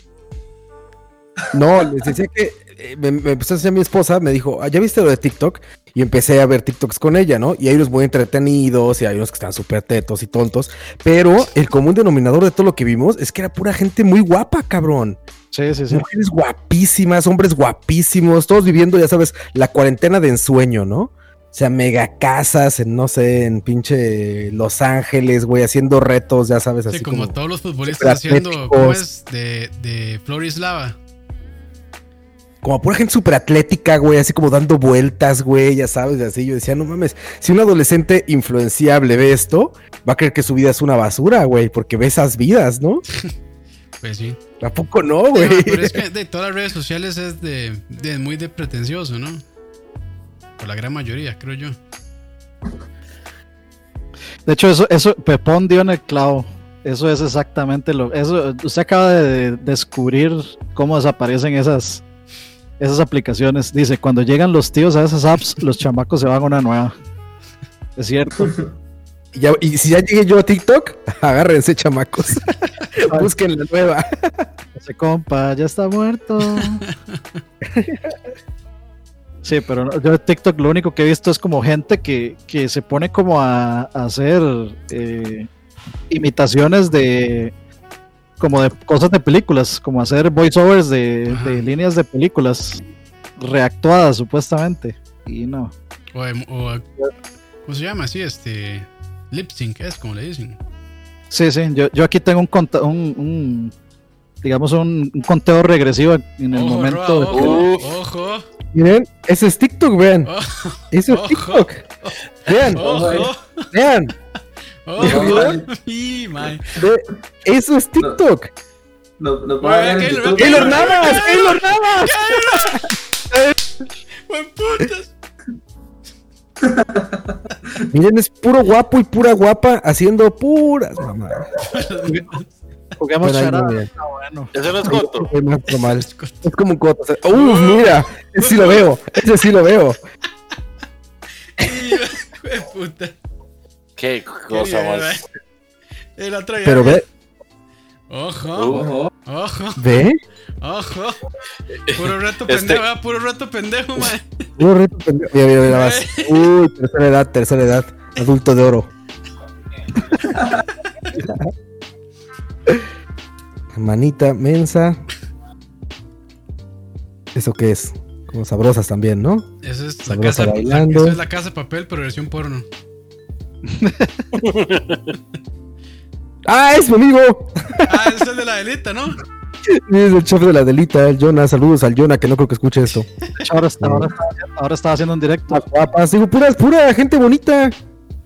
[SPEAKER 3] No, les decía que eh, me, me empezó a decir mi esposa, me dijo, "Ah, ¿ya viste lo de TikTok? Y empecé a ver TikToks con ella, ¿no? Y hay unos muy entretenidos y hay unos que están súper tetos y tontos. Pero el común denominador de todo lo que vimos es que era pura gente muy guapa, cabrón.
[SPEAKER 5] Sí, sí, sí.
[SPEAKER 3] Mujeres guapísimas, hombres guapísimos, todos viviendo, ya sabes, la cuarentena de ensueño, ¿no? O sea, mega casas en, no sé, en pinche Los Ángeles, güey, haciendo retos, ya sabes, así
[SPEAKER 2] Sí, como,
[SPEAKER 3] como...
[SPEAKER 2] todos los futbolistas haciendo
[SPEAKER 3] superatléticos.
[SPEAKER 2] ¿cómo es? de, de Florislava.
[SPEAKER 3] como pura gente súper atlética, güey, así como dando vueltas, güey, ya sabes, así. Yo decía, no mames, si un adolescente influenciable ve esto, va a creer que su vida es una basura, güey, porque ve esas vidas, ¿no?
[SPEAKER 2] Pues sí.
[SPEAKER 3] Tampoco no, güey.
[SPEAKER 2] Pero es que de todas las redes sociales es de, de muy de pretencioso, ¿no? Por la gran mayoría, creo yo.
[SPEAKER 5] De hecho, eso, eso, Pepón dio en el clavo. Eso es exactamente lo. Eso, usted acaba de descubrir cómo desaparecen esas, esas aplicaciones. Dice, cuando llegan los tíos a esas apps, los chamacos se van a una nueva. Es cierto.
[SPEAKER 3] Y ya- y si ya llegué yo a TikTok, agárrense, chamacos. Busquen la nueva.
[SPEAKER 5] Ese compa ya está muerto. Sí, pero no, yo de TikTok lo único que he visto es como gente que, que se pone como a, a hacer eh, imitaciones de como de cosas de películas, como hacer voiceovers de,
[SPEAKER 2] Ajá.
[SPEAKER 5] de líneas de películas reactuadas supuestamente. Y no.
[SPEAKER 2] O, em- o- ¿Cómo se llama? Sí, este. Lip sync es como le dicen.
[SPEAKER 5] Sí, sí, yo, yo aquí tengo un, conta- un, un, digamos un, un conteo regresivo en el
[SPEAKER 2] ojo,
[SPEAKER 5] momento.
[SPEAKER 2] Roa,
[SPEAKER 5] de-
[SPEAKER 2] ojo,
[SPEAKER 4] Uf.
[SPEAKER 2] ojo,
[SPEAKER 3] Miren, ese es TikTok, vean.
[SPEAKER 2] ojo,
[SPEAKER 3] Eso es
[SPEAKER 2] Oh. Ojo.
[SPEAKER 3] TikTok. Vean,
[SPEAKER 2] ojo,
[SPEAKER 3] vean.
[SPEAKER 2] ojo. Y, mae.
[SPEAKER 3] ve- eso es TikTok.
[SPEAKER 6] No, no
[SPEAKER 2] Bueno,
[SPEAKER 6] puedo hablar en
[SPEAKER 2] Keylor,
[SPEAKER 6] YouTube.
[SPEAKER 2] Keylor,
[SPEAKER 3] ¡Keylor Navas! ¡Keylor Navas!
[SPEAKER 2] ¡Buen putas!
[SPEAKER 3] Miren, es puro guapo y pura guapa haciendo puras mamadas.
[SPEAKER 5] Juguemos
[SPEAKER 3] Pero ahí
[SPEAKER 5] charada.
[SPEAKER 3] no, miren.
[SPEAKER 5] Ah, bueno.
[SPEAKER 4] Ese no es Coto.
[SPEAKER 3] Es más normal. Es como un coto. o sea, ¡Uf, mira! Ese sí lo veo. Ese sí lo veo.
[SPEAKER 2] Y, ¡Buen puta!
[SPEAKER 4] Qué cosa
[SPEAKER 2] bien, eh.
[SPEAKER 4] más.
[SPEAKER 2] El otro día.
[SPEAKER 3] Pero ve,
[SPEAKER 2] Ojo,
[SPEAKER 4] Uh,
[SPEAKER 6] Ojo,
[SPEAKER 2] ojo,
[SPEAKER 3] ve.
[SPEAKER 2] ojo. Puro rato
[SPEAKER 4] Este-
[SPEAKER 2] pendejo, ¿verdad? puro rato pendejo, mae.
[SPEAKER 3] Puro reto pendejo. Mira, mira, mira más. Uy, tercera edad, tercera edad. Adulto de oro. Manita mensa. ¿Eso qué es? Como sabrosas también, ¿no?
[SPEAKER 2] Eso es la
[SPEAKER 3] Sabrosa
[SPEAKER 2] casa, la-
[SPEAKER 3] bailando.
[SPEAKER 2] eso es la casa de papel, pero versión porno.
[SPEAKER 3] ¡Ah, es mi amigo!
[SPEAKER 2] Ah, ese es el de la delita, ¿no?
[SPEAKER 3] Es el chef de la delita, el Jonah. Saludos al Jonah, que no creo que escuche esto.
[SPEAKER 5] De hecho, ahora, está- ahora está- ahora estaba haciendo un directo.
[SPEAKER 3] Más guapas, digo, puras, pura gente bonita.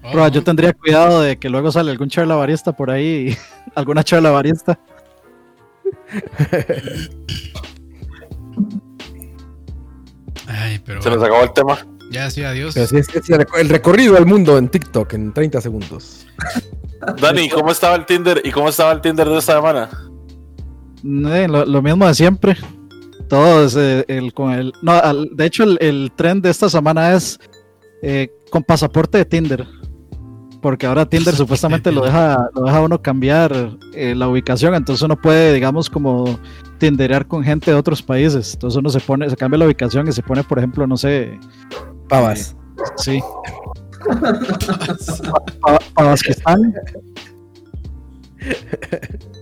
[SPEAKER 5] Pero
[SPEAKER 2] Oh.
[SPEAKER 5] yo tendría cuidado de que luego sale algún charlavarista por ahí, alguna charlavarista.
[SPEAKER 2] Ay, pero.
[SPEAKER 4] se nos acabó el tema.
[SPEAKER 2] Ya sí, adiós.
[SPEAKER 3] Pero sí, es, es el recor- el recorrido al mundo en TikTok en 30 segundos.
[SPEAKER 4] Dani, ¿cómo estaba el Tinder? ¿Y cómo estaba el Tinder de esta semana?
[SPEAKER 5] Mm, eh, Lo, lo mismo de siempre. Todos, eh, el, con el, no, al- de hecho, el, el tren de esta semana es eh, con pasaporte de Tinder. Porque ahora Tinder
[SPEAKER 2] Pasaporte
[SPEAKER 5] supuestamente
[SPEAKER 2] de
[SPEAKER 5] lo
[SPEAKER 2] Tinder.
[SPEAKER 5] deja, lo deja uno cambiar eh, la ubicación, entonces uno puede, digamos, como tinderear con gente de otros países. Entonces uno se pone, se cambia la ubicación y se pone, por ejemplo, no sé,
[SPEAKER 3] Pavas.
[SPEAKER 5] sí. Pa- Pavasquistán.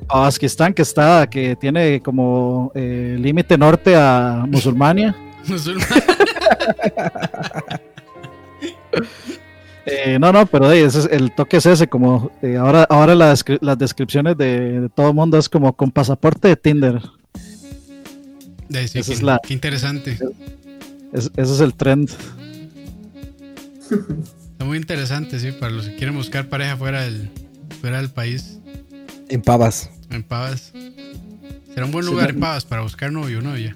[SPEAKER 5] Pavasquistán, que está, que tiene como eh, límite norte a Musulmania.
[SPEAKER 2] Musulmán.
[SPEAKER 5] Eh, no, no, pero eh, ese es- el toque es ese, como eh, ahora, ahora la descri- las descripciones de, de todo el mundo es como con pasaporte de Tinder.
[SPEAKER 2] De ahí sí,
[SPEAKER 5] Esa
[SPEAKER 2] qué-
[SPEAKER 5] es la-
[SPEAKER 2] qué interesante.
[SPEAKER 5] Es- ese es el trend.
[SPEAKER 2] Está muy interesante, sí, para los que quieren buscar pareja fuera del, fuera del país,
[SPEAKER 3] En Pavas.
[SPEAKER 2] en Pavas. Será un buen
[SPEAKER 5] Sí,
[SPEAKER 2] lugar
[SPEAKER 5] no-
[SPEAKER 2] en Pavas para buscar novio o novia.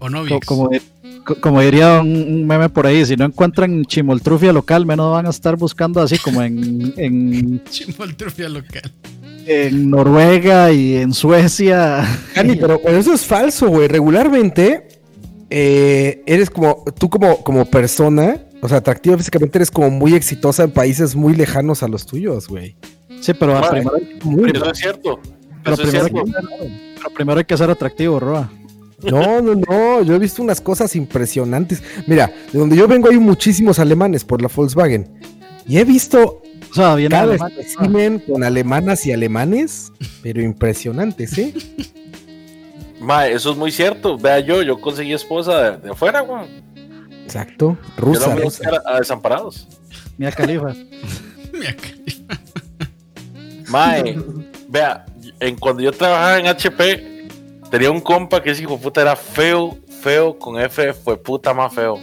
[SPEAKER 2] O novia.
[SPEAKER 5] Co- Como, di- co- como diría un, un meme por ahí, si no encuentran chimoltrufia local, menos van a estar buscando así como en, en,
[SPEAKER 2] Chimoltrufia local.
[SPEAKER 5] en Noruega y en Suecia.
[SPEAKER 3] Cani, pero, pero eso es falso, güey. Regularmente eh, eres como, tú como, como persona, o sea, atractiva físicamente, eres como muy exitosa en países muy lejanos a los tuyos, güey.
[SPEAKER 5] Sí, pero, a
[SPEAKER 4] Bueno,
[SPEAKER 5] primero,
[SPEAKER 3] Muy
[SPEAKER 4] Eso es cierto.
[SPEAKER 5] pero
[SPEAKER 4] Eso es
[SPEAKER 5] primero hay
[SPEAKER 4] cierto.
[SPEAKER 5] que ser- pero primero hay que ser atractivo, Roa.
[SPEAKER 3] No, no, no, yo he visto unas cosas impresionantes. Mira, de donde yo vengo hay muchísimos alemanes por la Volkswagen. Y he visto
[SPEAKER 5] O sea, viene
[SPEAKER 3] cada
[SPEAKER 5] alemán, Roa.
[SPEAKER 3] espécimen con alemanas y alemanes, pero impresionantes, ¿eh?
[SPEAKER 4] Mae, eso es muy cierto. Vea yo, yo conseguí esposa de, de afuera, weón.
[SPEAKER 3] Exacto,
[SPEAKER 4] Yo la
[SPEAKER 3] rusa,
[SPEAKER 4] voy a
[SPEAKER 3] rusa.
[SPEAKER 4] buscar a, a desamparados.
[SPEAKER 5] Mia Khalifa.
[SPEAKER 2] Mira, qué-
[SPEAKER 4] Mae, vea, en cuando yo trabajaba en HP, tenía un compa que ese hijo de puta era feo, feo con F, fue puta más feo.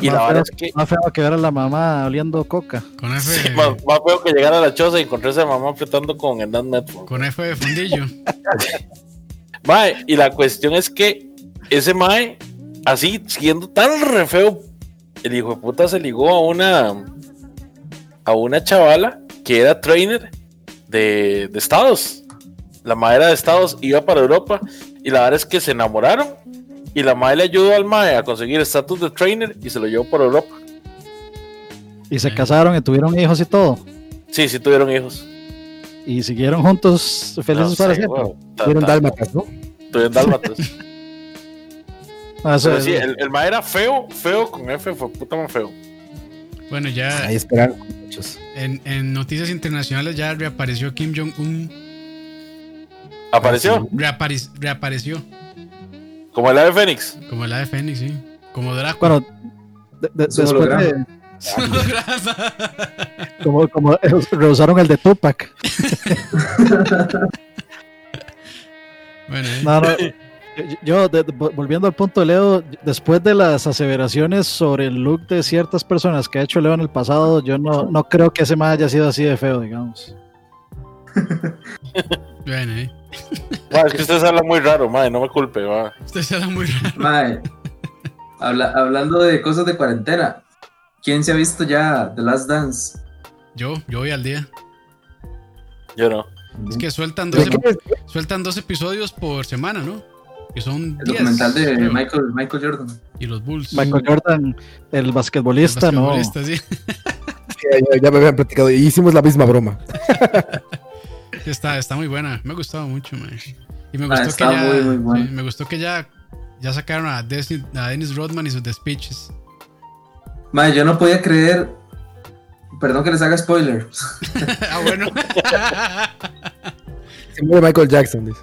[SPEAKER 4] Y la
[SPEAKER 5] Más feo-
[SPEAKER 4] verdad es que
[SPEAKER 5] Más feo que ver a la mamá oliendo coca.
[SPEAKER 2] Con F,
[SPEAKER 4] sí, más, más feo que llegar a la choza y encontrarse a mamá apretando con Hernán Network.
[SPEAKER 2] con F de fundillo.
[SPEAKER 4] Mae, y la cuestión es que ese Mae, así, siendo tan re feo, el hijo de puta se ligó a una a una chavala que era trainer de, de Estados. La mae era de Estados, iba para Europa y la verdad es que se enamoraron y la mae le ayudó al mae a conseguir estatus de trainer y se lo llevó por Europa.
[SPEAKER 5] Y se
[SPEAKER 2] Sí.
[SPEAKER 5] casaron y tuvieron hijos y todo.
[SPEAKER 4] Sí, sí tuvieron hijos.
[SPEAKER 5] Y siguieron juntos felices
[SPEAKER 4] No
[SPEAKER 5] para
[SPEAKER 4] sé,
[SPEAKER 5] siempre.
[SPEAKER 4] weón. Ta-
[SPEAKER 3] Fueron
[SPEAKER 4] ta-
[SPEAKER 3] dálmatas, ¿no?
[SPEAKER 4] Tuvieron dálmatas.
[SPEAKER 5] No, Ah, eso
[SPEAKER 4] Pero
[SPEAKER 5] es-
[SPEAKER 4] sí, el, el mae era feo, feo con F, fue puta más feo.
[SPEAKER 2] Bueno, ya
[SPEAKER 3] Ahí esperan muchos.
[SPEAKER 2] en, en noticias internacionales ya reapareció Kim Jong-un.
[SPEAKER 4] Apareció.
[SPEAKER 2] Reapare- reapareció,
[SPEAKER 4] Como el ave Fénix.
[SPEAKER 2] como el ave Fénix, sí. Como Draco.
[SPEAKER 5] Bueno, de- de-
[SPEAKER 6] Su
[SPEAKER 5] después de- como, como rehusaron el de Tupac.
[SPEAKER 2] bueno, eh.
[SPEAKER 5] No, no, yo- yo, de- de- vo- volviendo al punto de Leo, después de las aseveraciones sobre el look de ciertas personas que ha hecho Leo en el pasado, yo no, no creo que ese más haya sido así de feo, digamos.
[SPEAKER 2] bueno, eh.
[SPEAKER 4] Ma, es que ustedes hablan muy raro, madre, no me culpe, va.
[SPEAKER 2] Usted se da muy raro.
[SPEAKER 6] Mae, habla- hablando de cosas de cuarentena, ¿quién se ha visto ya The Last Dance?
[SPEAKER 2] Yo, yo voy al día.
[SPEAKER 4] Yo no.
[SPEAKER 2] Es que sueltan
[SPEAKER 3] ¿De
[SPEAKER 2] dos,
[SPEAKER 3] qué es?
[SPEAKER 2] sueltan dos episodios por semana, ¿no? Que son
[SPEAKER 6] El
[SPEAKER 2] 10,
[SPEAKER 6] documental de
[SPEAKER 2] creo.
[SPEAKER 6] Michael, Michael Jordan.
[SPEAKER 2] Y los Bulls.
[SPEAKER 5] Michael Jordan, el
[SPEAKER 2] Los
[SPEAKER 5] basquetbolista, no.
[SPEAKER 2] basquetbolistas, sí.
[SPEAKER 3] Ya, ya- ya me habían platicado. Hicimos la misma broma.
[SPEAKER 2] Está, está muy buena. Me ha gustado mucho, man. Y me
[SPEAKER 6] Ah,
[SPEAKER 2] gustó que
[SPEAKER 6] está
[SPEAKER 2] ya.
[SPEAKER 6] muy, muy buena.
[SPEAKER 2] sí, me gustó que ya, ya sacaron a, Disney- a Dennis Rodman y sus The Speeches.
[SPEAKER 6] Mae, yo no podía creer. Perdón que les haga spoiler.
[SPEAKER 2] ah, bueno.
[SPEAKER 3] Se muere Michael Jackson. dice.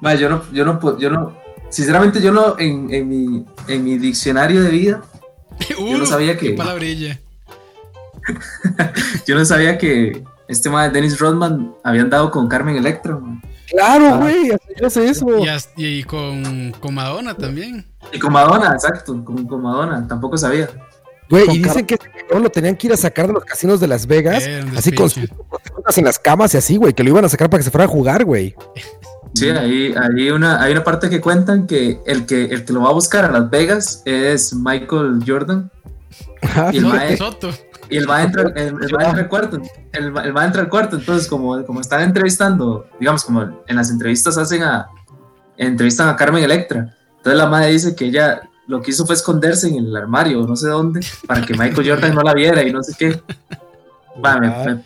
[SPEAKER 6] Mae, yo no, yo no, po- yo no. Sinceramente, yo no, en, en mi, en mi diccionario de vida,
[SPEAKER 2] Uh,
[SPEAKER 6] no sabía
[SPEAKER 2] qué
[SPEAKER 6] que-
[SPEAKER 2] palabrilla.
[SPEAKER 6] yo no sabía que este mae, Dennis Rodman, habían dado con Carmen Electra. mae.
[SPEAKER 3] Claro, güey. hasta Yo sé eso.
[SPEAKER 2] Y, hasta- y con, con Madonna también.
[SPEAKER 6] Y con Madonna, exacto, con, con Madonna, tampoco sabía.
[SPEAKER 3] Güey,
[SPEAKER 5] Con
[SPEAKER 3] y dicen que ese cabrón lo tenían que ir a sacar de los casinos de Las Vegas.
[SPEAKER 2] Eh, un
[SPEAKER 3] así con
[SPEAKER 2] despiche.
[SPEAKER 3] sus prostitutas en las camas y así, güey. Que lo iban a sacar para que se fuera a jugar, güey.
[SPEAKER 6] Sí, ahí, ahí una, hay una parte que cuentan que el, que el que lo va a buscar a Las Vegas es Michael Jordan.
[SPEAKER 3] Ah,
[SPEAKER 6] Y el
[SPEAKER 2] Soto,
[SPEAKER 6] mae-
[SPEAKER 2] Soto.
[SPEAKER 6] Y él va a entrar, él, él va a entrar al cuarto. Él, va- él va a entrar al cuarto. Entonces, como, como están entrevistando, digamos, como en las entrevistas hacen a, entrevistan a Carmen Electra. Entonces la madre dice que ella lo que hizo fue esconderse en el armario, no sé dónde, para que Michael Jordan no la viera y no sé qué. Va, me, me-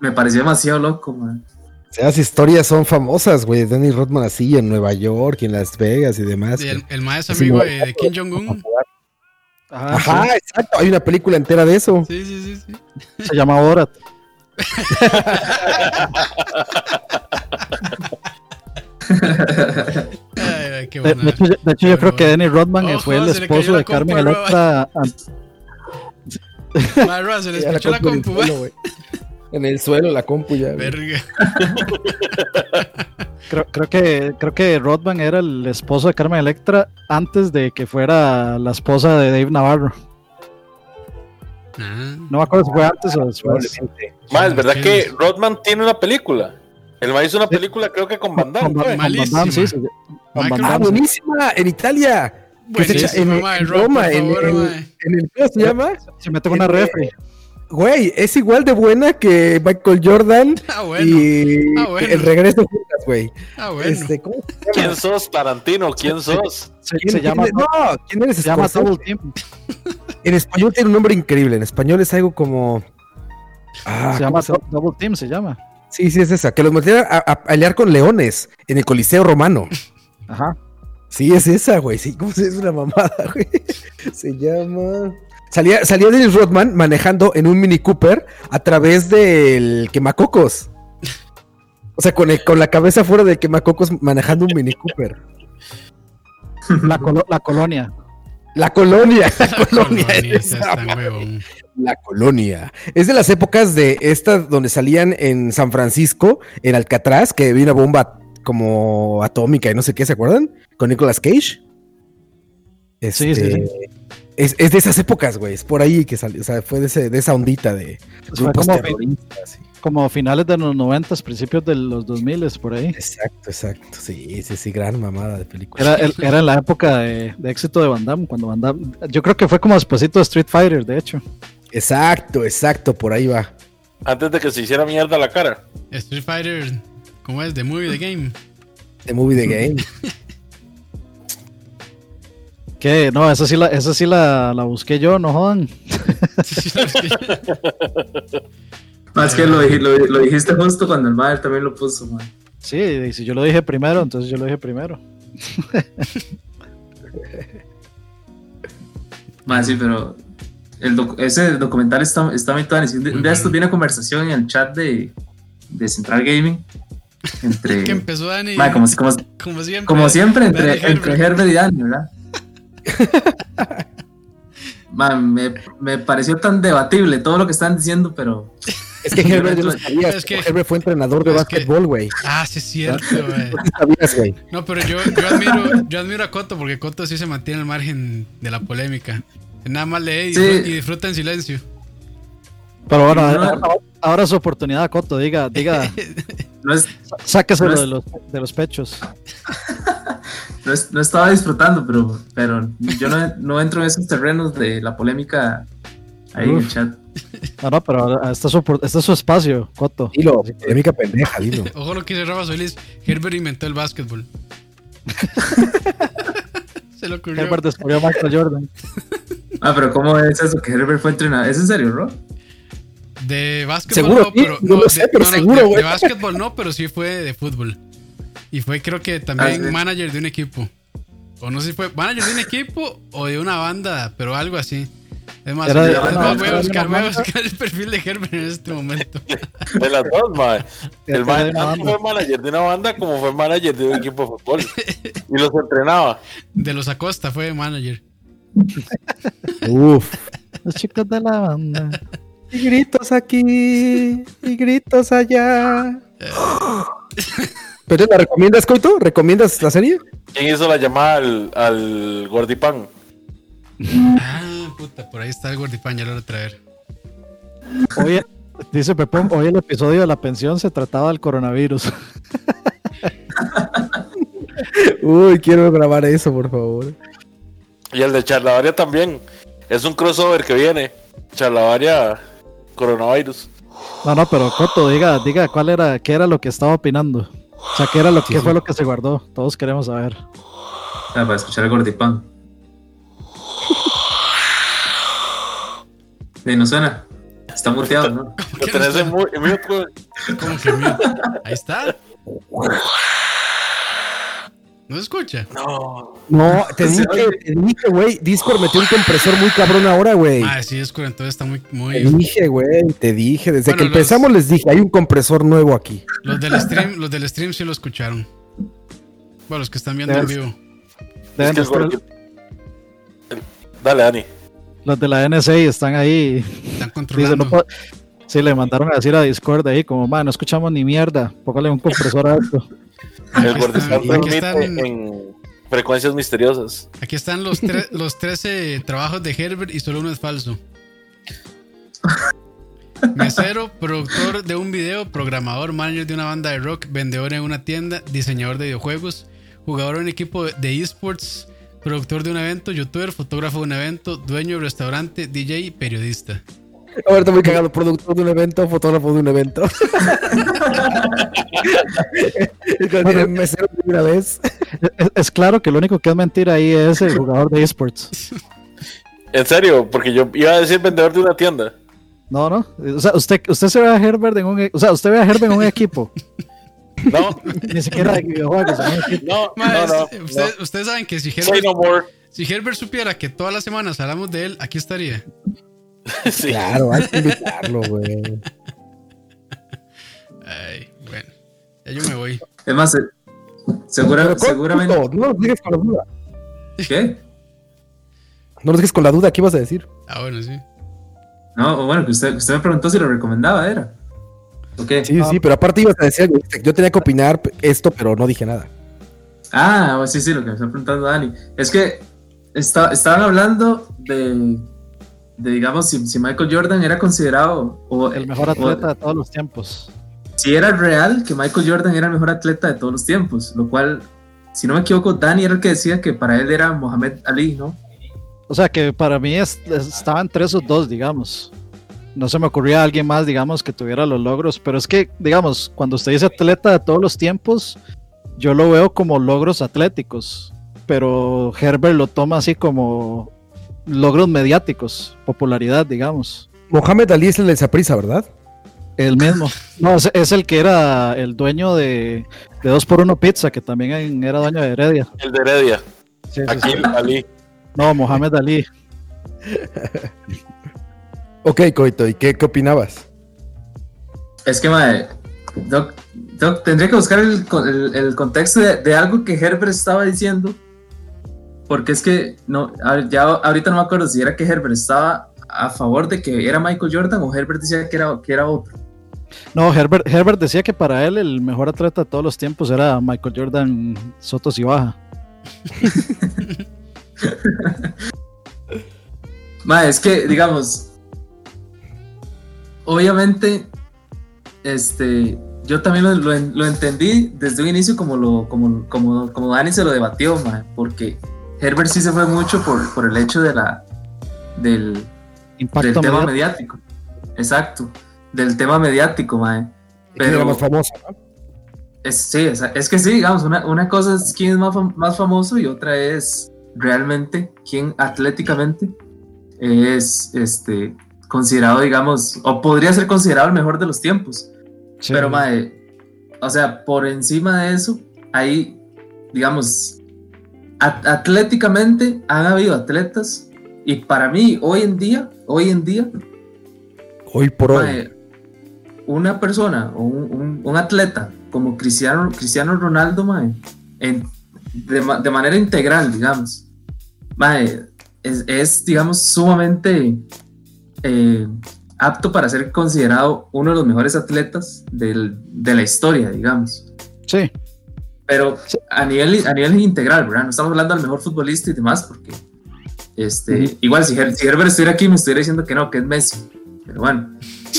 [SPEAKER 6] me pareció demasiado loco, man.
[SPEAKER 3] Esas historias son famosas, güey. Danny Rodman así en Nueva York, en Las Vegas y demás.
[SPEAKER 2] Sí, el,
[SPEAKER 3] güey.
[SPEAKER 2] el maestro
[SPEAKER 3] Así
[SPEAKER 2] amigo
[SPEAKER 3] no-
[SPEAKER 2] de, de Kim Jong-un.
[SPEAKER 5] Ajá,
[SPEAKER 3] Ajá, exacto. Hay una película entera de eso.
[SPEAKER 2] Sí, sí, sí, sí.
[SPEAKER 5] sí, se llama Borat.
[SPEAKER 2] Ay, ay, qué
[SPEAKER 5] De,
[SPEAKER 2] buena.
[SPEAKER 5] de hecho, yo- de hecho,
[SPEAKER 2] Muy
[SPEAKER 5] yo creo que
[SPEAKER 2] buena.
[SPEAKER 5] Danny Rodman eh, fue
[SPEAKER 2] Ojo,
[SPEAKER 5] el
[SPEAKER 2] se le cayó
[SPEAKER 5] esposo
[SPEAKER 2] la
[SPEAKER 5] de Carmen
[SPEAKER 2] compu a
[SPEAKER 5] Electra.
[SPEAKER 2] Madre, Roa, se le
[SPEAKER 3] Ya
[SPEAKER 2] escuchó la
[SPEAKER 3] en el
[SPEAKER 2] compu.
[SPEAKER 3] suelo, güey. En el suelo, la compu ya. güey.
[SPEAKER 2] Verga.
[SPEAKER 5] Creo, creo que, creo que Rodman era el esposo de Carmen Electra antes de que fuera la esposa de Dave Navarro.
[SPEAKER 2] Ah,
[SPEAKER 5] No me acuerdo si fue antes o después.
[SPEAKER 3] Probablemente.
[SPEAKER 4] Más, es verdad
[SPEAKER 2] Sí.
[SPEAKER 4] que Rodman tiene una película. El maíz hizo una película, creo que con Van Damme,
[SPEAKER 5] Con Van-
[SPEAKER 4] ¿fue?
[SPEAKER 5] con Van Damme, sí, sí, con Van
[SPEAKER 2] Michael-
[SPEAKER 3] Ah,
[SPEAKER 5] Damme, sí.
[SPEAKER 3] buenísima, en Italia. Que se echa
[SPEAKER 2] buenísimo,
[SPEAKER 3] en-
[SPEAKER 2] madre,
[SPEAKER 3] en
[SPEAKER 2] Roa, por
[SPEAKER 3] Roma, en-
[SPEAKER 2] favor,
[SPEAKER 3] en-
[SPEAKER 2] madre.
[SPEAKER 3] En el, ¿Cómo se llama?
[SPEAKER 5] Se mete con una refri.
[SPEAKER 3] Güey, es igual de buena que Michael Jordan
[SPEAKER 2] Ah, bueno.
[SPEAKER 3] y
[SPEAKER 2] Ah, bueno.
[SPEAKER 3] el regreso juntas, güey.
[SPEAKER 2] Ah, bueno.
[SPEAKER 3] Este, ¿cómo se llama?
[SPEAKER 4] ¿Quién sos, Tarantino? ¿Quién sos?
[SPEAKER 5] Se,
[SPEAKER 3] ¿Quién-
[SPEAKER 5] se
[SPEAKER 3] quién
[SPEAKER 5] llama,
[SPEAKER 3] es- no, ¿quién eres?
[SPEAKER 5] se llama
[SPEAKER 3] Scorsese?
[SPEAKER 5] Double Team.
[SPEAKER 3] En español tiene un nombre increíble. En español es algo como. Ah,
[SPEAKER 5] Se llama Dou- Double Team, se llama.
[SPEAKER 3] sí, sí, es esa. Que los metieron a, a pelear con leones en el Coliseo Romano.
[SPEAKER 5] Ajá.
[SPEAKER 3] Sí, es esa, güey. Sí, ¿cómo se es una mamada, güey? Se llama. Salía, salía Dennis Rodman manejando en un Mini Cooper a través del quemacocos. O sea, con, el- con la cabeza fuera del quemacocos manejando un Mini Cooper.
[SPEAKER 5] La, colo- la colonia.
[SPEAKER 3] La colonia, la colonia.
[SPEAKER 2] Colonia,
[SPEAKER 3] esa,
[SPEAKER 2] seas tan
[SPEAKER 3] madre.
[SPEAKER 2] huevón.
[SPEAKER 3] La colonia. Es de las épocas de estas donde salían en San Francisco, en Alcatraz, que había una bomba como atómica y no sé qué, ¿se acuerdan? Con Nicolas Cage.
[SPEAKER 5] Sí, sí,
[SPEAKER 3] Este, Es, es de esas épocas, güey. Es por ahí que salió. O sea, fue de, ese- de esa ondita de
[SPEAKER 5] Pues Fue
[SPEAKER 3] grupos
[SPEAKER 5] como,
[SPEAKER 3] terroristas. sí.
[SPEAKER 5] como finales de los 90, principios de los 2000, por ahí.
[SPEAKER 3] Exacto, exacto. Sí, sí, sí. Gran mamada de película.
[SPEAKER 5] Era, el- era en la época de, de éxito de Van Damme, cuando Van Damme, yo creo que fue como despacito de Street Fighter, de hecho.
[SPEAKER 3] Exacto, exacto. Por ahí va.
[SPEAKER 4] Antes de que se hiciera mierda la cara.
[SPEAKER 2] Street Fighter, ¿cómo es? The Movie, The Game.
[SPEAKER 3] The movie the game.
[SPEAKER 5] Que no, esa sí la, esa sí la, la busqué yo, no jodan.
[SPEAKER 6] No, es que lo, dij- lo- lo dijiste justo cuando el madre también lo puso, man.
[SPEAKER 5] Sí, y si yo lo dije primero, entonces yo lo dije primero.
[SPEAKER 6] Man, sí, pero el doc- ese documental está, está muy tuanis. Un día- un día esto viene conversación en el chat de, de Central Gaming. Entre.
[SPEAKER 2] que empezó Dani.
[SPEAKER 6] man, como, si- como,
[SPEAKER 2] como siempre.
[SPEAKER 6] como siempre, entre,
[SPEAKER 2] Dani
[SPEAKER 6] entre
[SPEAKER 2] Herbert.
[SPEAKER 6] Herbert y Dani, ¿verdad? Man, me, me pareció tan debatible todo lo que están diciendo, pero.
[SPEAKER 3] Es que Herbert ya lo sabías,
[SPEAKER 2] Es que-
[SPEAKER 3] Herbert fue entrenador de
[SPEAKER 2] es que-
[SPEAKER 3] básquetbol, güey.
[SPEAKER 2] Ah, sí, es cierto, güey.
[SPEAKER 3] Sí sabías, güey.
[SPEAKER 2] No, pero yo, yo, admiro, yo admiro a Coto porque Coto sí se mantiene al margen de la polémica. Nada más lee y,
[SPEAKER 6] Sí.
[SPEAKER 2] disfruta, y disfruta en silencio.
[SPEAKER 5] Pero bueno,
[SPEAKER 6] No.
[SPEAKER 5] ahora, ahora es su oportunidad, Coto, diga, diga,
[SPEAKER 6] No, es,
[SPEAKER 5] sáqueselo
[SPEAKER 6] No es-
[SPEAKER 5] de los, de los pechos.
[SPEAKER 6] no, es- no estaba disfrutando, pero, pero yo no, no entro en esos terrenos de la polémica ahí en el
[SPEAKER 5] Uf.
[SPEAKER 6] chat.
[SPEAKER 5] Ah, No, no, pero ahora está su, opor- este es su espacio, Coto.
[SPEAKER 3] Dilo, polémica pendeja, dilo.
[SPEAKER 2] Ojo lo que dice Rafa Solís. Herbert inventó el básquetbol. se le ocurrió.
[SPEAKER 5] Herbert descubrió a Michael Jordan.
[SPEAKER 6] Ah, pero ¿cómo es eso que Herbert fue entrenador? ¿Es en serio, bro?
[SPEAKER 2] De básquetbol
[SPEAKER 3] Seguro,
[SPEAKER 2] no,
[SPEAKER 3] sí,
[SPEAKER 2] pero.
[SPEAKER 3] no lo sé, pero seguro,
[SPEAKER 2] de- de,
[SPEAKER 3] güey.
[SPEAKER 2] básquetbol no, pero sí fue de fútbol. Y fue, creo que también
[SPEAKER 6] Ah, sí.
[SPEAKER 2] manager de un equipo. O no sé si fue manager de un equipo o de una banda, pero algo así. Es más,
[SPEAKER 5] Era de-
[SPEAKER 2] es
[SPEAKER 6] era
[SPEAKER 2] más,
[SPEAKER 6] de-
[SPEAKER 2] voy a
[SPEAKER 6] era de
[SPEAKER 2] buscar,
[SPEAKER 5] una
[SPEAKER 2] voy a
[SPEAKER 5] banda.
[SPEAKER 2] buscar el perfil de Herbert en este momento.
[SPEAKER 4] De las dos, mae. El
[SPEAKER 5] Era de
[SPEAKER 4] mae
[SPEAKER 5] una
[SPEAKER 4] tanto
[SPEAKER 5] banda.
[SPEAKER 4] fue manager de una banda como fue manager de un equipo de fútbol. Y los entrenaba.
[SPEAKER 2] De los Acosta fue manager.
[SPEAKER 3] Uf.
[SPEAKER 5] Los chicos de la banda.
[SPEAKER 3] Y gritos aquí, y gritos allá. ¿Pero la recomiendas, Coito? ¿Recomiendas la serie?
[SPEAKER 4] ¿Quién hizo la llamada al, al Gordipan?
[SPEAKER 2] Ah, puta, por ahí está el Gordipan, ya lo voy a traer.
[SPEAKER 5] Hoy, dice Pepón, hoy el episodio de la pensión se trataba del coronavirus.
[SPEAKER 3] Uy, quiero grabar eso, por favor.
[SPEAKER 4] Y el de Charlavaria también. Es un crossover que viene. Charlavaria coronavirus.
[SPEAKER 5] No, no, pero Coto, diga, diga cuál era, qué era lo que estaba opinando. O sea, ¿qué, era lo,
[SPEAKER 3] Sí,
[SPEAKER 5] qué
[SPEAKER 3] sí.
[SPEAKER 5] fue lo que se guardó? Todos queremos saber.
[SPEAKER 6] Ah, para escuchar el gordipán. Sí, no suena. Está muteado, ¿no?
[SPEAKER 4] Lo tenés en mu- en mute,
[SPEAKER 2] Como que mute. Ahí está. No se escucha.
[SPEAKER 4] No.
[SPEAKER 3] No, te
[SPEAKER 6] Se
[SPEAKER 3] dije,
[SPEAKER 6] oye.
[SPEAKER 3] te dije, güey, Discord metió un compresor muy cabrón ahora, güey.
[SPEAKER 2] Ah, sí, es entonces está muy,
[SPEAKER 3] Te
[SPEAKER 2] muy.
[SPEAKER 3] dije, güey, te dije. Desde
[SPEAKER 2] Bueno,
[SPEAKER 3] que
[SPEAKER 2] los-
[SPEAKER 3] empezamos les dije, hay un compresor nuevo aquí.
[SPEAKER 2] Los del stream, los del stream sí lo escucharon. Bueno, los que están viendo en vivo.
[SPEAKER 4] Es
[SPEAKER 5] Deben
[SPEAKER 4] que el
[SPEAKER 5] estar-
[SPEAKER 4] gordo- Dale, Dani.
[SPEAKER 5] los de la NSA están ahí.
[SPEAKER 2] Están
[SPEAKER 5] Dice,
[SPEAKER 2] controlando.
[SPEAKER 5] no puedo- sí, le mandaron a decir a Discord ahí, como, man, no escuchamos ni mierda. Póngale un compresor a esto.
[SPEAKER 4] El
[SPEAKER 2] Aquí
[SPEAKER 4] Gordipán
[SPEAKER 2] están- aquí
[SPEAKER 4] transmite
[SPEAKER 2] están-
[SPEAKER 4] en frecuencias misteriosas.
[SPEAKER 2] Aquí están los, tre- los 13 trabajos de Herbert y solo uno es falso. Mesero, productor de un video, programador, manager de una banda de rock, vendedor en una tienda, diseñador de videojuegos, jugador en equipo de esports, productor de un evento, youtuber, fotógrafo de un evento, dueño de restaurante, DJ y periodista.
[SPEAKER 3] Ahora está muy cagado, productor de un evento, fotógrafo de un evento. Bueno, mesero de una vez.
[SPEAKER 5] Es, es claro que lo único que es mentira ahí es el jugador de esports.
[SPEAKER 4] En serio, porque yo iba a decir vendedor de una tienda.
[SPEAKER 5] No, no. O sea, usted, usted se ve a Herbert en un, e- o sea, usted ve a Herbert en un equipo.
[SPEAKER 4] No,
[SPEAKER 5] Ni siquiera de videojuegos. en un equipo.
[SPEAKER 4] no,
[SPEAKER 2] Mae,
[SPEAKER 4] no, no.
[SPEAKER 2] este, usted- Ustedes saben que si
[SPEAKER 4] no. Say
[SPEAKER 2] Herbert,
[SPEAKER 4] no more.
[SPEAKER 2] si Herbert supiera que todas las semanas hablamos de él, aquí estaría.
[SPEAKER 4] Sí.
[SPEAKER 3] Claro, hay que invitarlo, güey.
[SPEAKER 2] Ay, bueno, ya yo me voy.
[SPEAKER 6] Es más, se- segura-
[SPEAKER 3] Pero, ¿cómo?
[SPEAKER 6] seguramente.
[SPEAKER 3] No nos dejes con la duda.
[SPEAKER 6] ¿Qué?
[SPEAKER 3] No nos dejes con la duda, ¿qué ibas a decir?
[SPEAKER 2] Ah, bueno, sí.
[SPEAKER 6] No, bueno, que usted, usted me preguntó si lo recomendaba, ¿era? ¿O qué?
[SPEAKER 3] Sí, sí, pero aparte ibas a decir algo. Yo tenía que opinar esto, pero no dije nada.
[SPEAKER 6] Ah, bueno, sí, sí, lo que me está preguntando Dani. Es que está- estaban hablando de, de, digamos, si, si Michael Jordan era considerado o
[SPEAKER 5] El mejor
[SPEAKER 6] o-
[SPEAKER 5] atleta de todos los tiempos.
[SPEAKER 6] si era real que Michael Jordan era el mejor atleta de todos los tiempos, lo cual, si no me equivoco, Dani era el que decía que para él era Mohamed Ali, ¿no?
[SPEAKER 5] O sea, que para mí es- estaban entre esos dos, digamos. No se me ocurría alguien más, digamos, que tuviera los logros. Pero es que, digamos, cuando usted dice atleta de todos los tiempos, yo lo veo como logros atléticos. Pero Herbert lo toma así como logros mediáticos, popularidad, digamos.
[SPEAKER 3] Mohamed Ali es el de Saprisa, ¿verdad?
[SPEAKER 5] El mismo. No, es, es el que era el dueño de, de 2x1 Pizza, que también en- era dueño de Heredia.
[SPEAKER 4] El de Heredia.
[SPEAKER 5] Sí, sí, sí.
[SPEAKER 4] Aquí, Ali.
[SPEAKER 5] No, Mohamed Ali.
[SPEAKER 3] Ok, Coito, ¿y qué, qué opinabas?
[SPEAKER 6] Es que, madre, Doc, Doc, tendría que buscar el, co- el- el contexto de, de algo que Herbert estaba diciendo. Porque es que, no, a- ya ahorita no me acuerdo si era que Herbert estaba a favor de que era Michael Jordan o Herbert decía que era, que era otro.
[SPEAKER 5] No, Herbert, Herbert decía que para él el mejor atleta de todos los tiempos era Michael Jordan Sotos y Baja.
[SPEAKER 6] Madre, es que, digamos, obviamente, este, yo también lo, lo en- lo entendí desde un inicio como, lo, como, como, como Dani se lo debatió, madre, porque Herbert sí se fue mucho por, por el hecho de la, del, del
[SPEAKER 5] Impacto
[SPEAKER 6] tema
[SPEAKER 5] mediático.
[SPEAKER 6] mediático. Exacto, del tema mediático, mae.
[SPEAKER 3] ¿Quién era
[SPEAKER 6] Pero
[SPEAKER 3] más famoso? no?
[SPEAKER 6] es, sí, es, es que sí, digamos, una, una cosa es quién es más, fam- más famoso y otra es realmente quién atléticamente es este considerado, digamos, o podría ser considerado el mejor de los tiempos.
[SPEAKER 5] Sí.
[SPEAKER 6] Pero, mae, o sea, por encima de eso, hay, digamos, at- atléticamente han habido atletas y para mí, hoy en día, hoy en día,
[SPEAKER 3] Hoy por hoy.
[SPEAKER 6] Mae, una persona o un, un- un atleta como Cristiano, Cristiano Ronaldo, mae, en- de, ma- de manera integral, digamos, mae, es, es, digamos, sumamente eh, apto para ser considerado uno de los mejores atletas del- de la historia, digamos.
[SPEAKER 5] Sí,
[SPEAKER 6] Pero
[SPEAKER 5] Sí.
[SPEAKER 6] a nivel, a nivel integral, ¿verdad? No estamos hablando del mejor futbolista y demás, porque este, igual si, Her- si Herbert estuviera aquí me estuviera diciendo que no, que es Messi. Pero bueno.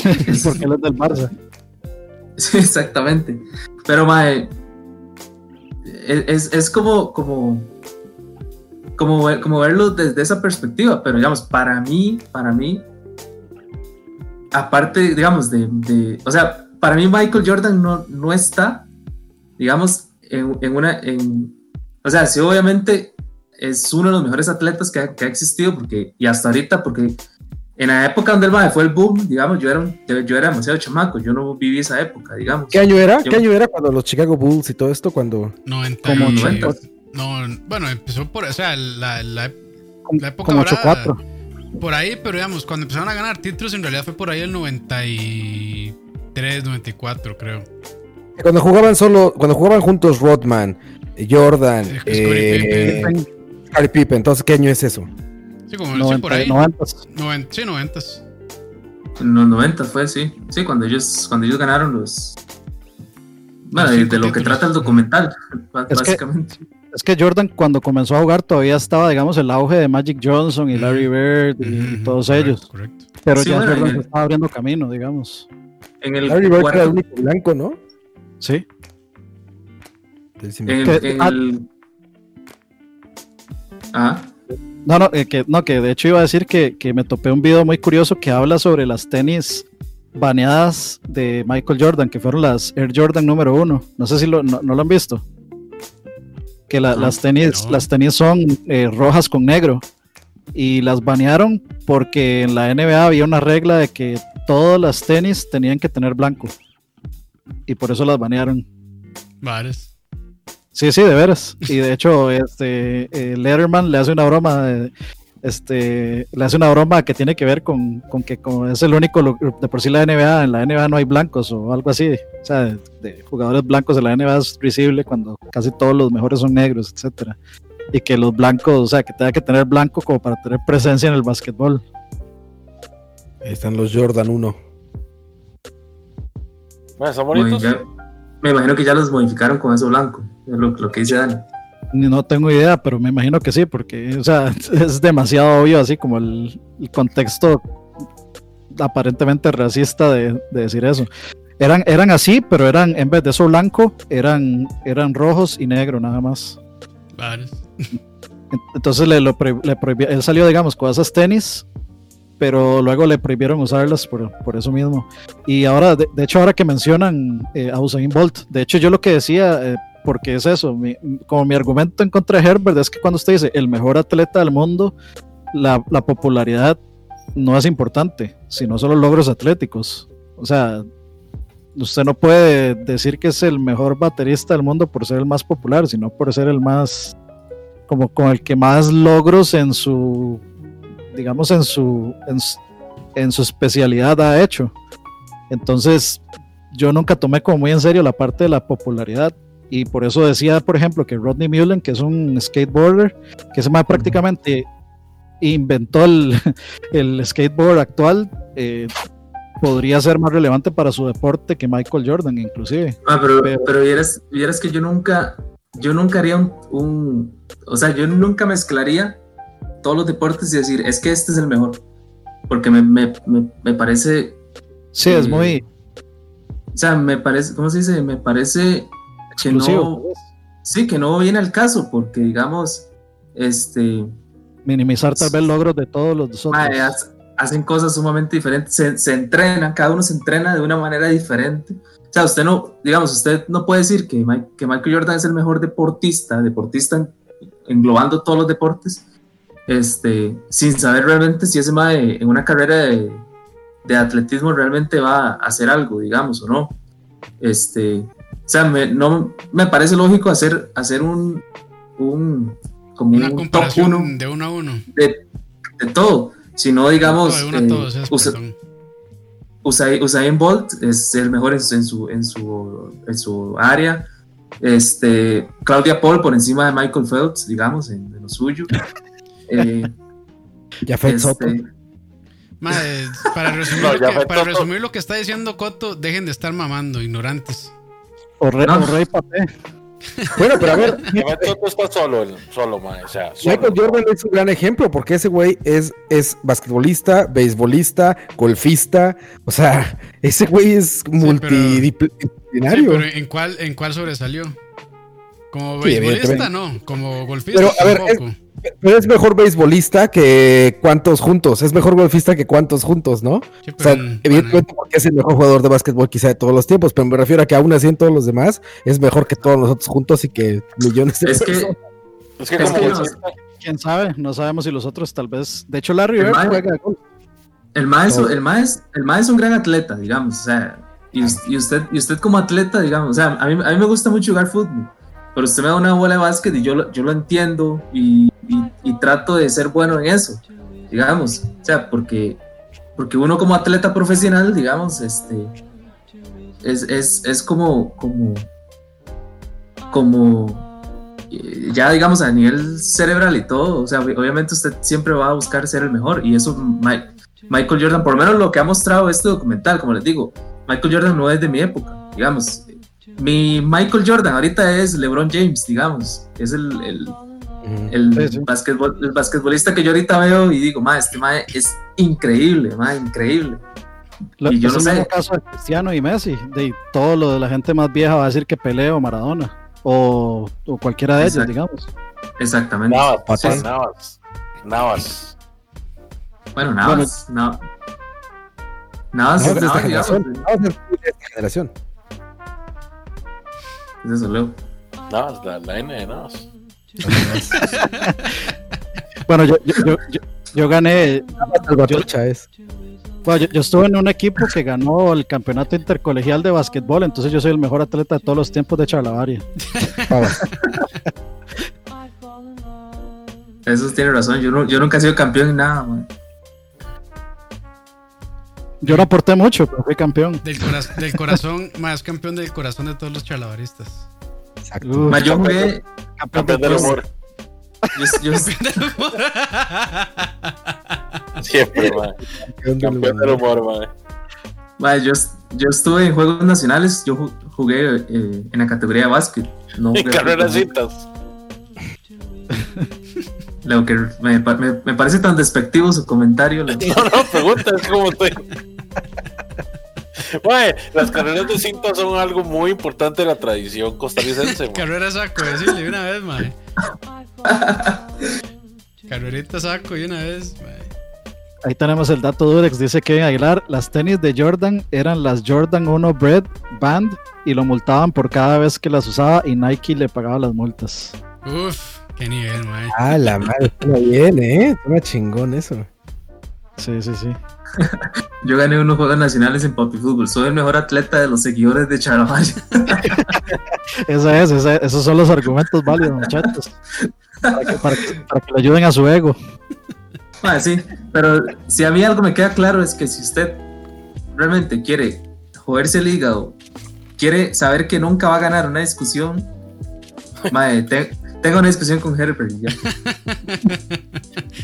[SPEAKER 5] porque él es del Barça.
[SPEAKER 6] Sí, exactamente. Pero, mae, es, es- es como, como, como, ver- como verlo desde esa perspectiva, pero digamos, para mí, para mí, aparte, digamos, de, de- o sea, para mí Michael Jordan no, no está, digamos, en, en una... En, o sea, sí, obviamente es uno de los mejores atletas que ha, que ha existido porque, y hasta ahorita, porque en la época donde el mae fue el boom, digamos, yo era, un- yo, yo era demasiado chamaco, yo no viví esa época, digamos.
[SPEAKER 3] ¿Qué año era?
[SPEAKER 6] Yo-
[SPEAKER 3] ¿Qué año era cuando los Chicago Bulls y todo esto? Cuando
[SPEAKER 2] 90
[SPEAKER 5] Como
[SPEAKER 2] y-
[SPEAKER 6] 90.
[SPEAKER 2] No, bueno, empezó por, o sea, la, la,
[SPEAKER 5] Como,
[SPEAKER 2] La época
[SPEAKER 5] como
[SPEAKER 2] dorada.
[SPEAKER 5] 8-4.
[SPEAKER 2] por ahí, pero digamos, cuando empezaron a ganar títulos, en realidad fue por ahí el 93, 94, creo.
[SPEAKER 3] cuando jugaban solo, cuando jugaban juntos Rodman, Jordan,
[SPEAKER 2] Sí, Scottie
[SPEAKER 3] eh, Scottie Pippen. Entonces, ¿qué año es eso?
[SPEAKER 2] Sí, como sí, por
[SPEAKER 5] 90,
[SPEAKER 2] ahí.
[SPEAKER 5] 90.
[SPEAKER 2] Noven- sí, 90.
[SPEAKER 6] En los 90 fue, sí. Sí, cuando ellos, cuando ellos ganaron los... Bueno,
[SPEAKER 2] Los
[SPEAKER 6] de,
[SPEAKER 2] cinco
[SPEAKER 6] de lo que
[SPEAKER 2] títulos.
[SPEAKER 6] trata el documental, bá-
[SPEAKER 5] Es que-
[SPEAKER 6] básicamente.
[SPEAKER 5] Es que Jordan cuando comenzó a jugar todavía estaba, digamos, el auge de Magic Johnson y Larry Bird y
[SPEAKER 2] Ujú,
[SPEAKER 5] todos
[SPEAKER 2] correcto,
[SPEAKER 5] ellos.
[SPEAKER 2] Correcto.
[SPEAKER 5] Pero
[SPEAKER 6] Sí,
[SPEAKER 5] ya
[SPEAKER 6] bueno,
[SPEAKER 5] Jordan
[SPEAKER 6] en
[SPEAKER 5] se
[SPEAKER 6] el-
[SPEAKER 5] estaba abriendo camino, digamos.
[SPEAKER 6] En el
[SPEAKER 3] Larry Bird era el
[SPEAKER 6] cuarto-
[SPEAKER 3] único blanco, ¿no?
[SPEAKER 5] Sí.
[SPEAKER 3] Entonces,
[SPEAKER 6] en el- en
[SPEAKER 5] Ah.
[SPEAKER 6] el- Ah, Ajá.
[SPEAKER 5] No, no, eh, que, no, que de hecho iba a decir que, que me topé un video muy curioso que habla sobre las tenis baneadas de Michael Jordan, que fueron las Air Jordan número uno. No sé si lo, no, no lo han visto. Que la-
[SPEAKER 6] No,
[SPEAKER 5] las, tenis,
[SPEAKER 2] no.
[SPEAKER 5] las tenis son eh, rojas con negro. Y las banearon porque en la NBA había una regla de que todas las tenis tenían que tener blanco. Y por eso las banearon.
[SPEAKER 2] Vares.
[SPEAKER 5] Sí, sí, de veras. Y de hecho, este eh, Letterman le hace una broma, de- este, le hace una broma que tiene que ver con, con que como es el único lu- de por sí la NBA, en la NBA no hay blancos o algo así. O sea, de, de jugadores blancos en la NBA es visible cuando casi todos los mejores son negros, etcétera. Y que los blancos, o sea, que tenga que tener blanco como para tener presencia en el básquetbol.
[SPEAKER 3] ahí están los Jordan 1.
[SPEAKER 4] Mae, ¿Están
[SPEAKER 6] Bueno,
[SPEAKER 4] bonitos?
[SPEAKER 6] ya- me imagino que ya los modificaron con eso blanco, es lo, lo que dice Dani.
[SPEAKER 5] Ni- No tengo idea, pero me imagino que sí, porque o sea, es demasiado obvio, así como el, el contexto aparentemente racista de, de decir eso. Eran, eran así, pero eran, en vez de eso blanco, eran, eran rojos y negro nada más.
[SPEAKER 2] Vares.
[SPEAKER 5] En- Entonces le, lo pro- le prohibi- él salió, digamos, con esas tenis, pero luego le prohibieron usarlas por, por eso mismo. Y ahora, de, de hecho, ahora que mencionan eh, a Usain Bolt, de hecho yo lo que decía, eh, porque es eso, mi- como mi argumento en contra de Herbert es que cuando usted dice el mejor atleta del mundo, la, la popularidad no es importante, sino solo logros atléticos. O sea, usted no puede decir que es el mejor baterista del mundo por ser el más popular, sino por ser el más como con el que más logros en su, digamos, en su, en, su- en su especialidad ha hecho. Entonces, yo nunca tomé como muy en serio la parte de la popularidad. Y por eso decía, por ejemplo, que Rodney Mullen, que es un skateboarder, que se más prácticamente inventó el, el skateboard actual, eh, podría ser más relevante para su deporte que Michael Jordan, inclusive.
[SPEAKER 6] Ah, pero,
[SPEAKER 5] Pero-
[SPEAKER 6] pero, vieras, vieras que yo nunca, yo nunca haría un, un- o sea, yo nunca mezclaría todos los deportes y decir, es que este es el mejor, porque me, me- me- me parece,
[SPEAKER 5] Sí, es
[SPEAKER 6] Mm.
[SPEAKER 5] muy
[SPEAKER 6] o sea, me parece, ¿cómo se dice? Me parece que
[SPEAKER 5] exclusivo. pues.
[SPEAKER 6] no, sí, que no viene al caso, porque digamos, este,
[SPEAKER 5] Minimizar tal vez logros de todos los otros.
[SPEAKER 6] mae, haz- hacen cosas sumamente diferentes, se, se entrenan, cada uno se entrena de una manera diferente. O sea, usted no, digamos, usted no puede decir que, Mi- que Michael Jordan es el mejor deportista, deportista en- englobando todos los deportes, este, sin saber realmente si ese mae en una carrera de, de atletismo realmente va a hacer algo, digamos, o no. Este, o sea, me, no, me parece lógico hacer, hacer un, un,
[SPEAKER 5] Mm,
[SPEAKER 6] como
[SPEAKER 2] Una
[SPEAKER 6] un top
[SPEAKER 2] comparación
[SPEAKER 6] 1
[SPEAKER 2] de uno a uno.
[SPEAKER 6] de, de todo, sino digamos
[SPEAKER 2] de uno a
[SPEAKER 4] este,
[SPEAKER 6] eh,
[SPEAKER 2] todos, es,
[SPEAKER 6] Usa-
[SPEAKER 2] perdón.
[SPEAKER 6] Usai- Usain Bolt es el mejor en su, en su, en su, en su área. Este, Claudia Paul por encima de Michael Phelps, digamos, en, en lo suyo. Eh,
[SPEAKER 3] Ya fue el Soto.
[SPEAKER 6] este,
[SPEAKER 2] Mae, para resumir,
[SPEAKER 4] No,
[SPEAKER 2] lo
[SPEAKER 4] ya
[SPEAKER 2] que,
[SPEAKER 4] fue
[SPEAKER 2] para
[SPEAKER 4] todo.
[SPEAKER 2] resumir lo que está diciendo Coto, dejen de estar mamando, ignorantes.
[SPEAKER 5] O, re-
[SPEAKER 6] No.
[SPEAKER 5] o Rey Papé.
[SPEAKER 3] Bueno, pero a ver,
[SPEAKER 4] Mae, Toto está solo, el- solo, mae, o sea, solo.
[SPEAKER 3] Michael Jordan es un gran ejemplo porque ese güey es, es basquetbolista, beisbolista, golfista. O sea, ese güey es
[SPEAKER 2] Sí,
[SPEAKER 3] multidisciplinario.
[SPEAKER 2] pero ¿en cuál, ¿en cuál sobresalió? Como
[SPEAKER 3] Sí,
[SPEAKER 2] beisbolista,
[SPEAKER 3] evidentemente.
[SPEAKER 2] no. Como golfista,
[SPEAKER 3] Pero, a ver,
[SPEAKER 2] tampoco.
[SPEAKER 3] Pero es mejor beisbolista que cuantos juntos. Es mejor golfista que cuantos juntos, ¿no?
[SPEAKER 2] Sí,
[SPEAKER 3] O sea,
[SPEAKER 2] pero, bueno,
[SPEAKER 3] evidentemente porque es el mejor jugador de básquetbol quizá de todos los tiempos, pero me refiero a que aún así en todos los demás es mejor que todos nosotros juntos y que millones de
[SPEAKER 6] Es que
[SPEAKER 3] personas.
[SPEAKER 4] Es que
[SPEAKER 6] Es
[SPEAKER 4] como
[SPEAKER 6] que
[SPEAKER 4] golfista-
[SPEAKER 5] ¿Quién sabe? No sabemos si los otros tal vez. De hecho, Larry
[SPEAKER 6] El
[SPEAKER 5] Bird
[SPEAKER 6] Mae-
[SPEAKER 5] juega golf.
[SPEAKER 6] el mae es,
[SPEAKER 3] Todo.
[SPEAKER 6] el mae es- el mae es un gran atleta, digamos. O sea, y, us- y usted, y usted como atleta, digamos. O sea, a mí, a mí me gusta mucho jugar fútbol. Pero usted me da una bola de básquet y yo lo, yo lo entiendo y, y- y trato de ser bueno en eso, digamos. O sea, porque, porque uno como atleta profesional, digamos, este, es, es, es como, como, como, eh, ya digamos a nivel cerebral y todo, o sea, ob- obviamente usted siempre va a buscar ser el mejor y eso Ma- Michael Jordan, por lo menos lo que ha mostrado este documental, como les digo, Michael Jordan no es de mi época, digamos. Mi Michael Jordan ahorita es LeBron James, digamos, es el, el,
[SPEAKER 3] Ujú.
[SPEAKER 6] el,
[SPEAKER 5] Sí, sí.
[SPEAKER 6] basquetbol- el basquetbolista que yo ahorita veo y digo, ma, este ma es increíble, ma, increíble.
[SPEAKER 5] Lo-
[SPEAKER 6] Y yo
[SPEAKER 5] es
[SPEAKER 6] no
[SPEAKER 5] el
[SPEAKER 6] sé.
[SPEAKER 5] mismo caso de Cristiano y Messi. De todo lo de la gente más vieja va a decir que Pelé o Maradona. O, o cualquiera de ellos,
[SPEAKER 6] Exacto.
[SPEAKER 5] digamos.
[SPEAKER 6] Exactamente.
[SPEAKER 4] Navas,
[SPEAKER 6] Sí.
[SPEAKER 4] Navas, Navas.
[SPEAKER 6] Bueno, Navas, Nav- Navas,
[SPEAKER 3] No,
[SPEAKER 6] es
[SPEAKER 3] de
[SPEAKER 6] de
[SPEAKER 3] esta
[SPEAKER 6] Navas, digamos,
[SPEAKER 3] generación. No, es de esta generación.
[SPEAKER 6] pues, es de Soleo.
[SPEAKER 4] Navas, la, la N de Navas.
[SPEAKER 5] Bueno, yo, yo, yo, yo- yo gané.
[SPEAKER 3] Salvatrucha es.
[SPEAKER 5] bueno, yo, yo estuve en un equipo que ganó el campeonato intercolegial de básquetbol. Entonces, yo soy el mejor atleta de todos los tiempos de Charlavaria.
[SPEAKER 3] Pavas.
[SPEAKER 6] Eso tiene razón, yo, no- yo nunca he sido campeón en nada, man.
[SPEAKER 5] Yo no aporté mucho, pero fui campeón.
[SPEAKER 2] del, coraz- del corazón, más campeón del corazón de todos los chalabaristas.
[SPEAKER 3] Exacto.
[SPEAKER 5] Uh,
[SPEAKER 6] Ma, yo
[SPEAKER 3] Pues,
[SPEAKER 6] jugué,
[SPEAKER 5] campeón
[SPEAKER 4] Campeón del
[SPEAKER 5] del-
[SPEAKER 4] humor.
[SPEAKER 6] yo- yo-
[SPEAKER 4] Siempre, man.
[SPEAKER 3] Campeón del
[SPEAKER 4] Campeón del
[SPEAKER 3] mundo.
[SPEAKER 4] humor, man.
[SPEAKER 6] ma, yo, yo estuve en Juegos Nacionales, yo ju- jugué eh, en la categoría de básquet. No
[SPEAKER 4] Y
[SPEAKER 6] jugué
[SPEAKER 4] carreras
[SPEAKER 6] fútbol.
[SPEAKER 4] citas.
[SPEAKER 6] Lo que me, pa- me- me parece tan despectivo su comentario. lo-
[SPEAKER 4] No, no, pregunta, es como estoy. Mae, las carreras de cinta son algo muy importante de la tradición costarricense. mae.
[SPEAKER 2] Carrera saco, decirle de una vez, mae. Carrerita saco y una vez, mae.
[SPEAKER 5] Ahí tenemos el dato Durex, dice Kevin Aguilar, las tenis de Jordan eran las Jordan 1 Bread Band y lo multaban por cada vez que las usaba y Nike le pagaba las multas.
[SPEAKER 2] Uf, qué nivel, mae.
[SPEAKER 3] Ah, la madre. Suena bien, ¿eh? Suena chingón eso.
[SPEAKER 5] Sí, sí, sí.
[SPEAKER 6] Yo gané unos Juegos Nacionales en Papi Fútbol. Soy el mejor atleta de los seguidores de Charamayo.
[SPEAKER 5] Esa es, esa- esos son los argumentos válidos, muchachos. Para que, para que- para que le ayuden a su ego.
[SPEAKER 6] Ah, sí, pero si a mí algo me queda claro es que si usted realmente quiere joderse el hígado, quiere saber que nunca va a ganar una discusión, madre, te- tenga una discusión con Herbert. y ya.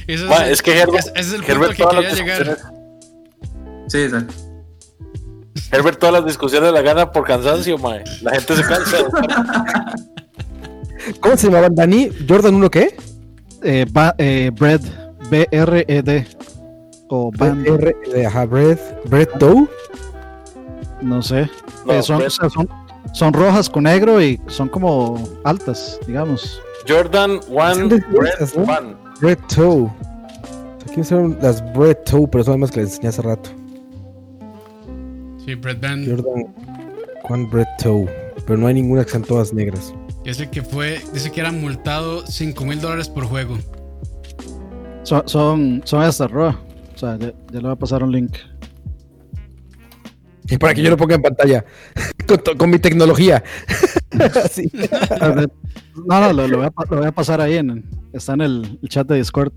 [SPEAKER 2] Eso es,
[SPEAKER 4] Mae, es que Herbert,
[SPEAKER 2] ese- ese es el punto
[SPEAKER 4] Herbert,
[SPEAKER 2] al que
[SPEAKER 4] todas
[SPEAKER 2] quería
[SPEAKER 4] las
[SPEAKER 2] llegar.
[SPEAKER 4] discusiones,
[SPEAKER 6] Sí, exacto.
[SPEAKER 4] Herbert todas las discusiones la gana por cansancio, mae. La gente se cansa.
[SPEAKER 3] ¿Cómo se llamaban, Dani? ¿Jordan 1 qué?
[SPEAKER 5] Eh, ba- eh, bread, B-R-E-D. O Band,
[SPEAKER 3] R E de eh, ajá, Bread. Bread Doe.
[SPEAKER 5] no sé.
[SPEAKER 4] No,
[SPEAKER 5] Eh, son,
[SPEAKER 4] Brett-
[SPEAKER 5] son, son rojas con negro y son como altas, digamos.
[SPEAKER 4] Jordan,
[SPEAKER 3] Son
[SPEAKER 4] One,
[SPEAKER 3] desnudas,
[SPEAKER 4] Brett,
[SPEAKER 3] ¿no?
[SPEAKER 4] Van.
[SPEAKER 3] Bread Toe. Aquí son las Bread Toe, pero son las mismas que les enseñé hace rato.
[SPEAKER 2] Sí, Brett Band,
[SPEAKER 3] Jordan Juan Bread Toe. Pero no hay ninguna que sean todas negras.
[SPEAKER 2] que es el que fue, dice que era multado 5 mil dólares por juego.
[SPEAKER 5] Son, son, son estas rojas. O sea, ya, ya le voy a pasar un link.
[SPEAKER 3] Y para que yo lo ponga en pantalla. con, to- con mi tecnología. Así.
[SPEAKER 5] Eh, No, no, lo, lo voy, a, pa- lo voy a pasar ahí. En, está en el, el chat de Discord.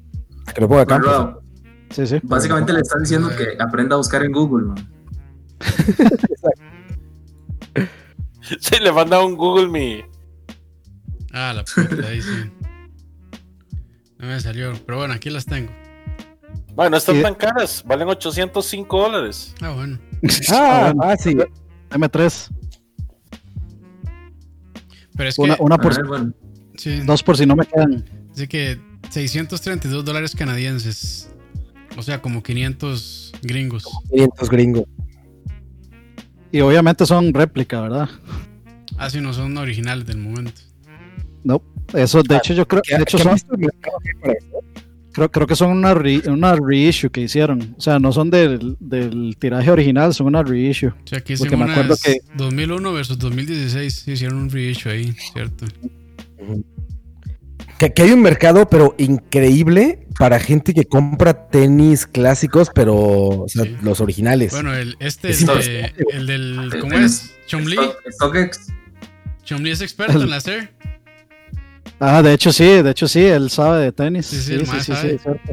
[SPEAKER 3] Que lo ponga acá. pues.
[SPEAKER 6] Pero,
[SPEAKER 5] Sí, sí.
[SPEAKER 6] básicamente le están diciendo que aprenda a buscar en Google. man.
[SPEAKER 4] Sí, le manda un Google mi.
[SPEAKER 2] Ah, la puta, ahí sí. No me salió, pero bueno, aquí las tengo.
[SPEAKER 4] Mae, no están
[SPEAKER 5] Y-
[SPEAKER 4] tan caras. Valen 805 dólares.
[SPEAKER 2] Ah, bueno.
[SPEAKER 3] Ah, ah, sí.
[SPEAKER 5] M3.
[SPEAKER 2] Pero es que,
[SPEAKER 5] Una, una
[SPEAKER 6] A
[SPEAKER 5] Ah, por,
[SPEAKER 6] ver, bueno,
[SPEAKER 2] sí,
[SPEAKER 5] dos por si no me quedan.
[SPEAKER 2] dice que 632 dólares canadienses. O sea, como 500 gringos.
[SPEAKER 3] 500 gringos.
[SPEAKER 5] Y obviamente son réplica, ¿verdad?
[SPEAKER 2] Ah, sí, no son originales del momento.
[SPEAKER 5] No. Eso, de hecho, yo creo, de hecho,
[SPEAKER 3] ¿Qué
[SPEAKER 5] son-
[SPEAKER 3] has visto el mercado que hay para eso?
[SPEAKER 5] creo, creo que son una, re- una reissue que hicieron. O sea, no son del, del tiraje original, son una reissue.
[SPEAKER 2] O sea, aquí
[SPEAKER 5] Porque
[SPEAKER 2] hicieron
[SPEAKER 5] me acuerdo
[SPEAKER 2] unas
[SPEAKER 5] que-
[SPEAKER 2] 2001 versus 2016. Hicieron un reissue ahí, ¿cierto?
[SPEAKER 3] Que, que hay un mercado, pero increíble para gente que compra tenis clásicos, pero o sea,
[SPEAKER 2] Sí.
[SPEAKER 3] los originales.
[SPEAKER 2] Bueno, el, este,
[SPEAKER 3] Es
[SPEAKER 2] el, de-
[SPEAKER 3] impresionante,
[SPEAKER 2] Ah, el del.
[SPEAKER 6] Sí,
[SPEAKER 2] ¿Cómo
[SPEAKER 6] tienes-
[SPEAKER 2] es? Chomli.
[SPEAKER 6] StockX.
[SPEAKER 2] Chomli es experto en la E SER.
[SPEAKER 5] Ah, de hecho, sí, de hecho, sí, él sabe de tenis.
[SPEAKER 2] Sí,
[SPEAKER 5] Sí,
[SPEAKER 2] sí,
[SPEAKER 5] sí,
[SPEAKER 2] el
[SPEAKER 5] sí,
[SPEAKER 2] mae
[SPEAKER 5] sí,
[SPEAKER 2] sabe.
[SPEAKER 5] es cierto.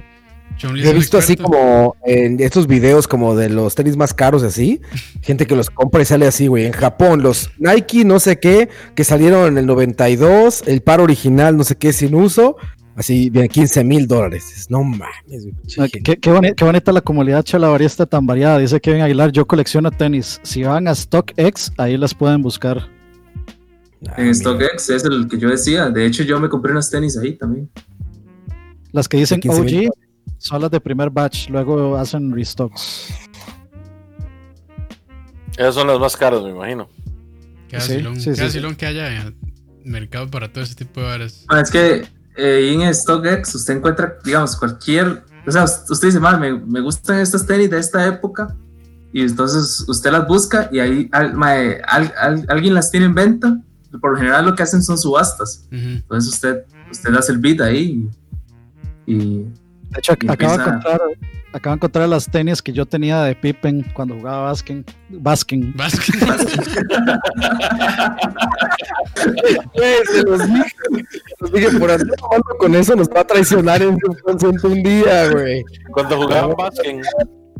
[SPEAKER 2] Chomli es
[SPEAKER 3] Yo he
[SPEAKER 2] el
[SPEAKER 3] visto así
[SPEAKER 2] experto.
[SPEAKER 3] como en estos videos como de los tenis más caros así, gente que los compra y sale así, güey. En Japón, los Nike no sé qué, que salieron en el 92, el par original no sé qué sin uso, así de 15 mil dólares. Dices, No mames, güey. pinche
[SPEAKER 5] Ah,
[SPEAKER 3] gente.
[SPEAKER 5] Qué, qué boni- qué bonita la comunidad chalabarista tan variada. Dice Kevin Aguilar, yo colecciono tenis. Si van a StockX, ahí las pueden buscar.
[SPEAKER 3] Ah,
[SPEAKER 6] En
[SPEAKER 3] mira.
[SPEAKER 6] StockX es el que yo decía. De hecho, yo me compré unos tenis ahí también.
[SPEAKER 5] Las que dicen
[SPEAKER 3] 15 mil
[SPEAKER 5] OG son las de primer batch, luego hacen restocks.
[SPEAKER 4] Esas son las más caras, me imagino.
[SPEAKER 2] Cada
[SPEAKER 5] Sí,
[SPEAKER 2] silón,
[SPEAKER 5] sí, sí,
[SPEAKER 2] cada
[SPEAKER 5] sí.
[SPEAKER 2] silón que haya eh, mercado para todo ese tipo de varas.
[SPEAKER 6] Ah, es que eh, en StockX usted encuentra, digamos, cualquier. O sea, usted dice, "Ma, me, me gustan estos tenis de esta época. Y entonces usted las busca y ahí al- ma, eh, al- al- alguien las tiene en venta. Por lo general, lo que hacen son subastas.
[SPEAKER 2] Ujú.
[SPEAKER 6] Entonces usted, usted hace el bid ahí y, y
[SPEAKER 5] De hecho, ac-
[SPEAKER 6] Y
[SPEAKER 5] acabo de
[SPEAKER 6] empieza-
[SPEAKER 5] encontrar, acabo de encontrar las tenis que yo tenía de Pippen cuando jugaba Basken. Basken.
[SPEAKER 2] Vázquez.
[SPEAKER 3] Ah, Güey, se los dije, los dije, por andar jugando con eso nos va a traicionar en su consciente un día, güey.
[SPEAKER 4] Cuando jugaban básquet,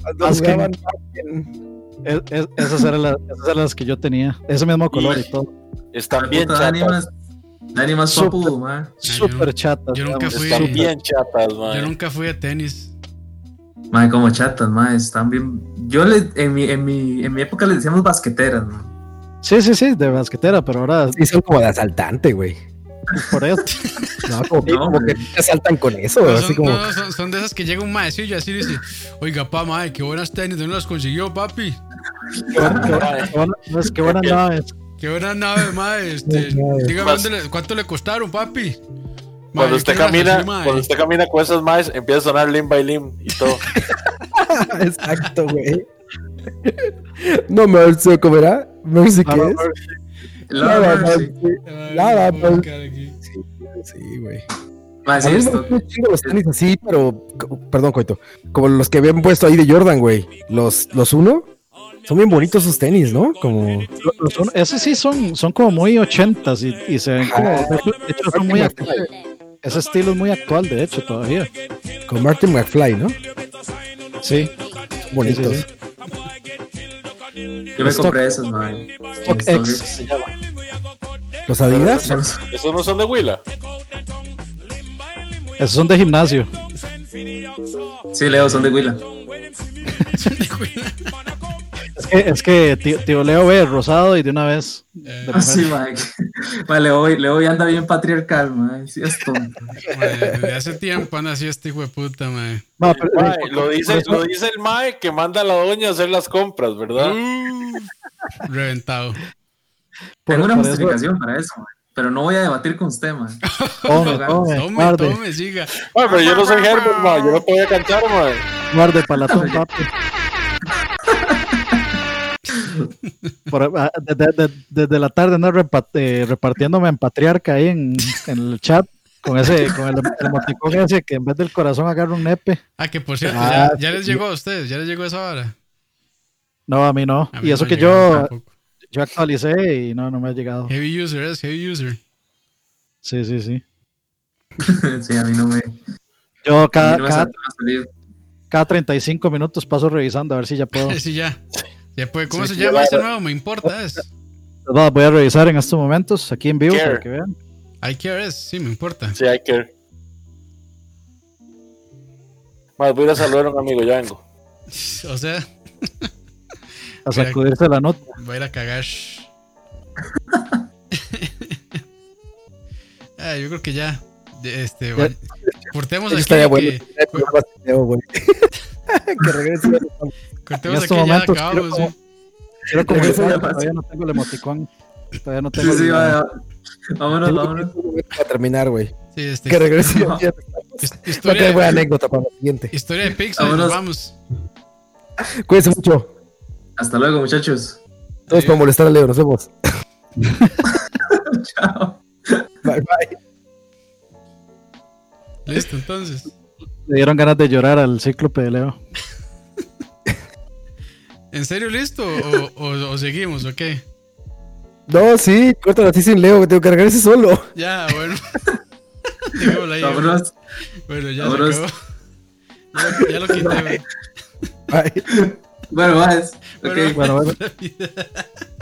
[SPEAKER 3] Cuando
[SPEAKER 5] Baskin.
[SPEAKER 3] jugaban Baskin.
[SPEAKER 5] Es- es- esas, eran las, esas eran las que yo tenía. Ese mismo color y todo.
[SPEAKER 4] están bien
[SPEAKER 6] puta, Dani
[SPEAKER 4] chatas.
[SPEAKER 6] más, Dani más
[SPEAKER 5] Súper.
[SPEAKER 6] papudo, ma.
[SPEAKER 2] yo no-
[SPEAKER 5] Súper chatas.
[SPEAKER 2] yo nunca
[SPEAKER 5] digamos.
[SPEAKER 2] fui-
[SPEAKER 4] Están
[SPEAKER 2] Sí.
[SPEAKER 4] bien chatas,
[SPEAKER 2] Yo
[SPEAKER 4] man.
[SPEAKER 2] nunca fui a tenis.
[SPEAKER 6] Ma, como chatas, ma, están bien. Yo le, en, mi, en, mi, en mi época le decíamos basqueteras, ma.
[SPEAKER 5] Sí, sí, sí, de basquetera, pero ahora
[SPEAKER 3] Sí, son como de asaltante, güey.
[SPEAKER 5] por eso.
[SPEAKER 3] No, como que,
[SPEAKER 6] No,
[SPEAKER 3] como
[SPEAKER 6] güey. Pues
[SPEAKER 3] que te asaltan con eso,
[SPEAKER 2] No,
[SPEAKER 3] Pues así
[SPEAKER 2] son,
[SPEAKER 3] como.
[SPEAKER 2] no, son- son de esas que llega un maecillo así y dice: Oiga, pa, mae, qué buenas tenis, ¿dónde las consiguió, papi?
[SPEAKER 5] Qué buena- qué buena- qué buena- no es que buena nave.
[SPEAKER 2] Qué buenas naves, mae. Este,
[SPEAKER 3] No, mae.
[SPEAKER 2] dígame
[SPEAKER 4] Más-
[SPEAKER 2] dónde le- cuánto le costaron, papi. Mae,
[SPEAKER 4] Cuando
[SPEAKER 2] yo
[SPEAKER 4] usted
[SPEAKER 2] quiero unas
[SPEAKER 4] camina,
[SPEAKER 2] así, mae.
[SPEAKER 4] cuando usted camina con esas más, empieza a sonar limb by limb y todo.
[SPEAKER 3] Exacto, güey. No Mercy, ¿cómo era? Mercy, ¿qué
[SPEAKER 5] Nada,
[SPEAKER 3] es?
[SPEAKER 6] Laura, sí.
[SPEAKER 3] Mercy.
[SPEAKER 2] Ay,
[SPEAKER 3] nada,
[SPEAKER 2] voy a
[SPEAKER 3] pues.
[SPEAKER 2] buscar aquí.
[SPEAKER 3] Sí, güey.
[SPEAKER 6] Ma, Pues sí,
[SPEAKER 3] a mí me
[SPEAKER 6] esto-
[SPEAKER 3] gustan un chingo los tenis así, pero. co- Perdón, Coito. Como los que habían puesto ahí de Jordan, güey. Los, los uno. Son bien bonitos sus tenis, ¿no? Como.
[SPEAKER 5] Lo- los son- esos sí son, son como muy ochentas y, y se ven como. De hecho, de hecho son muy actual. Ese estilo es muy actual, de hecho, todavía.
[SPEAKER 3] Con Martin McFly, ¿no?
[SPEAKER 5] Sí.
[SPEAKER 3] Bonitos.
[SPEAKER 5] Sí,
[SPEAKER 6] Yo me
[SPEAKER 5] Stock-
[SPEAKER 6] compré esas, ma.
[SPEAKER 5] StockX se llama.
[SPEAKER 3] Los Adidas.
[SPEAKER 6] Stock-
[SPEAKER 4] ¿Esos no son de Huila?
[SPEAKER 5] Esos son de gimnasio.
[SPEAKER 6] Sí, Leo, son de Huila.
[SPEAKER 5] Es que, es que tío, tío Leo ve rosado y de una vez.
[SPEAKER 2] Eh,
[SPEAKER 5] de
[SPEAKER 6] Ah, sí,
[SPEAKER 5] mujer.
[SPEAKER 6] ma. Ma, Leo, Leo ya anda bien patriarcal, ma. Sí, es tonto.
[SPEAKER 2] mae, desde hace tiempo anda así este hijo de puta, mae.
[SPEAKER 5] Ma, pero-
[SPEAKER 4] Mae, lo,
[SPEAKER 5] por
[SPEAKER 4] dice,
[SPEAKER 5] eso-
[SPEAKER 4] lo dice el Mae que manda a la doña a hacer las compras, ¿verdad?
[SPEAKER 5] Mm.
[SPEAKER 2] Reventado.
[SPEAKER 5] por-
[SPEAKER 6] Tengo una
[SPEAKER 5] por eso-
[SPEAKER 6] justificación para eso, ma. Pero no voy a debatir con usted, ma.
[SPEAKER 5] Tome, tome,
[SPEAKER 2] Tome,
[SPEAKER 5] guarde,
[SPEAKER 2] tome, siga.
[SPEAKER 4] Mae, pero yo no soy Herbert, mae, yo no podía cantar, mae.
[SPEAKER 5] guarde palatón, papi. Por- ah, de- de- de- Desde la tarde ando repa- eh, repartiéndome en patriarca ahí en, en el chat con ese con el, el emoticón ese que en vez del corazón agarra un nepe.
[SPEAKER 2] Ah, que por cierto,
[SPEAKER 3] Ah,
[SPEAKER 2] ya, ya les llegó a ustedes, ya les llegó esa hora.
[SPEAKER 5] No, a mí no.
[SPEAKER 2] A mí
[SPEAKER 5] Y eso
[SPEAKER 2] no
[SPEAKER 5] que
[SPEAKER 2] llegaron
[SPEAKER 5] yo,
[SPEAKER 2] tampoco.
[SPEAKER 5] yo actualicé y no, no me ha llegado.
[SPEAKER 6] Eh,
[SPEAKER 2] Heavy user es heavy user.
[SPEAKER 5] Sí, sí, sí.
[SPEAKER 6] Sí, a mí no me.
[SPEAKER 5] Yo
[SPEAKER 6] a
[SPEAKER 5] cada,
[SPEAKER 6] mí no me
[SPEAKER 5] cada,
[SPEAKER 6] sal- me ha salido.
[SPEAKER 5] cada 35 minutos paso revisando a ver si ya puedo.
[SPEAKER 2] Sí, ya. Ya puede- ¿Cómo
[SPEAKER 4] Sí,
[SPEAKER 2] se
[SPEAKER 4] ya
[SPEAKER 2] llama
[SPEAKER 4] va.
[SPEAKER 2] ese nuevo? Me importa. Es.
[SPEAKER 5] Va, Voy a revisar en estos momentos aquí en vivo
[SPEAKER 4] Care.
[SPEAKER 5] para que vean.
[SPEAKER 2] IKRS, sí, me importa.
[SPEAKER 4] Sí, hay que. Mae, voy a ir a saludar a un amigo, ya vengo.
[SPEAKER 2] O sea,
[SPEAKER 5] A sacudirse la nota.
[SPEAKER 2] va a ir a cagar. Ah, yo creo que ya. de- Este, bueno, cortemos
[SPEAKER 3] Eso
[SPEAKER 2] aquí.
[SPEAKER 3] estaría bueno.
[SPEAKER 2] que-
[SPEAKER 3] Que regrese.
[SPEAKER 2] cortemos
[SPEAKER 5] En estos
[SPEAKER 2] aquí, ya
[SPEAKER 5] momentos,
[SPEAKER 2] acabamos.
[SPEAKER 5] quiero
[SPEAKER 2] sí.
[SPEAKER 5] Quiero
[SPEAKER 3] Regresa
[SPEAKER 5] comunicar
[SPEAKER 3] la
[SPEAKER 5] que todavía no tengo el emoticón. Todavía no
[SPEAKER 6] Sí,
[SPEAKER 5] tengo.
[SPEAKER 6] sí,
[SPEAKER 5] ni-
[SPEAKER 6] va, va. Vámonos,
[SPEAKER 3] Tengo
[SPEAKER 6] vámonos.
[SPEAKER 3] que ir a terminar, güey.
[SPEAKER 2] Sí, este,
[SPEAKER 3] Que regrese.
[SPEAKER 6] No.
[SPEAKER 3] ya.
[SPEAKER 2] his-
[SPEAKER 3] Va a tener buena
[SPEAKER 2] historia,
[SPEAKER 3] anécdota para la siguiente.
[SPEAKER 2] historia de Pixar. nos
[SPEAKER 6] Vámonos.
[SPEAKER 2] vamos.
[SPEAKER 3] Cuídense mucho.
[SPEAKER 6] Hasta luego, muchachos.
[SPEAKER 3] Todos para molestar a Leo. Nos vemos.
[SPEAKER 6] Chao.
[SPEAKER 3] Bye, bye.
[SPEAKER 2] Listo, entonces.
[SPEAKER 5] Le dieron ganas de llorar al cíclope de Leo.
[SPEAKER 2] ¿En serio listo? ¿O, o- o seguimos o qué?
[SPEAKER 3] No, sí, cuéntalo así sin Leo, que tengo que cargarse solo.
[SPEAKER 2] Ya, bueno. Dejémoslo ahí.
[SPEAKER 6] Vámonos.
[SPEAKER 2] Bueno, ya
[SPEAKER 6] Vámonos.
[SPEAKER 2] se acabó. Ya lo- Ya lo quité, güey.
[SPEAKER 3] Bye.
[SPEAKER 6] Bueno, vas.
[SPEAKER 2] Bueno,
[SPEAKER 6] Ok.
[SPEAKER 5] Bueno, bueno.